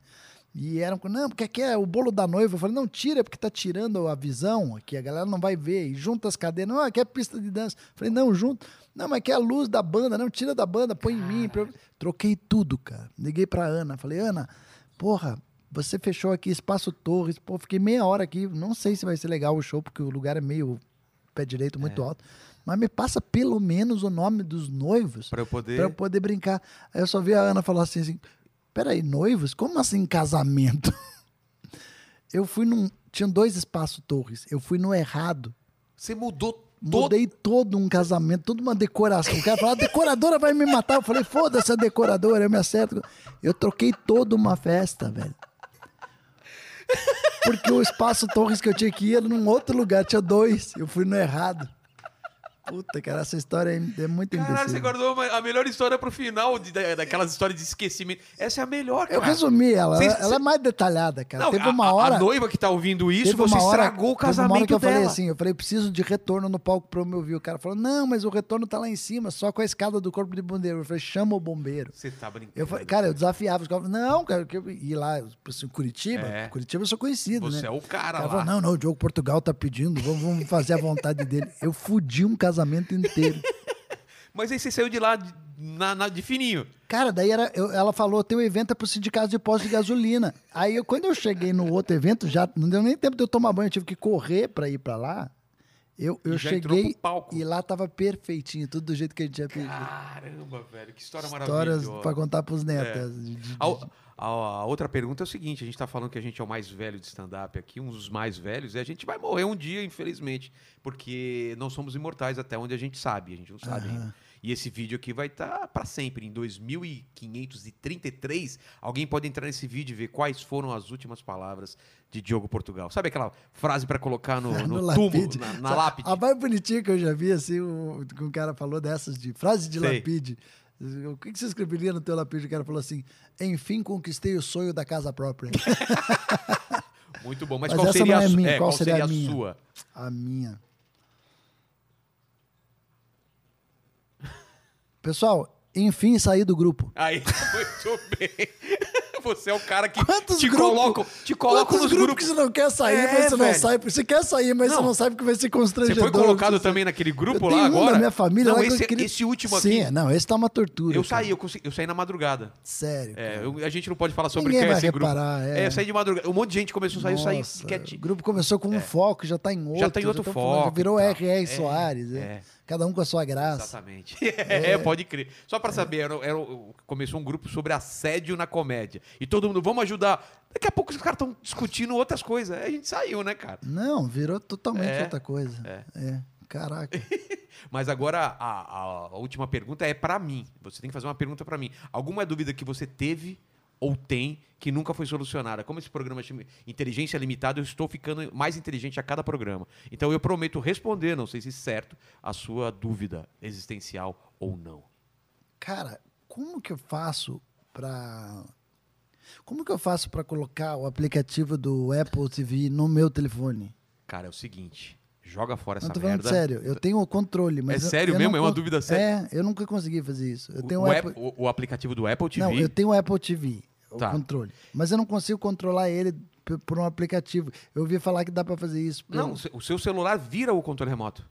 E eram, não, porque aqui é o bolo da noiva. Eu falei, não, tira, porque tá tirando a visão aqui, a galera não vai ver. E junta as cadeiras, não, aqui é pista de dança. Eu falei, não, junto. Não, mas aqui é a luz da banda, não, tira da banda, põe em mim. pra eu-" Troquei tudo, cara. Liguei pra Ana, falei, Ana, porra, você fechou aqui Espaço Torres, pô, fiquei meia hora aqui, não sei se vai ser legal o show, porque o lugar é meio pé direito, muito alto. Mas me passa pelo menos o nome dos noivos
Pra eu poder.
pra eu poder brincar. Aí eu só vi a Ana falar assim, assim peraí, noivos? Como assim casamento? Eu fui num... Tinha dois espaços torres. Eu fui no errado.
Você mudou todo.
Mudei todo um casamento, toda uma decoração. O cara falou, a decoradora vai me matar. Eu falei, foda-se a decoradora, eu me acerto. Eu troquei toda uma festa, velho. Porque o espaço Torres que eu tinha que ir era num outro lugar, tinha dois. Eu fui no errado. Puta, cara, essa história é, é muito
Caralho,
imbecil.
você guardou uma- a melhor história pro final de- da- daquelas histórias de esquecimento. Essa é a melhor, cara.
Eu resumi ela.
Cês-
ela, ela é
cê-
mais detalhada, cara.
Não,
Teve
a-
uma
a-
hora.
A noiva que tá ouvindo isso,
Teve
você
uma hora-
estragou o
teve uma hora
casamento
que eu
dela.
falei assim, eu falei, eu preciso de retorno no palco pra eu me ouvir. O cara falou, não, mas o retorno tá lá em cima, só com a escada do corpo de bombeiro. Eu falei, chama o bombeiro.
Você tá brincando.
Eu falei, cara, eu desafiava os caras. falavam, Não, cara, que eu ir lá, assim, Curitiba,
É.
Curitiba eu sou conhecido,
você
né?
é o cara,
cara
lá.
falou, não, não, o Diogo Portugal tá pedindo, vamos, vamos fazer a vontade dele. Eu fudi um casamento inteiro.
Mas aí você saiu de lá de, na, na- de fininho.
Cara, daí era, eu- ela falou, teu evento é pro sindicato de posto de gasolina. Aí, eu, quando eu cheguei no outro evento, já não deu nem tempo de eu tomar banho, eu tive que correr pra ir pra lá. Eu, eu
E já entrou
cheguei
pro palco.
e lá tava perfeitinho, tudo do jeito que a gente tinha pedido.
Caramba, velho, que história
Histórias
maravilhosa. É.
pra contar pros netos. assim, De- de-
A, o- a- a outra pergunta é o seguinte: a gente tá falando que a gente é o mais velho de stand-up aqui, um dos mais velhos, e a gente vai morrer um dia, infelizmente, porque não somos imortais até onde a gente sabe, a gente não sabe ainda. E esse vídeo aqui vai estar para sempre. Em 2533, alguém pode entrar nesse vídeo e ver quais foram as últimas palavras de Diogo Portugal. Sabe aquela frase para colocar Ah, no, no túmulo,
lápide.
na, na
Sabe,
lápide?
A mais bonitinha que eu já vi, assim, o, que um cara falou dessas de frase de
Sei.
lapide. O que, que você escreveria no teu lapide? O cara falou assim: enfim, conquistei o sonho da casa própria.
Muito bom. Mas,
Mas
qual,
essa
seria
não é
a, su-
minha,
é, qual seria a
minha?
sua?
a minha. Pessoal, enfim, saí do grupo.
Aí, muito bem. Você é o cara que
Quantos
te
grupos-
coloca, te coloca
Quantos
nos
grupos,
grupos.
que você não quer sair,
É,
mas você não
velho.
sai. Você quer sair, mas
Não.
você não sabe que vai ser
Você
constrangedor.
foi colocado também naquele grupo
eu tenho
lá
um
agora?
Da minha família,
não,
lá que eu
esse,
queria-
esse último
Sim,
aqui.
não, esse tá uma tortura.
Eu
cara.
saí, eu, consegui- eu saí na madrugada.
Sério.
É,
cara.
eu- a gente não pode falar sobre
Ninguém
quem é
vai
esse grupo.
reparar, é.
eu saí de madrugada. Um monte de gente começou a sair, eu saí
Nossa, O
quietinho. É.
grupo começou com um foco, já tá em outro.
tá em outro
tão
foco e
virou
tal.
R.R.
É,
Soares. né?
é.
Cada um com a sua graça.
Exatamente. É, pode crer. Só pra saber, era, era- começou um grupo sobre assédio na comédia. E todo mundo, vamos ajudar. Daqui a pouco os caras estão discutindo outras coisas. Aí A gente saiu, né, cara?
Não, virou totalmente
É,
outra coisa. É. Caraca.
Mas agora a, a- a última pergunta é pra mim. Você tem que fazer uma pergunta pra mim. Alguma dúvida que você teve ou tem que nunca foi solucionada? Como esse programa chama Inteligência Limitada, eu estou ficando mais inteligente a cada programa. Então eu prometo responder, não sei se certo, a sua dúvida existencial ou não.
Cara, como que eu faço pra. Como que eu faço pra colocar o aplicativo do Apple TV no meu telefone?
Cara, é o seguinte, joga fora
Não,
essa
tô falando
merda.
sério. Eu tenho o controle, mas.
É
eu-
sério
eu
mesmo?
não
É uma
con-
dúvida séria?
É, eu nunca consegui fazer isso. Eu tenho
o,
o, Apple.
app- o- o aplicativo do Apple TV.
Não, eu tenho o Apple TV, o
Tá.
controle. Mas eu não consigo controlar ele p- por um aplicativo. Eu ouvi falar que dá pra fazer isso. pelo-
Não, o seu- o seu celular vira o controle remoto.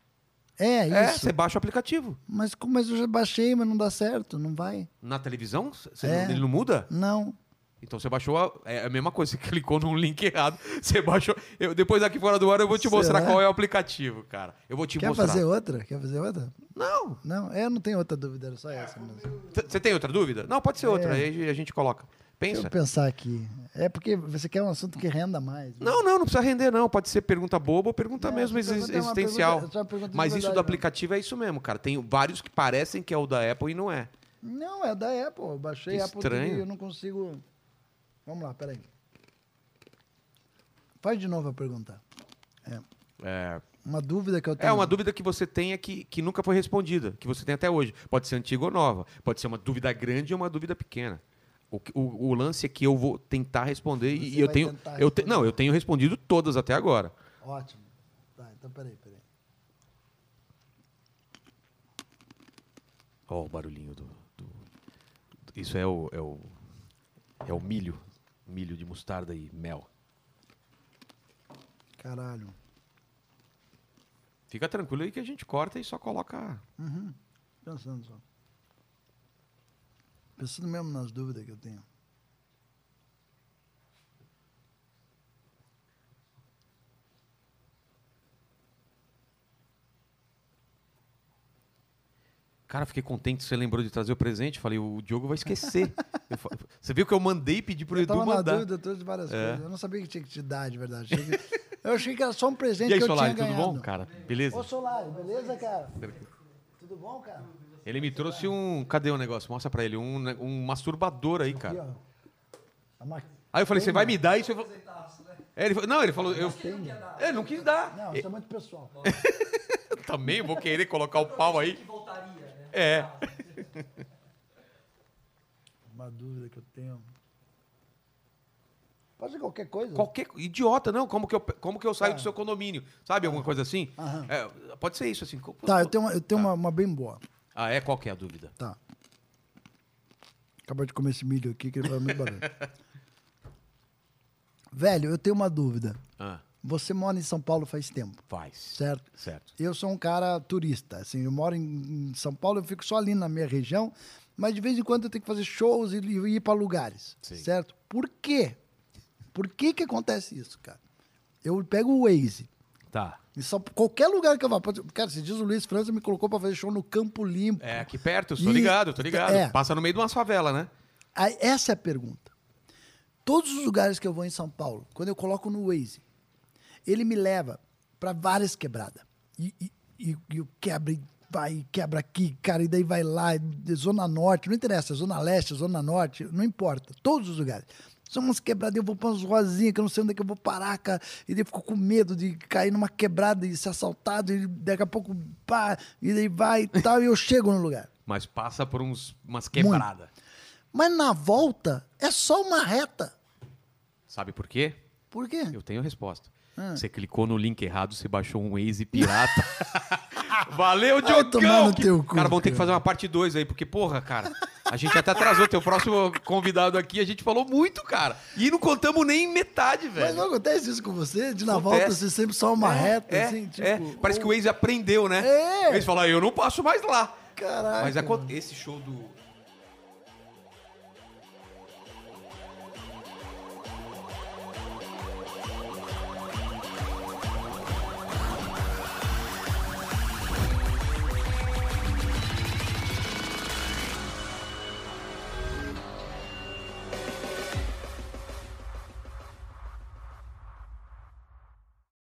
É,
É,
isso.
você baixa o aplicativo.
Mas, como- mas eu já baixei, mas não dá certo, não vai.
Na televisão, você
É.
não- ele não muda?
Não.
Então você baixou a, é a mesma coisa, você clicou num link errado, você baixou. Eu, depois aqui fora do ar eu vou te mostrar
Será?
qual é o aplicativo, cara. Eu vou te
Quer
mostrar.
fazer outra? Quer fazer outra?
Não.
Não, é, eu não tenho outra dúvida, era só essa mesmo.
T- Você tem outra dúvida? Não, pode ser outra, aí a gente coloca.
É. Deixa eu
Pensa.
pensar aqui. É porque você quer um assunto que renda mais. né?
Não, não, não precisa render, não. Pode ser pergunta boba ou pergunta
É,
mesmo
essa
exis-
pergunta é uma
existencial.
pergunta- essa é uma pergunta de
Mas isso
verdade
do
mesmo.
aplicativo é isso mesmo, cara. Tem vários que parecem que é o da Apple e não é.
Não, é da Apple. Eu baixei
Que
a Apple TV
estranho.
e eu não consigo. Vamos lá, peraí. Faz de novo a pergunta.
É,
Uma dúvida que eu tenho. um
é uma dúvida que você tenha que, que nunca foi respondida, que você tem até hoje. Pode ser antiga ou nova. Pode ser uma dúvida grande ou uma dúvida pequena. O, que- o- o lance é que eu vou tentar responder e
Você
eu
vai
tenho.
tentar
Eu te-
responder.
não, eu tenho respondido todas até agora.
Ótimo. Tá, então peraí, peraí.
Ó, o barulhinho do. do- Isso é o, é o. É o milho. Milho de mostarda e mel.
Caralho.
Fica tranquilo aí que a gente corta e só coloca.
Pensando só. Pensando mesmo nas dúvidas que eu tenho.
Cara, fiquei contente que você lembrou de trazer o presente. Falei, o Diogo vai esquecer. Eu fa- você viu que eu mandei pedir pro
Eu
Edu
tava na
mandar. É.
dúvida, eu trouxe várias coisas. Eu não sabia que tinha que te dar, de verdade. Eu achei que- Eu achei que era só um presente
E aí,
que eu
Solari,
tinha
tudo
ganhado.
bom, cara? Beleza?
Ô, Solari, beleza, cara? Tudo bom, cara?
Ele me trouxe um. Cadê o negócio? Mostra pra ele. Um, ne- um masturbador aí,
Aqui,
cara.
ó. A ma-
Aí eu falei, você vai
né?"
me dar isso? Eu vou... É, ele falou- não, ele falou. Eu...
né?
É, Ele não quis dar.
Não, isso é muito pessoal.
Eu também vou querer colocar o pau aí.
né?
É.
Uma dúvida que eu tenho. Pode ser qualquer coisa.
Qualquer co- idiota, não. Como que eu, como que eu
Tá.
saio do seu condomínio? Sabe, alguma coisa assim? É, pode ser isso, assim. Co-
Tá, eu tenho, uma, eu tenho
Tá.
uma, uma bem boa.
Ah, é? Qual que é a dúvida?
Tá. Acabou de comer esse milho aqui que ele faz muito barulho. Velho, eu tenho uma dúvida.
Ah,
Você mora em São Paulo faz tempo,
faz.
certo?
Certo.
Eu sou um cara turista, assim, eu moro em em São Paulo, eu fico só ali na minha região, mas de vez em quando eu tenho que fazer shows e e ir para lugares,
Sim.
certo? Por quê? Por que que acontece isso, cara? Eu pego o Waze,
Tá.
em São- qualquer lugar que eu vá, pode- cara, se diz o Luiz França me colocou para fazer show no Campo Limpo.
É aqui perto, eu tô
E-
ligado, eu tô ligado.
É.
Passa no meio de umas favelas, né?
Aí, essa é a pergunta. Todos os lugares que eu vou em São Paulo, quando eu coloco no Waze, ele me leva para várias quebradas. E, e, e, e eu quebra e vai, quebra aqui, cara, e daí vai lá, Zona Norte, não interessa, Zona Leste, Zona Norte, não importa, todos os lugares. São umas quebradas, eu vou pra umas ruazinhas que eu não sei onde é que eu vou parar, cara. E daí fico com medo de cair numa quebrada e ser assaltado, e daqui a pouco, pá, e daí vai e tal, e eu chego no lugar.
Mas passa por uns, umas quebradas.
Mas na volta é só uma reta.
Sabe por quê?
Por quê?
Eu tenho a resposta.
Ah.
Você clicou no link errado, você baixou um Waze pirata. Valeu,
tomar
Diogão!
no
Que...
teu cu,
cara, vão ter
cara.
que fazer uma parte 2 aí, porque, porra, cara, a gente até atrasou teu próximo convidado aqui, a gente falou muito, cara. E não contamos nem metade, velho.
Mas não acontece isso com você? De na
Acontece.
volta você sempre só uma
É,
reta,
é,
assim, tipo.
é. Parece que o Waze aprendeu, né?
É.
O Waze fala, eu não passo mais lá.
Caraca.
Mas aco- esse show do